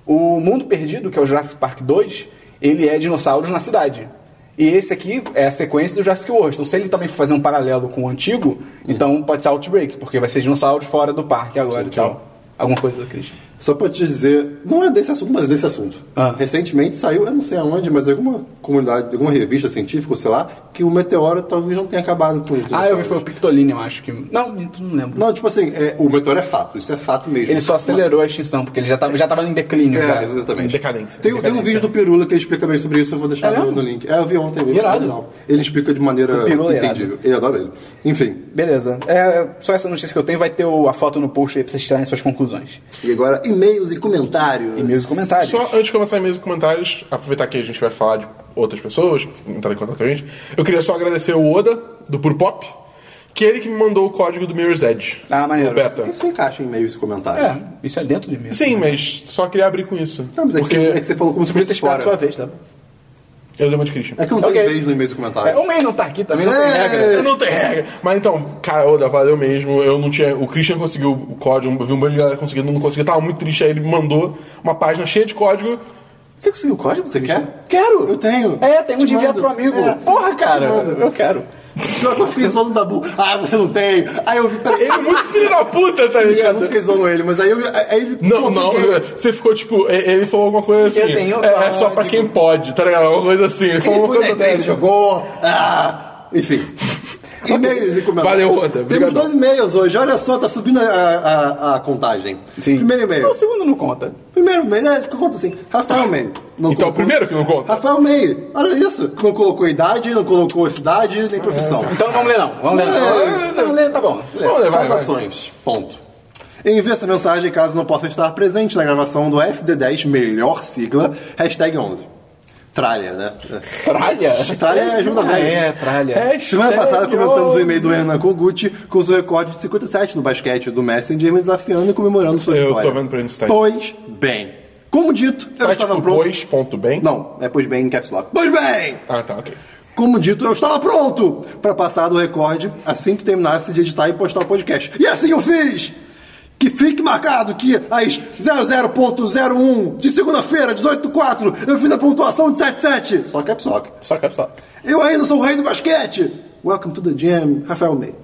A: O Mundo Perdido, que é o Jurassic Park 2, ele é dinossauros na cidade. E esse aqui é a sequência do Jurassic World. Então, se ele também for fazer um paralelo com o antigo, então pode ser Outbreak, porque vai ser dinossauros fora do parque agora e tal. Alguma coisa, Christian?
B: Só pra te dizer, não é desse assunto, mas é desse assunto.
A: Ah.
B: Recentemente saiu, eu não sei aonde, mas alguma comunidade, alguma revista científica, ou sei lá, que o meteoro talvez não tenha acabado com
A: Ah, eu
B: os
A: vi,
B: dinossauros.
A: foi o Pictoline, eu acho que. Não, minto, não lembro.
B: Não, tipo assim, é, o meteoro é fato, isso é fato mesmo.
A: Ele só acelerou a extinção, porque ele já tava, já tava em declínio.
B: É,
A: já.
B: exatamente.
C: Decadência.
B: Tem, tem um vídeo do Pirula que ele explica bem sobre isso, eu vou deixar
A: É
B: no,
A: mesmo?
B: no link. É, eu vi ontem. eu vi no
A: Irado.
B: canal. Ele explica de maneira
A: O Pirula é irado.
B: entendível. Eu adoro ele. Enfim,
A: Beleza. É só essa notícia que eu tenho. Vai ter o- a foto no post aí pra vocês tirarem suas conclusões.
B: e agora, e-mails e comentários.
A: E meus comentários.
C: Só antes de começar mesmo os comentários, aproveitar que a gente vai falar de outras pessoas que entraram em contato com a gente, eu queria só agradecer o Oda, do Puro Pop, que é ele que me mandou o código do Mirror's Edge.
A: Ah, maneiro.
C: O beta.
B: Isso encaixa em e-mails e comentários.
A: É, isso é dentro de mim.
C: Sim, mas só queria abrir com isso.
B: Não, mas é,
C: porque
B: que, você, é que você falou como se
A: Você podia ter
B: fosse
A: esperado
B: fora.
A: a sua vez, tá?
C: eu dei uma de Christian.
B: É que não
A: Ok.
B: tem vez no e-mails e
A: É,
B: comentários.
A: o meio não tá aqui também, não tem
B: É.
A: regra.
C: *laughs* Não tem regra. Mas então, cara, Oda, valeu mesmo. Eu não tinha. O Christian conseguiu o código, eu vi um monte de galera conseguindo, não conseguiu. Tava muito triste. Aí ele me mandou uma página cheia de código.
B: Você conseguiu o código? Você quer?
A: Quero!
B: Eu tenho.
A: É, tem um
B: Te
A: de enviar
B: mando.
A: pro amigo.
B: É,
A: Porra,
B: sim,
A: cara!
B: te mando.
A: Eu quero.
B: Pior que eu fiquei zoando o Dabu. Ah, você não tem. Aí *laughs* eu vi. Peraí,
C: Ele é muito filho da puta, tá
B: eu
C: ligado?
B: não fiquei zoando ele, mas aí, eu, aí ele.
C: Não,
B: Pô,
C: não,
B: porque-
C: você ficou tipo, e- ele falou alguma coisa assim.
A: Eu tenho
C: é, é só pra
A: código.
C: quem pode, tá ligado? Alguma coisa assim. Ele
B: *laughs* Ele foi
C: falou alguma
B: na
C: coisa
B: ideia,
C: dessa.
B: jogou. Ah, *laughs* enfim. E-mails e comentários.
C: Valeu, Wanda.
B: Temos
C: Obrigado.
B: dois e-mails hoje. Olha só, tá subindo a, a- a contagem.
A: Sim.
B: Primeiro
A: Não,
B: e-mail.
A: o segundo não conta.
B: Primeiro e-mail, é, que conta assim. Rafael May. Não
C: Então, o primeiro que não conta.
B: Rafael May. Olha isso. Não colocou idade, não colocou cidade, nem profissão.
A: Então vamos ler não. Vamos ler não.
B: É.
A: Ah, Vamos ler, tá bom. Lê.
C: Vamos levar, vai.
B: Saudações. Ponto. Envie essa mensagem caso não possa estar presente na gravação do SD10, melhor sigla, hashtag 11. Tralha, né?
A: Tralha?
B: Tralha é ajuda
A: ah,
B: velho.
A: É, tralha.
C: É,
B: Semana passada
C: Hashtag
B: comentamos o
C: 11.
B: e-mail do Hernan Koguchi com seu recorde de 57 no basquete do Messenger, me desafiando e comemorando sua
C: Eu
B: vitória.
C: tô vendo pra ele no Instagram.
B: Pois bem. Como dito, eu
C: Mas
B: estava
C: tipo,
B: pronto.
C: dois ponto bem.
B: Não, é pois bem em caps lock. Pois bem!
C: Ah, tá, ok.
B: Como dito, eu estava pronto para passar do recorde assim que terminasse de editar e postar o podcast. E assim eu fiz! Que fique marcado que às 00.01 de segunda-feira, 18.4, eu fiz a pontuação de 77. Só caps lock.
C: Só que só.
A: Ah,
B: Eu ainda sou o rei do basquete! Welcome to the jam, Rafael May.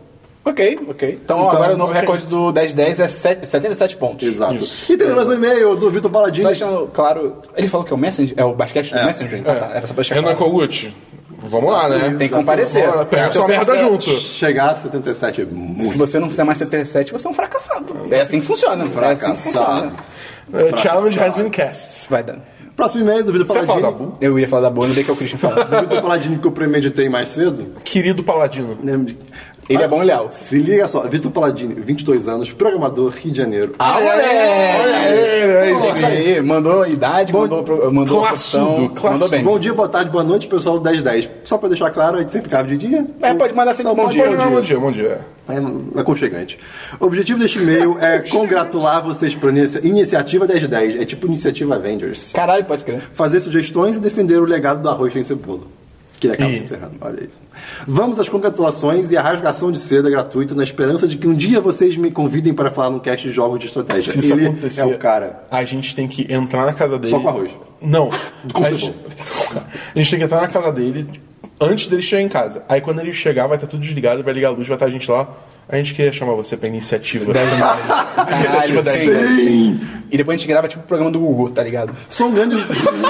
A: Ok, ok. Então,
B: Então,
A: agora o novo
C: ok.
A: recorde do 10-10 é set- 77 pontos.
B: Exato. E tem mais um e-mail do Vitor Paladini.
A: Só deixando claro, ele falou que é o Messenger, é o basquete do
B: É,
A: Messenger?
B: sim.
A: Ah, tá, era só pra deixar
C: Renan
A: claro.
C: Kogut, vamos lá, né?
A: Tem que comparecer.
C: Vamos lá, Pega
A: Se
C: sua
A: você
C: merda
A: fizer-
C: junto.
B: Chegar a 77 é muito.
A: Se você não fizer mais 77, você é um fracassado. É assim que funciona. É assim que
B: Fracassado.
A: funciona.
C: Uh, Challenge has been cast.
A: Vai dando.
B: Próximo e-mail do Vitor
C: Você é vai falar da
B: Paladini.
C: Bu?
A: Eu ia falar da boa, não dei que é o Christian
B: *laughs*
A: falando.
B: Do Vitor Paladini que eu premeditei mais cedo.
C: Querido Paladino.
B: Lembra de-
A: Ele é bom e leal.
B: Se liga só, Vitor Paladini, 22 anos, programador, Rio de Janeiro.
A: Ah, moleque!
C: ele, é
A: Pô, Isso aí, mandou a idade, mandou, pro- mandou a profissão,
C: Classudo,
A: mandou bem.
B: Bom dia, boa tarde, boa noite, pessoal do 1010. Só pra deixar claro, a gente sempre cabe de dia. Então,
A: É, pode mandar sempre bom dia.
C: Bom dia, um bom dia, bom dia.
B: É aconchegante. O objetivo deste e-mail
A: *laughs*
B: é congratular vocês por inicia- iniciativa 1010. É tipo iniciativa Avengers.
A: Caralho, pode crer.
B: fazer sugestões e defender o legado do arroz sem cebola. Que ele acaba
C: Ih.
B: se ferrando, olha isso. Vamos às congratulações e à rasgação de seda gratuita na esperança de que um dia vocês me convidem para falar num cast de jogos de estratégia.
C: Se isso
B: ele
C: acontecer,
B: é o cara.
C: a gente tem que entrar na casa dele.
B: Só com arroz.
C: Não.
B: *laughs* Com
C: a, gente, *laughs* a gente tem que entrar na casa dele antes dele chegar em casa. Aí quando ele chegar, vai estar tudo desligado, vai ligar a luz, vai estar a gente lá. A gente queria chamar você pra iniciativa.
A: Caralho, tipo
C: Iniciativa da
A: sim, sim. né? E depois a gente grava tipo o programa do Gugu, tá ligado?
B: Sou um grande, *laughs*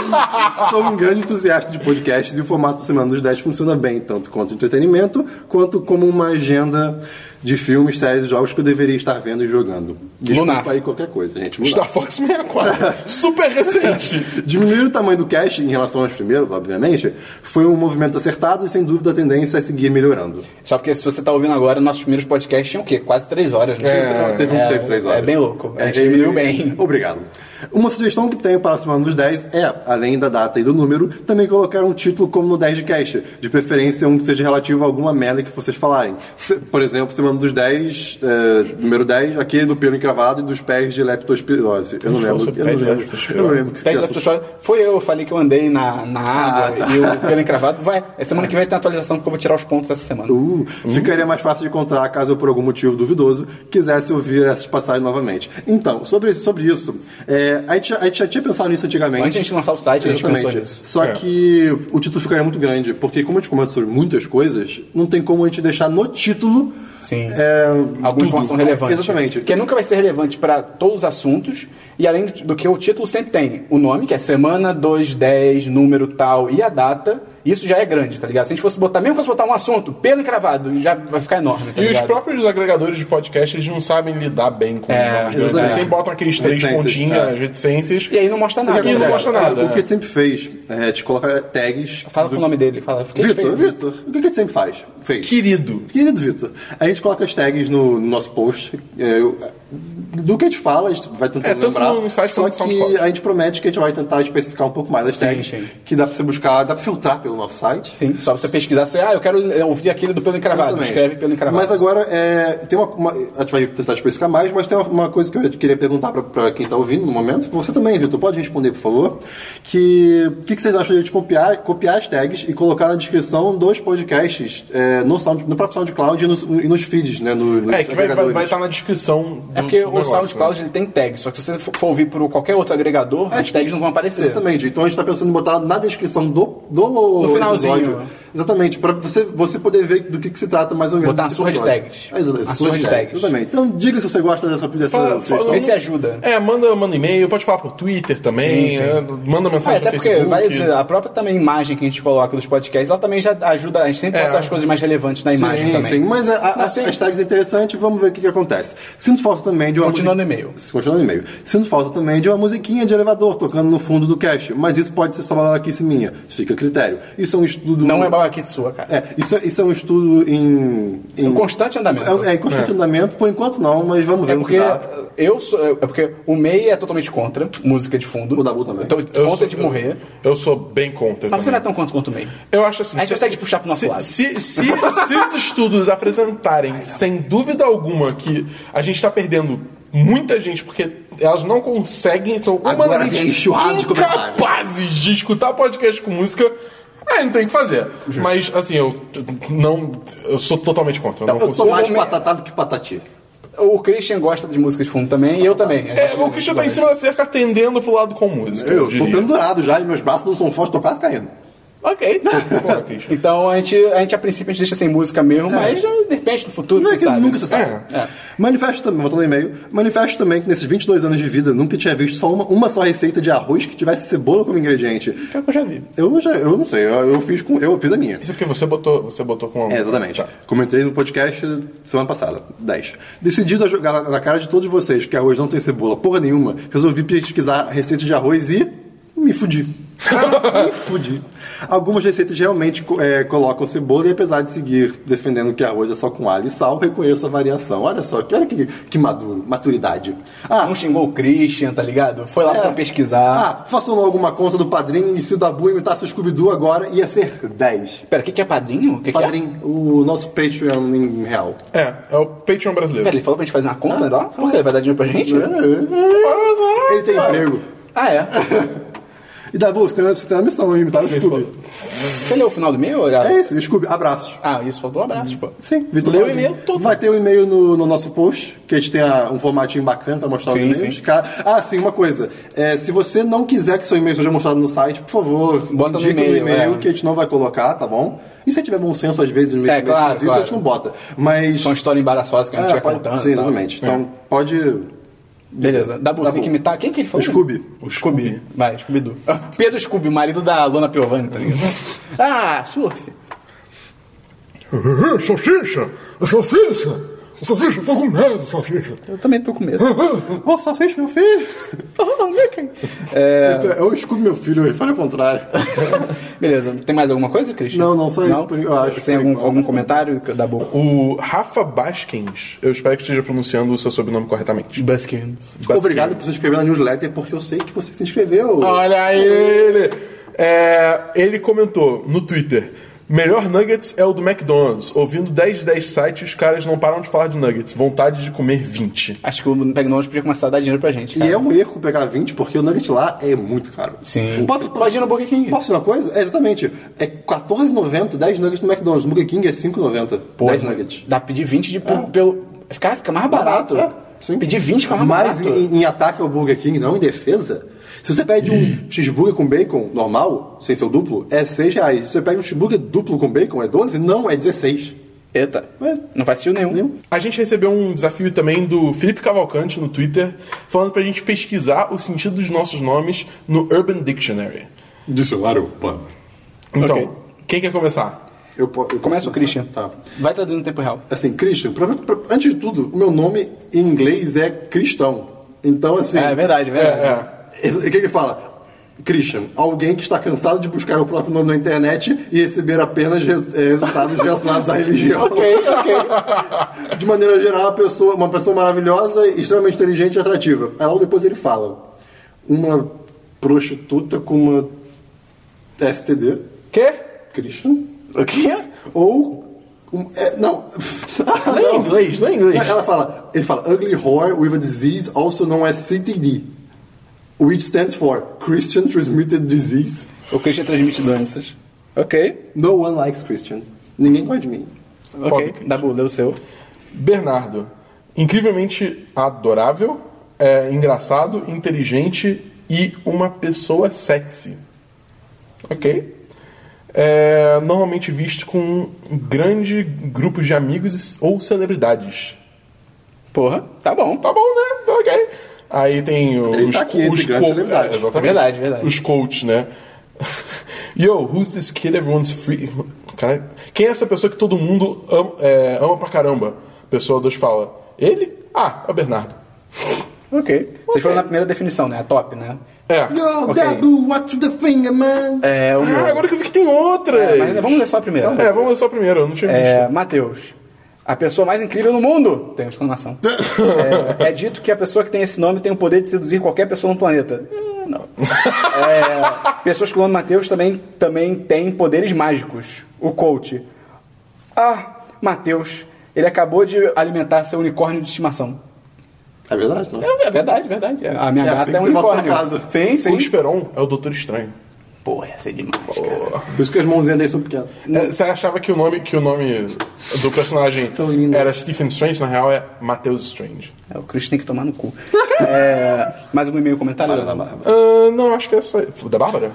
B: sou um grande entusiasta de podcasts e o formato Semana dos 10 funciona bem, tanto quanto entretenimento, quanto como uma agenda de filmes, séries e jogos que eu deveria estar vendo e jogando. Desculpa
A: Lunar.
B: aí qualquer coisa, gente. Lunar.
C: é Star
B: *laughs*
C: Fox
B: Tá
C: 64. Super recente.
B: Diminuir o tamanho do cast em relação aos primeiros, obviamente, foi um movimento acertado e sem dúvida a tendência é seguir melhorando.
A: Só porque se você tá ouvindo agora, nossos primeiros podcasts tinham o quê? Quase três horas, né?
B: teve, um
A: É,
B: que teve três horas.
A: É bem louco. A gente
B: É,
A: diminuiu
B: e-
A: bem.
B: Obrigado. Uma sugestão que tenho para a semana dos 10 é, além da data e do número, também colocar um título como no 10 de cast, de preferência um que seja relativo a alguma merda que vocês falarem. Se- por exemplo, semana dos 10, é, número 10, aquele do pelo encravado e dos pés de leptospirose. Eu não
C: Não falou
B: lembro.
C: sobre
B: Eu não
C: pés de
B: lembro. Eu
C: leptospirose.
B: não lembro que é
A: Pés
B: que
A: da
B: assunto.
A: Photoshop. Foi eu, eu falei que eu andei na, na água e o pelo encravado. Vai, é semana que vem tem atualização porque eu vou tirar os pontos essa semana.
B: Uh, Ficaria mais fácil de encontrar caso eu, por algum motivo duvidoso, quisesse ouvir essas passagens novamente. Então, sobre, sobre isso, é, É, a, gente, já- a gente já tinha pensado nisso antigamente.
A: Antes de a gente lançar o site, a gente pensou nisso.
B: Só
C: É.
B: que o título ficaria muito grande, porque como a gente comenta sobre muitas coisas, não tem como a gente deixar no título
A: Sim.
B: é,
A: Alguma
B: tudo.
A: informação relevante. é
B: Exatamente.
A: Porque nunca vai ser relevante para todos os assuntos. E além do que o título sempre tem o nome, que é semana 210, número tal e a data. Isso já é grande, tá ligado? Se a gente fosse botar, mesmo que fosse botar um assunto, pelo encravado, já vai ficar enorme, tá
C: E os
A: ligado?
C: próprios agregadores de podcast, eles não sabem lidar bem com
A: É,
C: os nomes grandes.
B: exatamente.
C: Eles sempre botam aqueles três
B: Reticências,
C: pontinhos,
B: é.
C: as reticências.
A: E aí não mostra nada.
C: E não
A: né?
C: mostra nada,
B: O que
C: né?
B: a gente sempre fez é te coloca tags.
A: Fala com o nome dele. Fala. Fiquei
B: Vitor,
A: feio.
B: Vitor, o que a gente sempre faz? Fez.
C: Querido.
B: Querido Vitor, a gente coloca as tags no, no nosso post. é, eu- do que a gente fala, a gente vai tentar
C: É, tanto
B: lembrar.
C: no site
B: só
C: quanto no SoundCloud.
B: que a gente promete que a gente vai tentar especificar um pouco mais as tags
A: sim.
B: que dá pra você buscar, dá pra filtrar pelo nosso site.
A: Sim, só você pesquisar, você, ah, eu quero é, ouvir aquele do pelo encravado.
B: Exatamente.
A: Escreve pelo encravado.
B: Mas agora, é, tem uma, uma- a gente vai tentar especificar mais, mas tem uma, uma coisa que eu queria perguntar pra- pra quem tá ouvindo no momento. Você também, Vitor, pode responder, por favor. Que o que, que vocês acham de a gente copiar, copiar as tags e colocar na descrição dos podcasts é, no, sound, no próprio SoundCloud e nos, e nos feeds, né? no- nos
C: É, que vai estar vai,
B: agregadores.
C: vai tá na descrição do
A: É porque
C: do
A: o
C: Um negócio, né?
A: SoundCloud ele tem tags, só que se você for for ouvir por qualquer outro agregador, as tags não vão aparecer.
B: É. Exatamente. Então a gente está pensando em botar na descrição do, do
A: No finalzinho.
B: episódio. Exatamente, para você, você poder ver do que, que se trata mais ou menos.
A: Botar
B: nesse
A: a surra de
B: episódio.
A: tags.
B: Ah, exatamente,
A: A
B: surra de tags. Exatamente. Então diga se você gosta dessa, dessa
C: Fala-
B: sugestão.
A: Vê se ajuda.
C: né? É, manda, manda e-mail, pode falar por Twitter também, é, manda
A: Ah,
C: mensagem
A: até
C: no
A: porque,
C: Facebook.
A: vale dizer, a própria também imagem que a gente coloca dos podcasts, ela também já ajuda, a gente sempre
C: É.
A: bota as coisas mais relevantes na imagem
B: sim,
A: também.
B: sim, mas a, a,
A: Ah, sim.
B: as tags é interessante, vamos ver o que, que acontece. Sinto falta também de uma.
A: Continuando e-mail.
B: Continuando e-mail. Sinto falta também de uma musiquinha de elevador tocando no fundo do cache, mas isso pode ser só babaquice minha. Fica a critério. Isso é um estudo.
A: Não é babaquice sua, cara.
B: É, isso, é- isso é um estudo em.
A: Isso é um constante andamento.
B: É, um é em constante andamento, por enquanto não, mas vamos ver
A: É
B: no
A: porque
B: que dá.
A: eu sou. É porque o MEI é totalmente contra música de fundo.
B: O Dabu também.
A: Então,
C: Eu
A: contra
C: sou-
A: de morrer.
C: Eu, eu sou bem contra.
A: Mas você
C: também.
A: não é tão contra quanto o MEI.
C: Eu acho assim.
A: A gente
C: se-
A: consegue puxar pro nosso
C: se,
A: lado.
C: Se, se, se os estudos apresentarem, sem dúvida alguma, que a gente está perdendo muita gente porque elas não conseguem, são
B: Agora
C: humanamente
B: vem enxurrada de comentário.
C: incapazes de escutar podcast com música. Aí não tem o que fazer. Mas, assim, eu t- não. Eu sou totalmente contra. Eu não
B: Eu tô
C: consigo.
B: mais
A: me-
B: patatado que patati.
A: O Christian gosta de música de fundo também, e eu também. A
C: É,
A: gente-
C: o Christian tá em cima da cerca atendendo pro lado com música. Eu,
B: Eu tô
C: diria.
B: pendurado já e meus braços não são fortes, tô quase caindo.
A: Ok.
C: Porra,
A: *laughs*
C: Christian.
A: então a gente, a gente, a princípio, a gente deixa sem música mesmo, mas de repente no futuro,
B: É. Não é
A: quem
B: que
A: sabe?
B: nunca se sabe.
A: É. É.
B: Manifesto também, voltando ao e-mail. Manifesto também que nesses 22 anos de vida nunca tinha visto só uma, uma só receita de arroz que tivesse cebola como ingrediente.
A: Pior que eu já vi.
B: Eu, já, eu não sei, eu, eu fiz com, eu fiz a minha.
C: Isso é porque você botou, você botou com a.
B: É, exatamente.
C: Tá.
B: Comentei no podcast semana passada, 10. Decidido a jogar na- na cara de todos vocês que arroz não tem cebola, porra nenhuma, resolvi pesquisar receitas de arroz e me
A: *laughs*
B: fudi. me fudi. Algumas receitas realmente co- é, colocam cebola e apesar de seguir defendendo que arroz é só com alho e sal, reconheço a variação. Olha só, que, olha que, que maduro, maturidade. Ah,
A: Não xingou o Christian, tá ligado? Foi lá pra pesquisar.
B: É. ah, façam logo uma conta do padrinho e se o Dabu imitasse o Scooby-Doo agora ia ser 10.
A: Pera, o que, que é padrinho? O que, que é?
B: Padrinho, o nosso Patreon em real.
C: É, é o Patreon brasileiro.
A: Pera, ele falou pra gente fazer uma conta lá? Por que ele vai dar dinheiro pra gente?
B: É. Ele tem emprego.
A: Ah, é.
B: E Dabu, você tem, você tem uma missão, hein? imitar o
C: Ele
B: Scooby.
C: falou-
A: Você leu o final do e-mail? olha?
B: É isso, Scooby, abraços.
A: Ah, isso faltou um abraço, pô.
B: Sim, Vitor.
A: Leu o
B: pode-
A: e-mail todo.
B: Vai ter o e-mail no, no nosso post, que a gente tem a- um formatinho bacana pra mostrar
A: Sim,
B: os e-mails.
A: sim.
B: Cara- Ah, sim, uma coisa. É, se você não quiser que seu e-mail seja mostrado no site, por favor,
A: Bota no
B: indica um
A: e-mail, é.
B: que a gente não vai colocar, tá bom? E se tiver bom senso, às vezes, no
A: É,
B: e-mail
A: claro,
B: esquisito,
A: claro.
B: a gente não bota. Mas... é,
A: São histórias embaraçosas que a gente vai
B: pode-
A: contando. tá? É.
B: Sim,
A: e tal.
B: exatamente. Então, pode...
A: Beleza. Dabu, você tem que imitar. Quem que ele falou?
B: Scooby.
A: O Scooby. Vai, Scooby-Doo. Pedro Scooby, marido da Lona Piovani, tá ligado? ah, surf.
E: Uhum, salsicha! Salsicha! Salsicha, tô com medo, salsicha!
A: Eu também tô com medo.
B: Ô, salsicha, meu filho! *laughs* É...
A: Então,
B: é o Scooby, meu filho, ele fala o contrário.
A: Beleza. Tem mais alguma coisa, Christian?
B: Não, não, só isso por- eu acho,
A: Sem
B: por
A: algum,
B: enquanto.
A: algum comentário da boca?
C: O Rafa Baskins, eu espero que esteja pronunciando o seu sobrenome corretamente.
A: Buskins.
C: Baskins.
B: Obrigado por se inscrever na newsletter, porque eu sei que você se inscreveu.
A: Ah.
C: Olha ele! É, ele comentou no Twitter: Melhor Nuggets é o do McDonald's. Ouvindo 10 de 10 sites, os caras não param de falar de Nuggets. Vontade de comer 20.
A: Acho que o Pegnones podia começar a dar dinheiro pra gente,
B: E
A: cara.
B: é um erro pegar 20, porque o nugget lá é muito caro.
A: Sim.
B: Posso,
A: Pode ir no Burger King.
B: Posso fazer uma coisa? É, exatamente. É R$14,90, 10 nuggets no McDonald's. No Burger King é 5,90.
A: Pô,
B: 10 nuggets.
A: Dá pra pedir 20 de, por- pelo. Cara, fica É. mais barato. é,
B: barato, Sim.
A: Pedir 20 com a arma
B: Mas
A: do mato.
B: em, em ataque ao Burger King, não em defesa. Se você pede
A: *laughs*
B: um cheeseburger com bacon normal, sem ser o duplo, é 6 reais. Se você pede um cheeseburger duplo com bacon, é 12? Não, é 16.
A: Eita.
B: É.
A: Não faz sentido nenhum.
B: Nenhum.
C: A gente recebeu um desafio também do Felipe Cavalcante no Twitter, falando pra gente pesquisar o sentido dos nossos nomes no Urban Dictionary.
D: Dicionário urbano.
C: Então,
A: Ok.
C: quem quer começar?
B: Eu, po- eu
A: Começa o Christian.
B: Tá.
A: Vai traduzindo no tempo real.
B: Assim, Christian, pra- pra- antes de tudo, o meu nome em inglês é Cristão. Então, assim.
A: É verdade, é
C: É,
A: verdade.
C: é.
B: Esse- O que ele fala? Christian, alguém que está cansado de buscar o próprio nome na internet e receber apenas res- eh, resultados relacionados à religião.
A: Ok, ok.
B: *laughs* De maneira geral, uma pessoa, uma pessoa maravilhosa, extremamente inteligente e atrativa. Aí logo depois ele fala: uma prostituta com uma STD,
C: Quê?
B: Christian,
A: O quê?
B: ou. um- é, não. Ah,
C: Não é em inglês, não é em inglês.
B: Ela fala, ele fala ugly whore with a disease also known as CTD, which stands for Christian Transmitted Disease.
A: O Christian transmite doenças. Ok.
B: No one likes Christian. Ninguém gosta de mim.
A: Ok.
C: Christian.
A: Dabu, lê o seu.
C: Bernardo. Incrivelmente adorável, é, engraçado, inteligente e uma pessoa sexy. Ok? É, normalmente visto com um grande grupo de amigos ou celebridades.
A: Porra, tá bom.
C: Tá bom, né? Tá Ok. Aí tem os,
B: Ele tá aqui entre
C: os
B: grandes
C: co-
B: celebridades.
C: é, exatamente.
A: Verdade, verdade.
C: Os coaches, né? *laughs* Yo, who's this kid everyone's free? Caralho. Quem é essa pessoa que todo mundo ama, é, ama pra caramba? Pessoa 2 fala. Ele? Ah, é o Bernardo.
A: Ok. Vocês foram na primeira definição, né? A top, né?
C: É.
B: Yo,
A: Ok.
B: Dabu, watch the finger, man.
A: É, o meu. *laughs*
C: Ah, agora que eu vi que tem outra.
A: É, mas vamos ler só a primeira.
C: É, vamos ler só a primeira, eu não tinha visto.
A: É, Matheus. A pessoa mais incrível no mundo! Tem uma exclamação. É, é dito que a pessoa que tem esse nome tem o poder de seduzir qualquer pessoa no planeta. É, não. É, pessoas com o nome Matheus também, também têm poderes mágicos. O coach. Ah, Matheus. Ele acabou de alimentar seu unicórnio de estimação.
B: É verdade, não?
A: É verdade, verdade. A minha
B: É
A: gata
B: assim que
A: é um
B: você volta pra
A: unicórnio.
B: casa.
A: Sim, sim.
C: O Esperon é o Doutor Estranho.
A: Porra, ia ser demais, cara.
B: Por isso que as mãozinhas dele são pequenas.
C: É, Você achava que o nome, que o nome do personagem
B: Tão lindo.
C: era Stephen Strange, na real é Matheus Strange.
A: É, o Chris tem que tomar no cu. É, mais algum e-mail comentário?
B: Falha na barba.
C: Ah, não, acho que é só. Da Bárbara?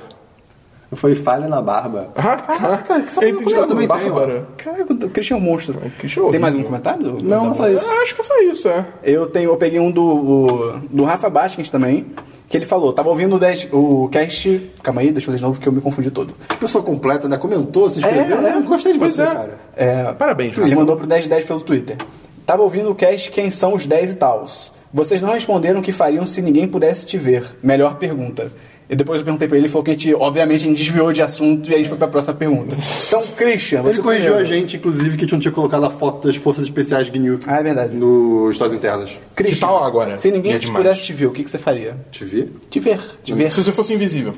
B: Eu falei falha na barba.
C: Ah, cara, que
B: sabe uma coisa que eu também tenho,
C: Bárbara.
A: Caraca, o Christian é um monstro.
C: Christian é horrível.
A: Tem mais um comentário? do-
B: Não,
A: da-
B: só isso.
C: Ah, acho que é só isso, é.
A: Eu, tenho, eu peguei um do, o- do Rafa Baskins também, que ele falou, tava ouvindo o, dez- o cast... Calma aí, deixa eu ler de novo que eu me confundi todo.
B: Que pessoa completa, né? Comentou, se inscreveu,
A: É,
B: né?
A: é.
B: Eu gostei de
C: Pois
B: você,
C: é.
B: cara.
A: É,
C: Parabéns,
A: ele
C: Rafa.
A: mandou pro 1010 pelo Twitter. Tava ouvindo o cast Quem são os 10 e tals. Vocês não responderam o que fariam se ninguém pudesse te ver. Melhor pergunta. E depois eu perguntei pra ele, ele falou que a gente, obviamente, a gente desviou de assunto e aí a gente foi pra próxima pergunta. Então, Christian, você tá é.
B: Ele corrigiu a
A: primeiro.
B: gente, inclusive, que a gente não tinha colocado a foto das forças especiais GNU
A: Ah, é verdade.
B: no Histórias Internas.
A: Christian,
C: Que tal agora?
A: se ninguém
C: É
A: te
C: demais.
A: pudesse te ver, o que, que você faria?
B: Te vi?
A: Te ver, te ver.
C: Se você fosse invisível.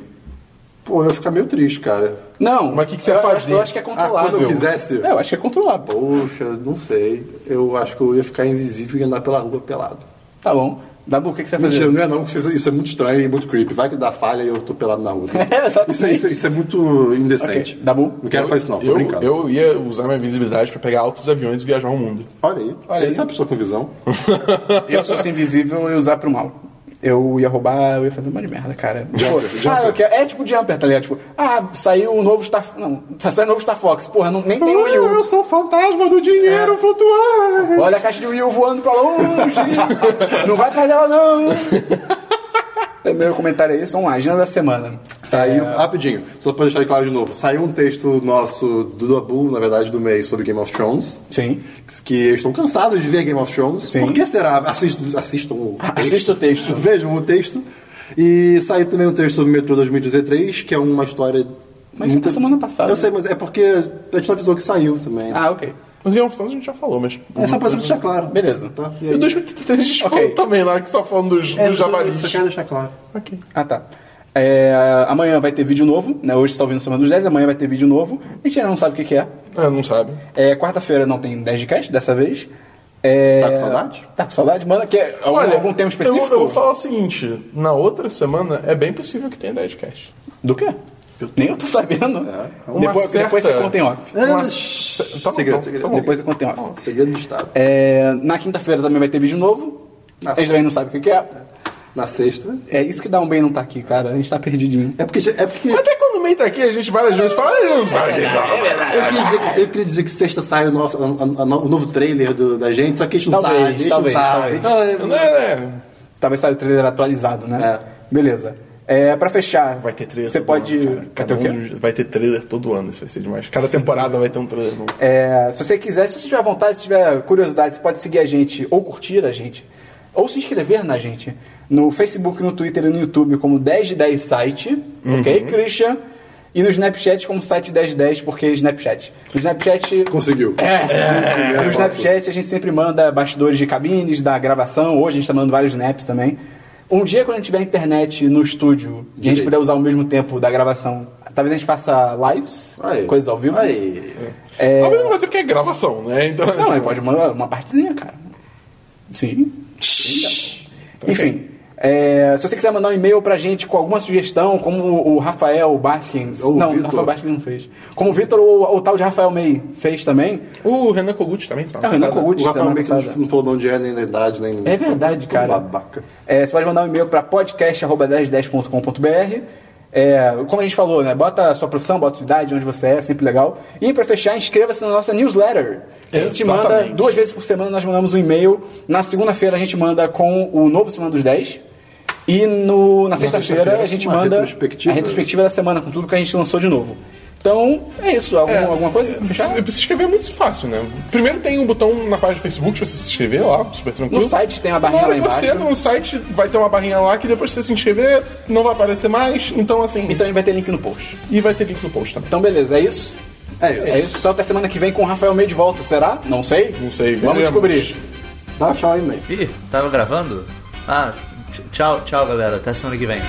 B: Pô, eu ia ficar meio triste, cara.
A: Não.
C: Mas o que que você ia
A: eu acho-
C: fazer?
A: Eu acho que é
B: Ah, quando
A: controlável.
B: eu quisesse?
A: É, eu acho que é controlável.
B: Poxa, não sei. Eu acho que eu ia ficar invisível e andar pela rua pelado.
A: Tá bom. Dabu, o que, que você vai fazer?
B: Mentira, não é não, porque isso, isso é muito estranho e muito creepy. Vai que dá falha e eu tô pelado na
A: *laughs*
B: rua.
A: É, exatamente.
B: isso, é- isso é- isso é muito indecente.
A: Ok, Dabu?
B: Não quero fazer isso não, tô
C: eu,
B: brincando.
C: eu ia usar minha visibilidade pra pegar altos aviões e viajar o mundo.
B: Olha aí,
A: Olha aí.
B: essa é a pessoa com visão.
A: Eu sou assim, invisível e usar pro mal. Eu ia roubar, eu ia fazer um monte de merda, cara. Pô, Ah, eu quero. É tipo Jumper, tá ligado? Tipo, ah, saiu o novo Star Fox. Não, saiu o novo Star Fox. Porra, não, nem tem um o Wii U.
B: Ah, sou o fantasma do dinheiro
A: É.
B: flutuante.
A: Olha a caixa de Wii U voando pra longe. não vai atrás dela, não. Então, Meu comentário é isso, uma agenda da semana.
B: Saiu,
A: É.
B: rapidinho, só pra deixar claro de novo. Saiu um texto nosso do Dabu, na verdade, do mês, sobre Game of Thrones.
A: Sim.
B: Que estão cansados de ver Game of Thrones.
A: Sim. Ah,
B: Por que será? Assistam, assistam o
A: Assista o texto.
B: Vejam o texto. E saiu também um texto sobre Metrô 2033, que é uma história.
A: Mas isso é semana passada.
B: Eu sei, mas é porque a gente não avisou que saiu também.
A: Ah, ok.
C: Mas Game of Thrones a gente já falou, mas. *laughs*
B: é só pra você deixar claro.
A: Beleza.
B: Tá? E
C: E
B: aí?
C: o 2033 a gente
A: Ok.
C: falou também lá, que só falando dos,
B: É,
C: dos javalis.
B: Só quero deixar claro.
C: Ok.
A: Ah, tá. É, amanhã vai ter vídeo novo, né? Hoje está ouvindo Semana dos 10, amanhã vai ter vídeo novo. A gente ainda não sabe o que, que é.
C: Ah, não sabe.
A: É, Quarta-feira não tem 10 de cast dessa vez. É,
B: Tá com saudade?
A: Tá com saudade? Manda que é algum, algum tema específico?
C: Eu, eu vou falar o seguinte: na outra semana é bem possível que tenha 10 cast.
A: Do quê? Nem eu tô sabendo.
C: Uma
A: Depois,
C: certa-
A: depois você conta em off.
B: Ah,
C: Uma-
B: shh,
C: Tá bom,
B: segredo,
C: tá-
B: segredo,
C: tá bom.
A: Depois você conta em off.
B: Segredo do Estado.
A: É, na quinta-feira também vai ter vídeo novo. A gente também não sabe o que que é.
B: Na sexta.
A: É isso que dá um bem não tá aqui, cara. A gente tá perdidinho.
B: É porque. É porque
C: Até quando o May tá aqui, a gente várias vezes fala, "Ah, ele não sabe o que ele fala.
B: eu, queria dizer, que- eu queria dizer que sexta sai o novo, a- a- a- o novo trailer do- da gente, só que a gente não
A: Talvez,
B: sabe. a gente
A: talvez,
B: não
A: talvez.
B: sabe. Então, é-
C: Não é, né?
A: Talvez saia Tá, o trailer atualizado, né?
B: É.
A: Beleza. É, pra fechar.
C: Vai ter trailer.
A: Você
C: todo
A: pode.
C: ano, cara.
A: vai ter
C: Cada
A: o quê?
C: um dos- Vai ter trailer todo ano, isso vai ser demais. Cada temporada vai ter um trailer novo.
A: É, se você quiser, se você tiver vontade, se tiver curiosidade, você pode seguir a gente ou curtir a gente, ou se inscrever na gente no Facebook, no Twitter e no YouTube como 10 de 10 site,
C: Uhum.
A: ok, Christian? E no Snapchat como site 10 de 10, porque Snapchat. No Snapchat.
B: Conseguiu.
A: É, no Snapchat a gente sempre manda bastidores de cabines, da gravação. Hoje a gente tá mandando vários snaps também. Um dia, quando a gente tiver internet no estúdio e a gente
B: Direito.
A: puder usar ao mesmo tempo da gravação, talvez a gente faça lives,
B: Aí.
A: coisas ao vivo.
B: é, Aí.
A: É,
C: Talvez não vai ser porque é gravação, né? Então,
A: não, é. mas pode mandar uma partezinha, cara. Sim. então. Enfim. é, se você quiser mandar um e-mail pra gente com alguma sugestão, como o Rafael Baskins.
B: Ou o
A: não, o
B: Vitor.
A: Rafael Baskins não fez. Como o Vitor ou, ou o tal de Rafael May fez também.
C: tipo, O Renan Kogut também sabe.
A: Ah, o Renan Kogut.
B: O Rafael
A: Semana
B: meio que não
A: passada.
B: não falou de onde é, nem da idade, nem. um
A: É verdade, cara.
B: Babaca.
A: É, você pode mandar um e-mail pra podcast.1010.com.br. É, como a gente falou, né? Bota a sua profissão, bota a sua idade, onde você é, sempre legal. E pra fechar, inscreva-se na nossa newsletter. A gente
C: Exatamente.
A: manda duas vezes por semana, nós mandamos um e-mail. Na segunda-feira a gente manda com o novo Semana dos 10. E no, na sexta-feira
B: sexta-feira,
A: a gente
B: uma
A: manda
B: retrospectiva.
A: a retrospectiva da semana com tudo que a gente lançou de novo. Então, é isso. Algum- Alguma coisa? pra Fechar?
C: Pra se inscrever é muito fácil, né? Primeiro tem um botão na página do Facebook pra você se inscrever lá, super tranquilo.
A: No site tem a barrinha
C: Na hora
A: lá
C: que é Você
A: embaixo. né?
C: entra no site, vai ter uma barrinha lá que depois que você se inscrever, não vai aparecer mais. Então, assim.
A: E também vai ter link no post.
C: E vai ter link no post também.
A: Então, beleza, é isso?
B: É isso.
A: É isso. Então até semana que vem com o Rafael Meio de volta, será? Não sei.
C: Não sei,
A: Vamos
C: veremos.
A: descobrir.
B: Dá tchau aí, meio.
F: Ih, tava gravando? Ah, tch- tchau, tchau, galera. Até semana que vem.